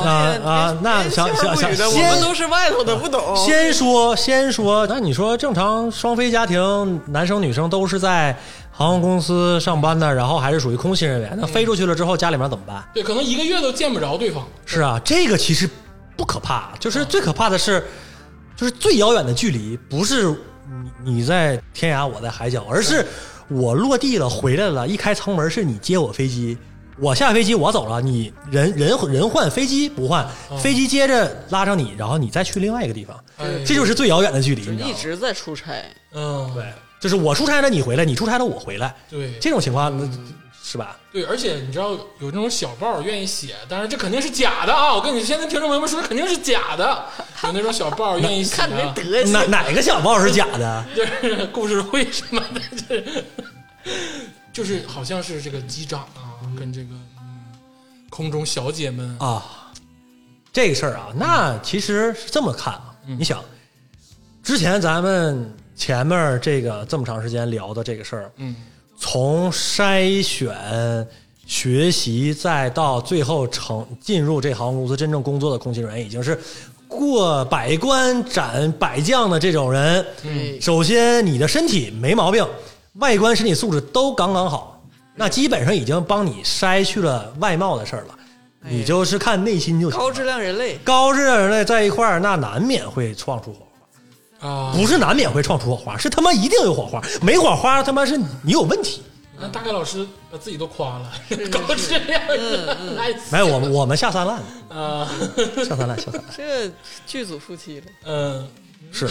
Speaker 7: 啊？那想想想，
Speaker 5: 的，我们
Speaker 7: 先
Speaker 5: 都是外头的，不懂。
Speaker 7: 先说先说，那你说正常双非家庭，男生女生都是在航空公司上班的，然后还是属于空勤人员，那飞出去了之后，家里面怎么办？
Speaker 4: 对，可能一个月都见不着对方。
Speaker 7: 是啊，这个其实不可怕，就是最可怕的是，就是最遥远的距离，不是你你在天涯，我在海角，而是我落地了，回来了，一开舱门是你接我飞机，我下飞机我走了，你人人人换飞机不换，飞机接着拉上你，然后你再去另外一个地方，
Speaker 4: 哎
Speaker 7: 这就是最遥远的距离，你知道
Speaker 5: 一
Speaker 7: 吗？
Speaker 5: 直在出差，
Speaker 4: 嗯，对
Speaker 7: 就是我出差了你回来，你出差了我回来，
Speaker 4: 对
Speaker 7: 这种情况那是吧？
Speaker 4: 对，而且你知道有那种小报愿意写，当然这肯定是假的啊！我跟你现在听众朋友们说，肯定是假的。有那种小报愿意写，啊
Speaker 5: 看你那德行
Speaker 7: 哪，哪个小报是假的？
Speaker 4: 就是故事会什么的，就是就是好像是这个机长啊，跟这个嗯空中小姐们啊，
Speaker 7: 啊，这个事儿啊，那其实是这么看啊，你想，之前咱们前面这个这么长时间聊的这个事儿，
Speaker 4: 嗯
Speaker 7: 从筛选、学习，再到最后成进入这行公司真正工作的空勤人员，已经是过百关斩百将的这种人。
Speaker 5: 对
Speaker 7: 首先你的身体没毛病，外观、身体素质都刚刚好，那基本上已经帮你筛去了外貌的事儿了。你就是看内心就行。
Speaker 5: 高质量人类，
Speaker 7: 高质量人类在一块儿，那难免会创出火花。
Speaker 4: 啊，
Speaker 7: 不是难免会创出火花，是他妈一定有火花，没火花他妈是你有问题。
Speaker 4: 那大概老师把自己都夸了，高质量人，来
Speaker 7: 没有，我们我们下三滥，
Speaker 4: 啊，
Speaker 7: 下三滥，下三滥，
Speaker 5: 这剧组夫妻了，
Speaker 4: 嗯。
Speaker 7: 是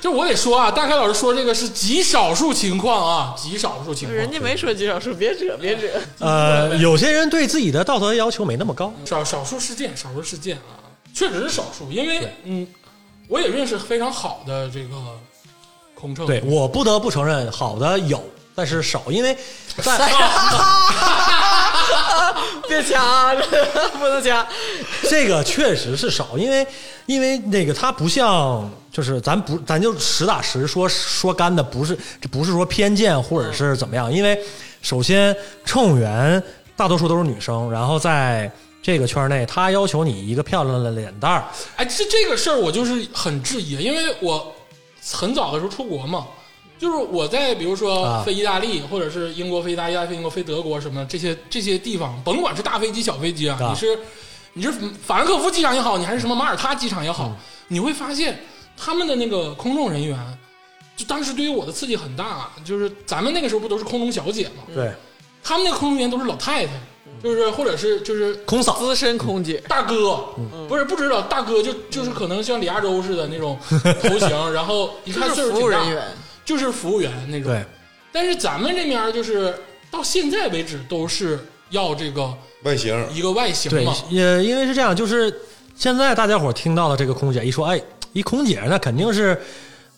Speaker 4: 就我得说啊，大开老师说这个是极少数情况啊，极少数情况。
Speaker 5: 人家没说极少数，别扯别扯，
Speaker 7: 呃，有些人对自己的道德要求没那么高，
Speaker 4: 少少数事件，少数事件啊，确实是少数，因为嗯，我也认识非常好的这个空乘，
Speaker 7: 对我不得不承认，好的有，但是少，因为在
Speaker 5: 别掐， 这不能掐，
Speaker 7: 这个确实是少，因为因为那个它不像，就是咱不咱就实打实说说干的，不是这不是说偏见或者是怎么样，因为首先乘务员大多数都是女生，然后在这个圈内，她要求你一个漂亮的脸蛋儿，
Speaker 4: 哎，这这个事儿我就是很质疑，因为我很早的时候出国嘛，就是我在比如说
Speaker 7: 啊
Speaker 4: 飞意大利，或者是英国飞意大利、意大利飞英国、飞德国什么这些这些地方，甭管是大飞机、小飞机啊，
Speaker 7: 啊
Speaker 4: 你是你是法兰克福机场也好，你还是什么马耳他机场也
Speaker 7: 嗯
Speaker 4: 好，你会发现他们的那个空中人员，就当时对于我的刺激很大、啊就是咱们那个时候不都是空中小姐嘛，
Speaker 7: 对，
Speaker 4: 他们那个空中人员都是老太太，就是或者是就是
Speaker 7: 空嫂
Speaker 5: 资深空姐，
Speaker 4: 大哥，不是不知道大哥就就是可能像李亚洲似的那种头型，然后一看
Speaker 5: 就
Speaker 4: 岁
Speaker 5: 是
Speaker 4: 数
Speaker 5: 服
Speaker 4: 挺
Speaker 5: 务
Speaker 4: 大
Speaker 5: 人，员，
Speaker 4: 就是服务员那种。
Speaker 7: 对，
Speaker 4: 但是咱们这面就是到现在为止都是要这个
Speaker 6: 外形
Speaker 4: 一个外形
Speaker 7: 对
Speaker 4: 嘛，，
Speaker 7: 也因为是这样，就是现在大家伙听到了这个空姐一说，哎，一空姐那肯定是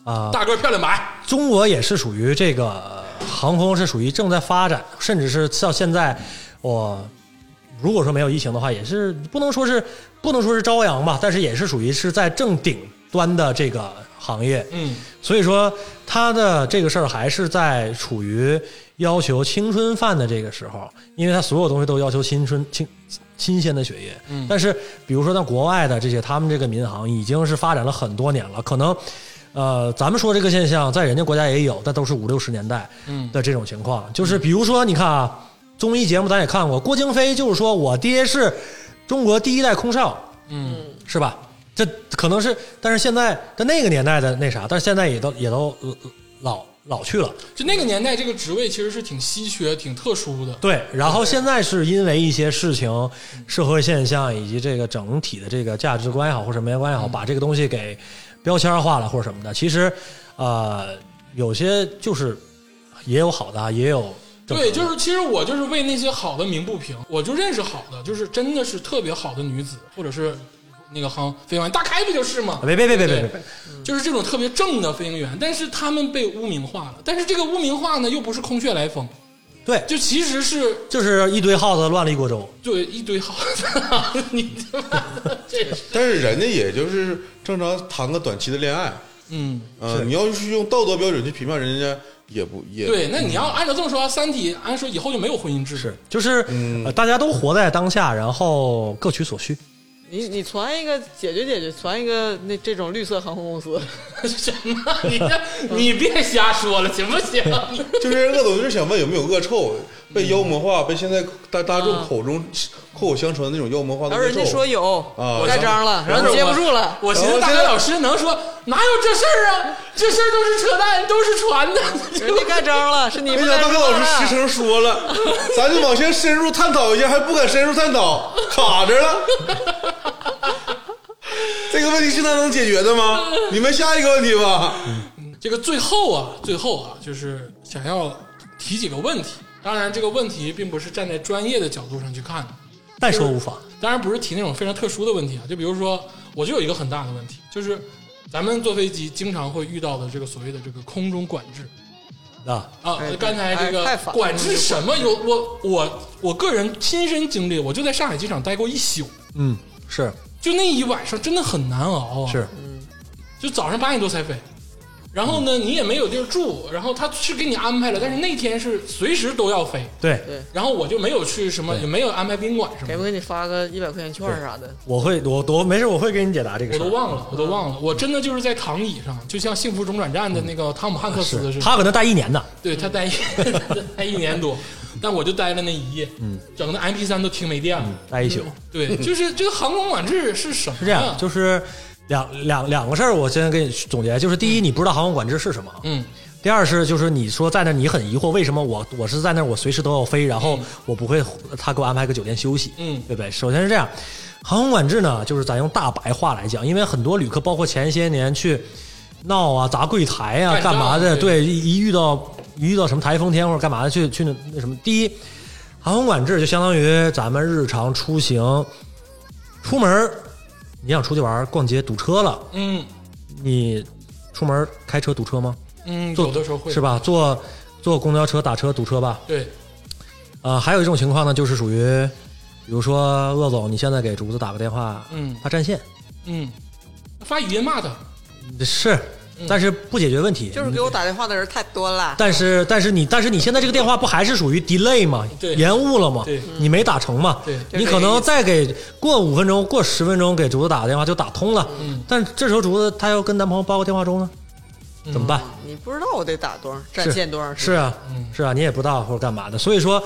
Speaker 7: 啊、
Speaker 4: 大个漂亮白，
Speaker 7: 中国也是属于这个呃航空是属于正在发展，甚至是到现在，我如果说没有疫情的话，也是不能说是不能说是朝阳吧，但是也是属于是在正顶端的这个行业。
Speaker 4: 嗯，
Speaker 7: 所以说他的这个事儿还是在处于要求青春饭的这个时候，因为他所有东西都要求青春青新鲜的血液。
Speaker 4: 嗯
Speaker 7: 但是比如说像国外的这些，他们这个民航已经是发展了很多年了，可能。呃，咱们说这个现象，在人家国家也有，但都是五六十年代
Speaker 4: 嗯
Speaker 7: 的这种情况。就是比如说，你看啊，综艺节目咱也看过，郭京飞就是说我爹是中国第一代空少，
Speaker 4: 嗯，
Speaker 7: 是吧？这可能是，但是现在在那个年代的那啥，但是现在也都也都呃老老去了，
Speaker 4: 就那个年代这个职位其实是挺稀缺、挺特殊的。
Speaker 7: 对。然后现在是因为一些事情、社会现象以及这个整体的这个价值观也好，或者什么观也
Speaker 4: 嗯
Speaker 7: 好，把这个东西给标签化了或者什么的。其实，呃，有些就是也有好的啊，也有正常
Speaker 4: 对，
Speaker 7: 的
Speaker 4: 就是其实我就是为那些好的鸣不平，我就认识好的，就是真的是特别好的女子，或者是那个航飞完大开不就是吗？
Speaker 7: 别别别别别别
Speaker 4: 对，嗯就是这种特别正的飞行员，但是他们被污名化了。但是这个污名化呢，又不是空穴来风，
Speaker 7: 对，
Speaker 4: 就其实是
Speaker 7: 就是一堆耗子乱了一锅粥。
Speaker 4: 对一堆好的， 你他妈的这是
Speaker 6: 但是人家也就是正常谈个短期的恋爱，
Speaker 4: 嗯，
Speaker 6: 嗯、你要是用道德标准去评判人家，也不也
Speaker 4: 对。那你要按照这么说，《三体》按说以后就没有婚姻制
Speaker 7: 是
Speaker 4: 度，，
Speaker 7: 就是、呃大家都活在当下，然后各取所需。
Speaker 5: 你你传一个解决解决，传一个那这种绿色航空公 司，
Speaker 4: 什么？你这你别瞎说了，行不行？你
Speaker 6: 就是鄂总就是想问有没有恶臭，被妖魔化，被现在大大众口中口口相传的那种妖魔化
Speaker 5: 然
Speaker 6: 跟
Speaker 5: 后
Speaker 6: 恶
Speaker 5: 嗯人
Speaker 6: 臭。
Speaker 5: 家说有
Speaker 6: 啊
Speaker 5: 盖章了，然后
Speaker 4: 我
Speaker 5: 接不住了，
Speaker 4: 我寻思大学老师能说哪有这事儿啊？这事儿都是扯淡，都是传的。
Speaker 5: 人家盖章了，是你
Speaker 6: 没
Speaker 5: 们
Speaker 6: 想
Speaker 5: 在
Speaker 6: 到大哥
Speaker 5: 说
Speaker 6: 老师实
Speaker 5: 的。
Speaker 6: 诚说了， 咱就往前深入探讨一下，还不敢深入探讨，卡着了。 这个问题是他能解决的吗？你们下一个问题吧。
Speaker 4: 这个最后啊，最后啊，就是想要提几个问题。当然，这个问题并不是站在专业的角度上去看的，
Speaker 7: 但说无妨，
Speaker 4: 当然不是提那种非常特殊的问题啊。就比如说，我就有一个很大的问题，就是咱们坐飞机经常会遇到的这个所谓的这个空中管制
Speaker 7: 啊，
Speaker 4: 啊
Speaker 5: 哎。对
Speaker 4: 刚才这
Speaker 5: 哎太
Speaker 4: 个
Speaker 5: 烦了
Speaker 4: 管制什么有我我我个人亲身经历，我就在上海机场待过一宿，
Speaker 7: 嗯，是
Speaker 4: 就那一晚上真的很难熬啊。
Speaker 7: 是，
Speaker 4: 就早上八点多才飞，然后呢，你也没有地儿住，然后他是给你安排了，但是那天是随时都要飞，
Speaker 7: 对，
Speaker 4: 然后我就没有去什么，也没有安排宾馆什
Speaker 5: 给
Speaker 4: 么
Speaker 5: 不
Speaker 4: 的，
Speaker 5: 给你发个一百块钱券啥的？
Speaker 7: 我会，我我没事，我会给你解答这
Speaker 4: 我
Speaker 7: 个事
Speaker 4: 都
Speaker 7: 儿。
Speaker 4: 忘了，我都忘了，我真的就是在躺椅上，就像《幸福中转站》的那个汤姆汉克斯似的，
Speaker 7: 嗯他搁那待一年呢，
Speaker 4: 对他待一待一年多，但我就待了那一夜，嗯，整的 MP 三都听没电了。嗯
Speaker 7: 待一宿。
Speaker 4: 对，就是这个航空管制是什么呀？啊
Speaker 7: 嗯是这样，就是两两两个事儿，我先给你总结，就是第一，你不知道航空管制是什么；
Speaker 4: 嗯，
Speaker 7: 第二是，就是你说在那，你很疑惑，为什么我我是在那，我随时都要飞，然后我不会他给我安排个酒店休息，
Speaker 4: 嗯
Speaker 7: 对不对？首先是这样，航空管制呢，就是咱用大白话来讲，因为很多旅客，包括前些年去闹啊、砸柜台啊、
Speaker 4: 干仗
Speaker 7: 干嘛的，
Speaker 4: 对
Speaker 7: 对，一一遇到一遇到什么台风天或者干嘛的，去去那那什么，第一，航空管制就相当于咱们日常出行，出门儿你想出去玩儿、逛街堵车了，
Speaker 4: 嗯
Speaker 7: 你出门儿开车堵车吗？
Speaker 4: 嗯，
Speaker 7: 坐
Speaker 4: 有的时候会
Speaker 7: 是？吧？坐坐公交车、打车堵车吧。
Speaker 4: 对，
Speaker 7: 呃，还有一种情况呢，就是属于，比如说鄂总，你现在给竹子打个电话，
Speaker 4: 嗯
Speaker 7: 他占线，
Speaker 4: 嗯，发语音骂他，
Speaker 7: 是，
Speaker 4: 嗯
Speaker 7: 但是不解决问题。
Speaker 5: 就是给我打电话的人太多了，
Speaker 7: 但是但是你但是你现在这个电话不还是属于 delay 吗？
Speaker 4: 对
Speaker 7: 延误了吗？
Speaker 4: 对
Speaker 7: 你没打成嘛？
Speaker 4: 对
Speaker 7: 你可能再给过五分钟、过十分钟给竹子打个电话就打通了，
Speaker 4: 嗯
Speaker 7: 但这时候竹子她要跟男朋友煲个电话粥呢，
Speaker 4: 嗯
Speaker 7: 怎么办？
Speaker 5: 你不知道我得打多少占
Speaker 7: 是
Speaker 5: 线多长时
Speaker 7: 是
Speaker 5: 间？
Speaker 7: 啊，
Speaker 4: 嗯
Speaker 7: 是啊，你也不知道或者干嘛的，所以说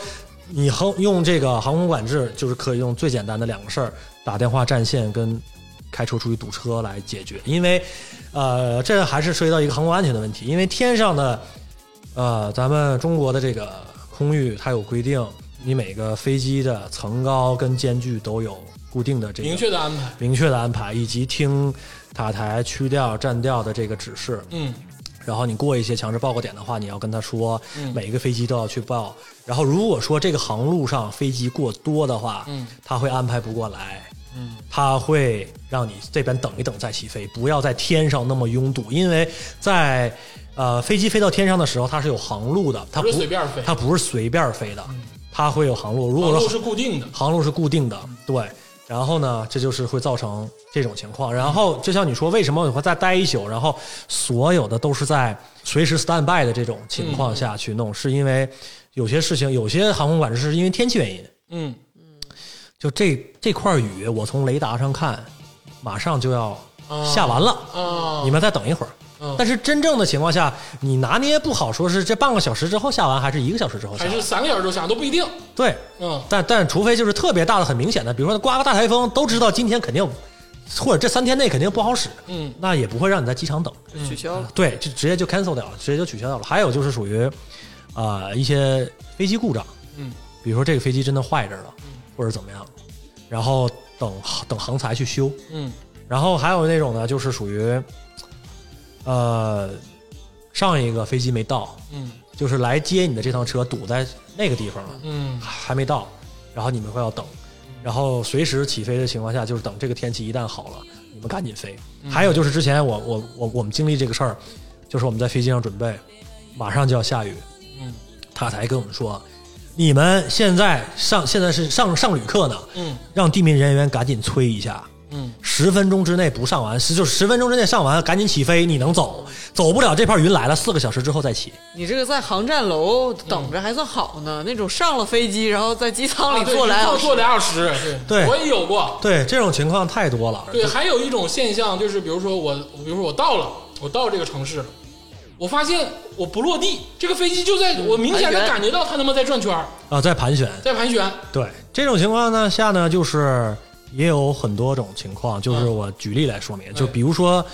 Speaker 7: 你航用这个航空管制，就是可以用最简单的两个事儿，打电话占线跟开车出去堵车来解决，因为呃，这还是涉及到一个航空安全的问题，因为天上的呃，咱们中国的这个空域它有规定，你每个飞机的层高跟间距都有固定的这个
Speaker 4: 明确的安排。
Speaker 7: 明确的安排，以及听塔台区调站调的这个指示，
Speaker 4: 嗯
Speaker 7: 然后你过一些强制报告点的话，你要跟他说
Speaker 4: 嗯，
Speaker 7: 每一个飞机都要去报。然后如果说这个航路上飞机过多的话，
Speaker 4: 嗯
Speaker 7: 他会安排不过来，
Speaker 4: 嗯，
Speaker 7: 他会让你这边等一等再起飞，不要在天上那么拥堵，因为在呃飞机飞到天上的时候，它是有航路的，它
Speaker 4: 不
Speaker 7: 不
Speaker 4: 是随便飞
Speaker 7: 它不是随便飞的，它会有航路。如果
Speaker 4: 网
Speaker 7: 说
Speaker 4: 络是固定的。
Speaker 7: 航路是固定的，
Speaker 4: 嗯
Speaker 7: 对。然后呢，这就是会造成这种情况。然后就像你说，为什么我会再待一宿？然后所有的都是在随时 stand by 的这种
Speaker 4: 嗯
Speaker 7: 情况下去弄，是因为有些事情，有些航空管制是因为天气原因。
Speaker 4: 嗯，
Speaker 7: 就这这块雨，我从雷达上看，马上就要
Speaker 4: 哦
Speaker 7: 下完了，
Speaker 4: 啊，
Speaker 7: 你们再等一会儿。
Speaker 4: 嗯
Speaker 7: 但是真正的情况下，你拿捏不好，说是这半个小时之后下完，还是一个小时之后下
Speaker 4: 还
Speaker 7: 完
Speaker 4: 是三个小时都下都不一定。
Speaker 7: 对，
Speaker 4: 嗯
Speaker 7: 但但除非就是特别大的、很明显的，比如说刮个大台风，都知道今天肯定或者这三天内肯定不好使，
Speaker 4: 嗯
Speaker 7: 那也不会让你在机场等。
Speaker 5: 是取消了，
Speaker 7: 对，就直接就 cancel 掉了，直接就取消掉了。还有就是属于啊、呃一些飞机故障，
Speaker 4: 嗯，
Speaker 7: 比如说这个飞机真的坏这儿了，或者怎么样，然后等等航材去修。
Speaker 4: 嗯
Speaker 7: 然后还有那种呢，就是属于呃上一个飞机没到，
Speaker 4: 嗯
Speaker 7: 就是来接你的这趟车堵在那个地方了，
Speaker 4: 嗯
Speaker 7: 还没到，然后你们会要等，然后随时起飞的情况下，就是等这个天气一旦好了，你们赶紧飞。
Speaker 4: 嗯
Speaker 7: 还有就是之前我我我我们经历这个事儿，就是我们在飞机上准备，马上就要下雨，
Speaker 4: 嗯，
Speaker 7: 塔台跟我们说，你们现在上现在是上上旅客呢，
Speaker 4: 嗯
Speaker 7: 让地面人员赶紧催一下。
Speaker 4: 嗯，
Speaker 7: 十分钟之内不上完，十就是十分钟之内上完，赶紧起飞，你能走，走不了这片云来了，四个小时之后再起。
Speaker 5: 你这个在航站楼等着还算好呢，那种上了飞机然后在机舱
Speaker 4: 啊
Speaker 5: 里坐啊俩小时
Speaker 4: 坐俩小时，
Speaker 7: 对
Speaker 4: 我也有过。
Speaker 7: 对，这种情况太多了。
Speaker 4: 对，还有一种现象就是，比如说我，比如说我到了，我到这个城市了，我发现我不落地，这个飞机就在我明显的
Speaker 5: 盘旋
Speaker 4: 感觉到它他妈在转圈儿，
Speaker 7: 啊，在盘旋，
Speaker 4: 在盘旋。
Speaker 7: 对这种情况呢下呢，就是也有很多种情况，就是我举例来说明，就比如说，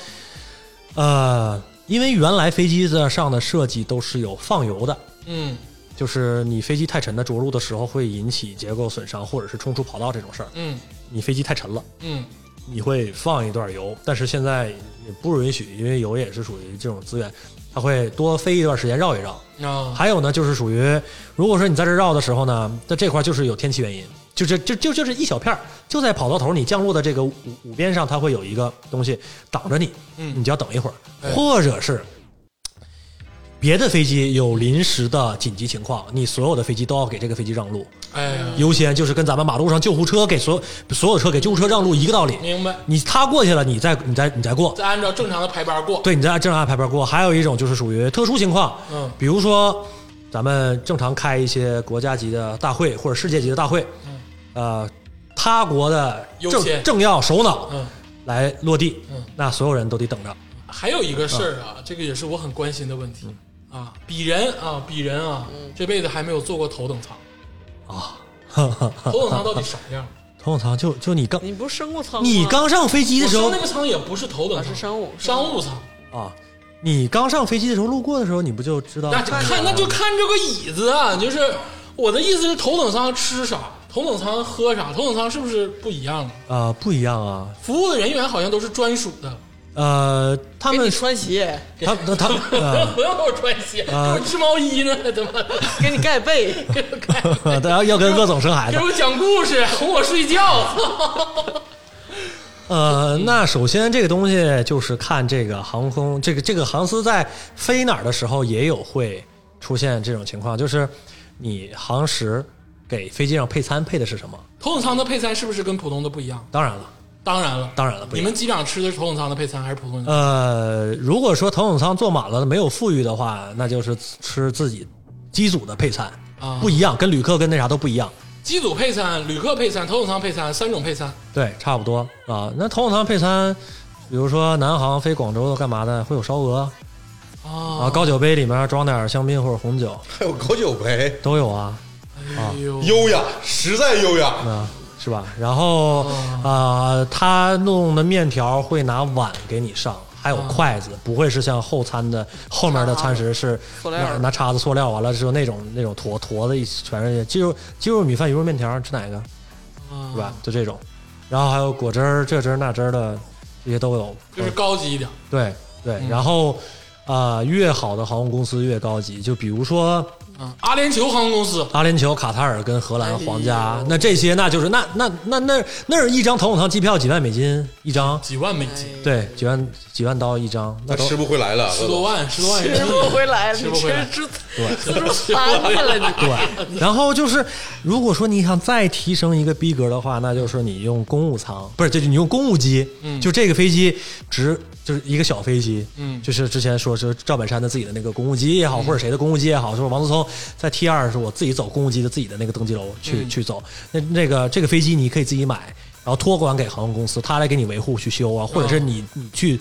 Speaker 7: 呃，因为原来飞机的上的设计都是有放油的，
Speaker 4: 嗯
Speaker 7: 就是你飞机太沉的着陆的时候会引起结构损伤或者是冲出跑道这种事儿，
Speaker 4: 嗯
Speaker 7: 你飞机太沉了。
Speaker 4: 嗯
Speaker 7: 你会放一段油，但是现在也不允许，因为油也是属于这种资源，它会多飞一段时间绕一绕。
Speaker 4: 啊，
Speaker 7: 还有呢，就是属于如果说你在这绕的时候呢，在这块就是有天气原因，就这就就就是一小片儿，就在跑道头你降落的这个五五边上，它会有一个东西挡着你，
Speaker 4: 嗯
Speaker 7: 你就要等一会儿，
Speaker 4: 哎
Speaker 7: 或者是别的飞机有临时的紧急情况，你所有的飞机都要给这个飞机让路，
Speaker 4: 哎呀，
Speaker 7: 优先就是跟咱们马路上救护车给所有所有车给救护车让路一个道理。
Speaker 4: 明白。
Speaker 7: 你他过去了，你再你再你再过，
Speaker 4: 再按照正常的排班过。
Speaker 7: 对，你在正常安排班过。还有一种就是属于特殊情况，
Speaker 4: 嗯
Speaker 7: 比如说咱们正常开一些国家级的大会或者世界级的大会，嗯，呃，他国的
Speaker 4: 优
Speaker 7: 政
Speaker 4: 先
Speaker 7: 政要首脑，
Speaker 4: 嗯，
Speaker 7: 来落地，
Speaker 4: 嗯
Speaker 7: 那所有人都得等着。
Speaker 4: 还有一个事儿啊，这个也是我很关心的问题啊。鄙人啊，鄙人啊，
Speaker 5: 嗯
Speaker 4: 这辈子还没有坐过头等舱。 头等舱到底啥样？
Speaker 7: 头等舱就就你刚
Speaker 4: 哎
Speaker 5: 你不是升过舱吗？
Speaker 7: 你刚上飞机的
Speaker 4: 我
Speaker 7: 时
Speaker 4: 上
Speaker 7: 候
Speaker 4: 那个舱也不是头等
Speaker 5: 啊
Speaker 4: 舱，
Speaker 5: 是商务
Speaker 4: 商务舱。
Speaker 7: 啊，你刚上飞机的时候路过的时候，你不就知道
Speaker 4: 那就看那
Speaker 5: 啊
Speaker 4: 就看这个椅子啊，就是我的意思是头等舱吃啥，头等舱喝啥，头等舱是不是不一样了？
Speaker 7: 啊不一样啊？
Speaker 4: 服务的人员好像都是专属的，
Speaker 7: 呃，他
Speaker 5: 给你
Speaker 7: 们
Speaker 5: 穿鞋，
Speaker 7: 他他他们呃
Speaker 4: 不要给我穿鞋，给我织毛衣呢，他妈
Speaker 5: 给你盖被，
Speaker 4: 给我看。
Speaker 7: 大家呃要跟鄂总生孩子
Speaker 4: 给，我讲故事，哄我睡觉。
Speaker 7: 呃，那首先这个东西就是看这个航空，这个这个航司在飞哪儿的时候也有会出现这种情况，就是你航时给飞机上配餐配的是什么？
Speaker 4: 头等舱的配餐是不是跟普通的不一样？
Speaker 7: 当然了，
Speaker 4: 当然了，
Speaker 7: 当然了不一
Speaker 4: 你
Speaker 7: 样
Speaker 4: 们机长吃的是头等舱的配餐还是普通人？
Speaker 7: 呃，如果说头等舱坐满了没有富裕的话，那就是吃自己机组的配餐
Speaker 4: 啊，
Speaker 7: 不一样，跟旅客跟那啥都不一样。
Speaker 4: 机组配餐、旅客配餐、头等舱配餐三种配餐。
Speaker 7: 对，差不多啊。那头等舱配餐，比如说南航飞广州的干嘛的，会有烧鹅啊，
Speaker 5: 哦
Speaker 4: 啊，
Speaker 7: 高酒杯里面装点香槟或者红酒
Speaker 6: 还有高酒杯，
Speaker 7: 都有啊。
Speaker 4: 哎呦，
Speaker 6: 优雅，实在优雅。
Speaker 7: 啊，是吧？然后啊、
Speaker 5: 哦
Speaker 7: 呃他弄的面条会拿碗给你上，还
Speaker 5: 哦
Speaker 7: 有筷子，不会是像后餐的后面的餐食是
Speaker 5: 塑料
Speaker 7: 拿拿叉子、塑料，完了之后那种那种坨坨的一全是鸡肉鸡肉米饭、鱼肉面条，吃哪个？
Speaker 5: 哦
Speaker 7: 是吧？就这种，然后还有果汁儿、这汁儿那汁儿的，这些都有。
Speaker 4: 就是高级一点。
Speaker 7: 对对，然后啊、呃越好的航空公司越高级，就比如说。
Speaker 4: 啊，阿联酋航空公司
Speaker 7: 阿联酋、卡塔尔跟荷兰皇家，那这些那就是那那那那那儿一张头等舱机票几万美金一张，
Speaker 4: 几万美
Speaker 5: 哎
Speaker 4: 金，
Speaker 7: 对，几万几万刀一张，那
Speaker 6: 那
Speaker 7: 都
Speaker 6: 吃不回来了，
Speaker 4: 十多万，十多万人
Speaker 5: 吃
Speaker 4: 民
Speaker 5: 不
Speaker 4: 币。
Speaker 5: 回来了，
Speaker 4: 吃
Speaker 5: 你
Speaker 4: 不回来
Speaker 5: 吃猪自助餐去了，你对，
Speaker 7: 然后就是，如果说你想再提升一个逼格的话，那就是你用公务舱，不是，就是你用公务机，就这个飞机值就是一个小飞机，
Speaker 4: 嗯
Speaker 7: 就是之前说是赵本山的自己的那个公务机
Speaker 6: 嗯
Speaker 7: 也好，或者谁的公务机也好，说王思聪在 T 二是我自己走公务机的自己的那个登机楼去、
Speaker 6: 嗯
Speaker 7: 去走，那那个这个飞机你可以自己买，然后托管给航空公司，他来给你维护去修
Speaker 6: 哦
Speaker 7: 啊，或者是你你去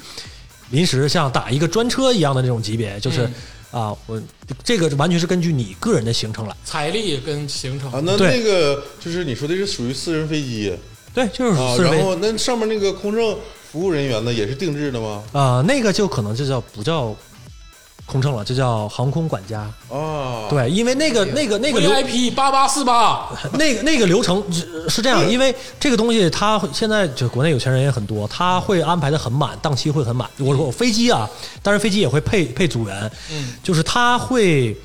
Speaker 7: 临时像打一个专车一样的那种级别，
Speaker 6: 嗯
Speaker 7: 就是。啊，我这个完全是根据你个人的行程来，
Speaker 4: 财力跟行
Speaker 6: 啊，
Speaker 4: 程，
Speaker 6: 那
Speaker 7: 对
Speaker 6: 那个就是你说的是属于私人飞机
Speaker 7: 对，就是
Speaker 6: 啊，
Speaker 7: 四十
Speaker 6: 然
Speaker 7: 倍
Speaker 6: 后那上面那个空乘服务人员呢，也是定制的吗？
Speaker 7: 啊、那个就可能就叫不叫空乘了，就叫航空管家。
Speaker 6: 啊，，
Speaker 7: 对，因为那个那个那个流
Speaker 4: VIP 八八啊四八，
Speaker 7: 那个那个流程呃是是这样，因为这个东西它会现在就国内有钱人也很多，他会安排的很满，档期会很满。我说飞机啊，当然飞机也会配配组员，
Speaker 4: 嗯，
Speaker 7: 就是他会，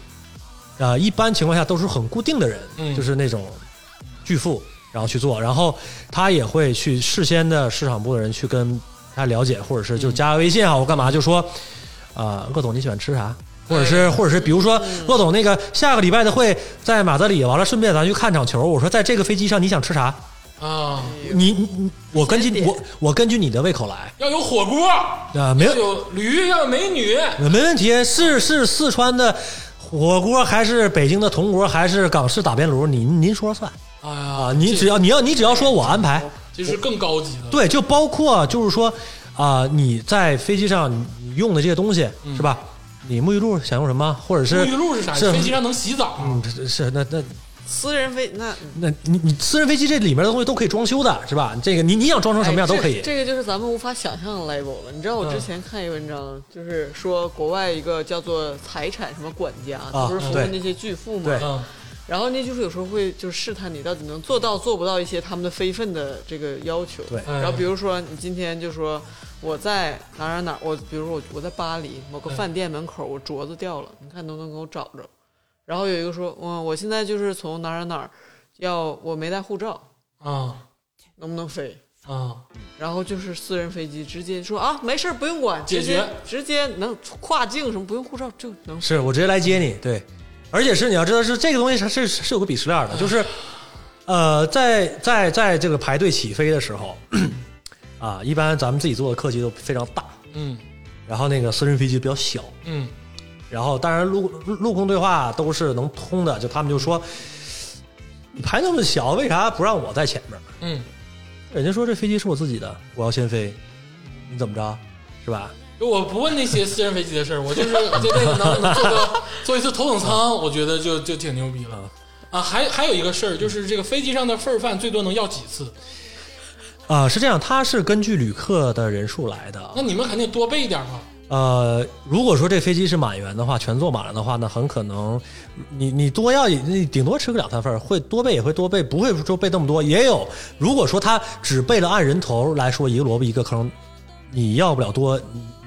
Speaker 7: 呃，一般情况下都是很固定的人，
Speaker 4: 嗯
Speaker 7: 就是那种巨富，然后去做，然后他也会去事先的市场部的人去跟他了解，或者是就加微信啊，我干嘛就说，啊、鄂总你喜欢吃啥？或者是，或者是，比如说，鄂总那个下个礼拜的会在马德里，完了顺便咱去看场球。我说在这个飞机上你想吃啥？
Speaker 4: 啊，
Speaker 5: 哎
Speaker 7: 你你你我根据我我根据你的胃口来
Speaker 4: 要有火锅，
Speaker 7: 啊、没
Speaker 4: 要
Speaker 7: 有
Speaker 4: 有驴，要有美女，
Speaker 7: 没问题，是是四川的火锅，还是北京的铜锅，还是港式打边炉？您您说了算
Speaker 4: 哎呀
Speaker 7: 啊！，你只要你要你只要说我安排，
Speaker 4: 这是更高级的，
Speaker 7: 对，就包括就是说啊、你在飞机上你用的这些东西、是吧？你沐浴露想用什么，或者是
Speaker 4: 嗯沐浴露是啥？
Speaker 7: 是
Speaker 4: 飞机上能洗澡，
Speaker 7: 嗯是那那
Speaker 5: 私人飞 那
Speaker 7: 那你你私人飞机这里面的东西都可以装修的，是吧？这个你你想装成什么样都可以嗯
Speaker 5: 哎。这这个就是咱们无法想象的 level 了。你知道我之前看一文章，就是说国外一个叫做财产什么管家，他不是服务
Speaker 7: 啊对
Speaker 5: 那些巨富
Speaker 7: 对
Speaker 5: 嘛，
Speaker 4: 嗯，
Speaker 5: 然后那就是有时候会就是试探你到底能做到做不到一些他们的非分的这个要求。
Speaker 7: 对哎
Speaker 5: 然后比如说你今天就说我在哪儿哪儿哪儿，我比如说我我在巴黎某个
Speaker 7: 嗯
Speaker 5: 饭店门口，我镯子掉了，你看能不能给我找着？然后有一个说，嗯，我现在就是从哪儿哪儿哪儿要我没带护照，
Speaker 4: 啊，
Speaker 5: 能不能飞？
Speaker 4: 啊，
Speaker 5: 然后就是私人飞机直接说啊，没事儿不用管，
Speaker 4: 解
Speaker 5: 直接
Speaker 4: 决
Speaker 5: 直接能跨境什么不用护照就能。
Speaker 7: 是我直接来接你，对，而且是你要知道是这个东西是是是有个鄙视链的，就是，呃，在在在这个排队起飞的时候， 啊，一般咱们自己坐的客机都非常大，
Speaker 4: 嗯
Speaker 7: 然后那个私人飞机比较小，
Speaker 4: 嗯
Speaker 7: 然后当然陆陆空对话都是能通的，就他们就说，你排那么小，为啥不让我在前面？
Speaker 4: 嗯，
Speaker 7: 人家说这飞机是我自己的，我要先飞，你怎么着，是吧？
Speaker 4: 就我不问那些私人飞机的事儿，我就是就那个能能做到做一次头等舱，我觉得就就挺牛逼了。啊，还还有一个事儿，就是这个飞机上的份儿饭最多能要几次？
Speaker 7: 啊、是这样，它是根据旅客的人数来的。啊
Speaker 4: 那你们肯定多备一点吧？
Speaker 7: 呃，如果说这飞机是满员的话，全坐满了的话，那很可能你你多要你顶多吃个两三份儿，会多备也会多备，不会说备那么多。也有，如果说他只备了按人头来说，一个萝卜一个坑，你要不了多，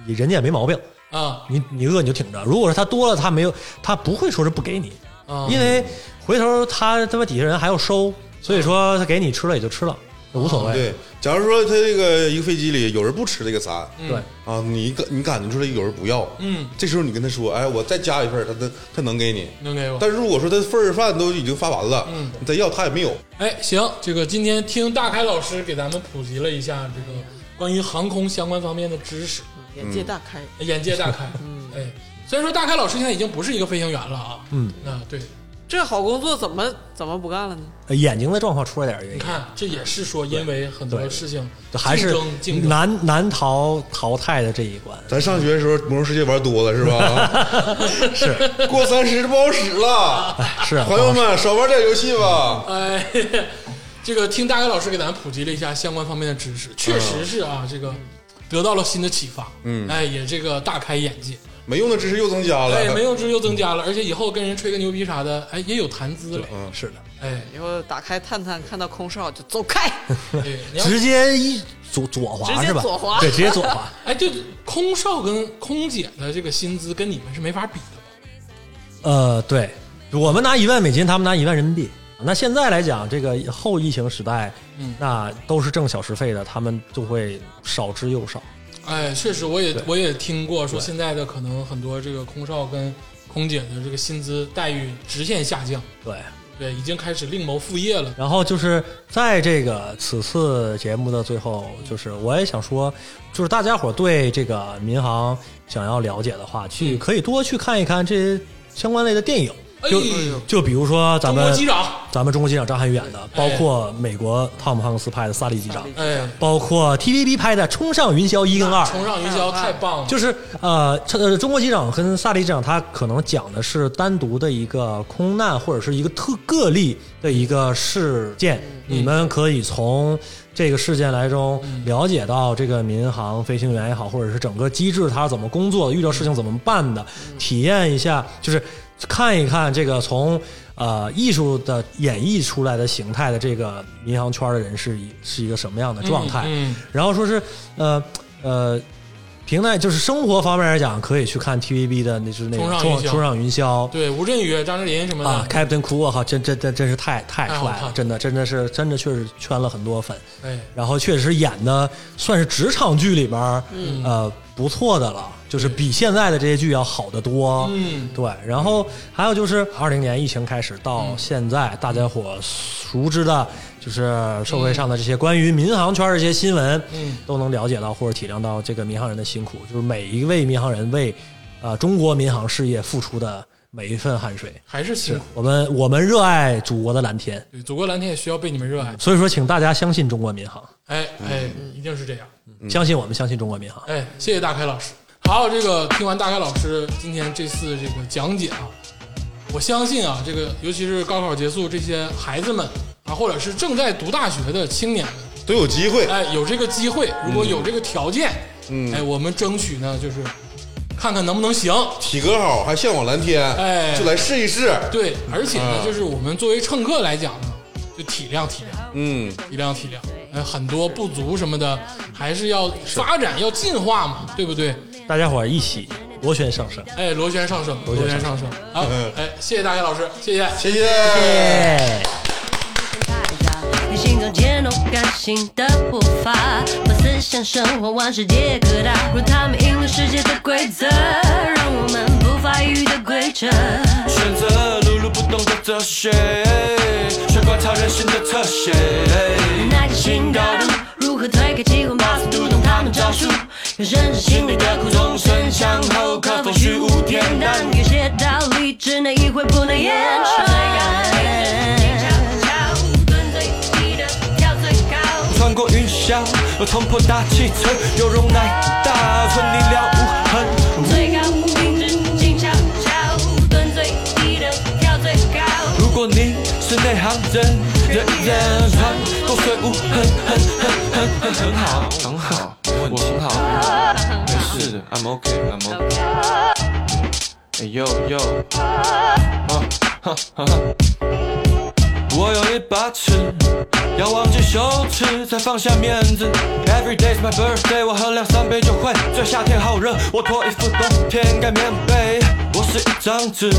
Speaker 7: 你人家也没毛病。
Speaker 4: 啊
Speaker 7: 你你饿你就挺着，如果说他多了，他没有，他不会说是不给你，
Speaker 4: 啊，
Speaker 7: 因为回头他他妈底下人还要收，所以说他给你吃了也就吃了，无所
Speaker 4: 啊
Speaker 7: 谓。
Speaker 6: 对，假如说他这个一个飞机里有人不吃这个餐，
Speaker 7: 对
Speaker 6: 啊，你感你感觉出来有人不要，
Speaker 4: 嗯，
Speaker 6: 这时候你跟他说，哎，我再加一份儿，他他他能给你。
Speaker 4: 能给我。
Speaker 6: 但是如果说他份儿饭都已经发完了，
Speaker 4: 嗯
Speaker 6: 你再要他也没有。
Speaker 4: 哎，行，这个今天听大开老师给咱们普及了一下这个关于航空相关方面的知识，
Speaker 5: 眼界大开，
Speaker 4: 眼界大开。嗯，哎，虽然说大开老师现在已经不是一个飞行员了啊，
Speaker 7: 嗯，
Speaker 4: 啊，对，
Speaker 5: 这好工作怎么怎么不干了呢？
Speaker 7: 呃眼睛的状况出了点原
Speaker 4: 你
Speaker 7: 因，
Speaker 4: 看这也是说因为很多事情
Speaker 7: 就还是
Speaker 4: 竞争竞争，
Speaker 7: 难难逃 淘汰的这一关。
Speaker 6: 咱上学的时候魔兽世界玩多了是吧？ 是， 过三十不好使了。
Speaker 7: 是啊
Speaker 6: 朋友们少玩点游戏吧。
Speaker 4: 哎，这个听大开老师给咱们普及了一下相关方面的知识，确实是啊，这个得到了新的启发，嗯，哎，也这个大开眼界，
Speaker 6: 没用的知识又增加了。
Speaker 4: 哎，没用之又增加了，而且以后跟人吹个牛逼啥的，哎，也有谈资了，
Speaker 6: 嗯，
Speaker 7: 是的，
Speaker 4: 哎，
Speaker 5: 以后打开探探，看到空少就走开，
Speaker 4: 对，哎你要
Speaker 7: 直接一左左
Speaker 5: 直
Speaker 7: 滑
Speaker 5: 接
Speaker 7: 是吧？
Speaker 5: 左滑
Speaker 7: 对，直接左滑。
Speaker 4: 哎，对，空少跟空姐的这个薪资跟你们是没法比的吧？
Speaker 7: 呃，对，我们拿一万美金，他们拿一万人民币。那现在来讲，这个后疫情时代，
Speaker 4: 嗯
Speaker 7: 那都是挣小时费的，他们就会少之又少。
Speaker 4: 哎，确实，我也
Speaker 7: 对
Speaker 4: 我也听过说
Speaker 7: 对
Speaker 4: 现在的可能很多这个空少跟空姐的这个薪资待遇直线下降，
Speaker 7: 对，
Speaker 4: 对，已经开始另谋副业了。
Speaker 7: 然后就是在这个此次节目的最后，就是我也想说，就是大家伙对这个民航想要了解的话，去
Speaker 4: 嗯
Speaker 7: 可以多去看一看这些相关类的电影，就、
Speaker 4: 哎呦
Speaker 7: 就比如说咱
Speaker 4: 中
Speaker 7: 们
Speaker 4: 国机长，
Speaker 7: 咱们中国机长张涵予演的，包括美国汤姆汉克斯拍的《萨利机长》，
Speaker 4: 哎，
Speaker 7: 包括 TVB 拍的《冲上云霄一》跟二，
Speaker 4: 崇尚云霄太棒了，
Speaker 7: 就是呃，这呃，中国机长跟萨利机长，他可能讲的是单独的一个空难或者是一个特个例的一个事件，
Speaker 4: 嗯
Speaker 7: 你们可以从这个事件来中了解到这个民航飞行员也好，或者是整个机制它是怎么工作的，遇到
Speaker 4: 嗯
Speaker 7: 事情怎么办的，体验一下，就是看一看这个从。呃，艺术的演绎出来的形态的这个民航圈的人是一是一个什么样的状态？
Speaker 4: 嗯，
Speaker 7: 然后说是呃呃，平台就是生活方面来讲，可以去看 TVB 的那就是那个
Speaker 4: 冲上
Speaker 7: 《冲
Speaker 4: 云霄
Speaker 7: 冲上云霄》
Speaker 4: 对，吴镇宇、张智霖什么的，
Speaker 7: 啊，Captain Cool，我靠，真真真真是太太
Speaker 4: 太好
Speaker 7: 帅
Speaker 4: 看
Speaker 7: 了，
Speaker 4: 了
Speaker 7: 真的真的是真的确实圈了很多粉，
Speaker 4: 哎，
Speaker 7: 然后确实演的算是职场剧里边儿、
Speaker 4: 嗯
Speaker 7: 呃不错的了，就是比现在的这些剧要好得多。
Speaker 4: 嗯
Speaker 7: 对。然后还有就是二零年疫情开始
Speaker 4: 嗯
Speaker 7: 到现在，大家伙熟知的就是社会上的这些关于民航圈儿的这些新闻，
Speaker 4: 嗯
Speaker 7: 都能了解到或者体谅到这个民航人的辛苦，就是每一位民航人为呃中国民航事业付出的每一份汗水。
Speaker 4: 还是辛苦。
Speaker 7: 我们我们热爱祖国的蓝天，
Speaker 4: 对，祖国蓝天也需要被你们热爱。
Speaker 7: 所以说请大家相信中国民航，
Speaker 4: 哎哎，一定是这样。
Speaker 7: 相信我们，相信中国民航。
Speaker 4: 哎，谢谢大开老师。好，这个听完大开老师今天这次这个讲解啊，我相信啊，这个尤其是高考结束这些孩子们啊，或者是正在读大学的青年们，
Speaker 6: 都有机会。
Speaker 4: 哎，有这个机会，如果有这个条件，嗯，哎，我们争取呢，就是看看能不能行。
Speaker 6: 体格好，还向往蓝天，
Speaker 4: 哎
Speaker 6: 就来试一试。
Speaker 4: 对，而且呢，
Speaker 6: 啊
Speaker 4: 就是我们作为乘客来讲呢，就体谅体谅。
Speaker 6: 嗯，
Speaker 4: 体谅体谅，哎，很多不足什么的，还是要发展，要进化嘛，对不对？
Speaker 7: 大家伙儿一起螺旋上升。
Speaker 4: 哎，螺旋上升，螺
Speaker 7: 旋
Speaker 4: 旋上升。好，哎，谢谢大家老师，谢谢。
Speaker 6: 谢谢。
Speaker 7: 耶
Speaker 9: 你心中间哦，
Speaker 8: 感性的步伐，把思想、生活、万事皆可大，让他们引领世界的规则，让我们不发一语的规则。
Speaker 10: 选择碌碌不动的哲学，学观察人性的侧写。
Speaker 8: 耐着性高度，如何推开机关，把速读懂他们招数，用甚至心里的苦衷伸向后，可否虚无恬淡？有些道理只能意会不能言传。
Speaker 10: 穿过云霄，又冲破大气层，有容乃大，寸里了无痕。
Speaker 8: 最高品质静悄悄，蹲最低的跳最高。
Speaker 10: 如果你是内行人，人人穿过水无痕，很很很很很好，很好，我很好，没事的，I'm OK，I'm OK。哎呦 呦，啊哈哈哈。我有一把尺，要忘记羞耻，才放下面子。Every day's my birthday，我喝两三杯酒会醉。夏天好热，我脱衣服，冬天盖棉被。我是一张纸，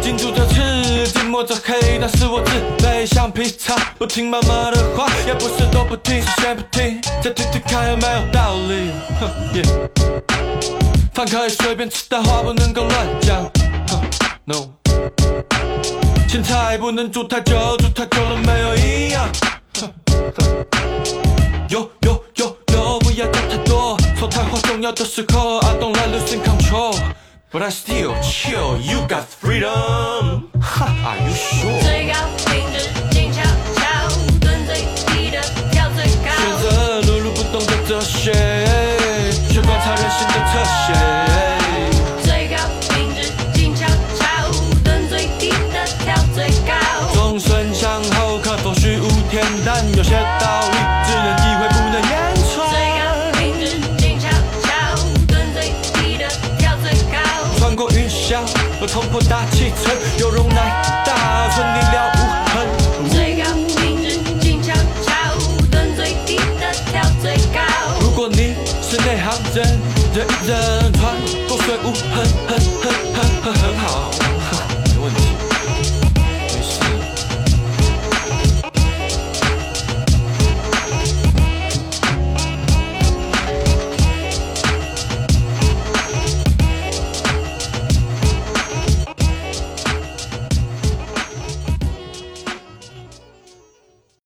Speaker 10: 紧住着刺，紧摸着黑，但是我自卑，橡皮擦，不听妈妈的话，也不是都不听，是先不听，再听听看有没有道理。 哼耶，饭可以随便吃，但话不能够乱讲。哼，no。青菜不能煮太久，煮太久了没有营养。有有有有，不要讲太多，说太话重要的时候，I don't like losing control。But I still chill, you got freedom. Ha, are you sure?
Speaker 8: 最高品质静悄悄，蹲最低的跳最
Speaker 10: 选
Speaker 8: 高。
Speaker 10: 择碌碌不动的哲学，学观察人性的特写。
Speaker 8: 最高品质静悄悄，蹲最低的跳最高。
Speaker 10: 众生相后，可否虚无恬淡？有些道理只能意会，不能言
Speaker 8: 最
Speaker 10: 传。
Speaker 8: 高品质静悄悄，蹲最低的跳最高。
Speaker 10: 穿过云霄，又冲破大气层，有容乃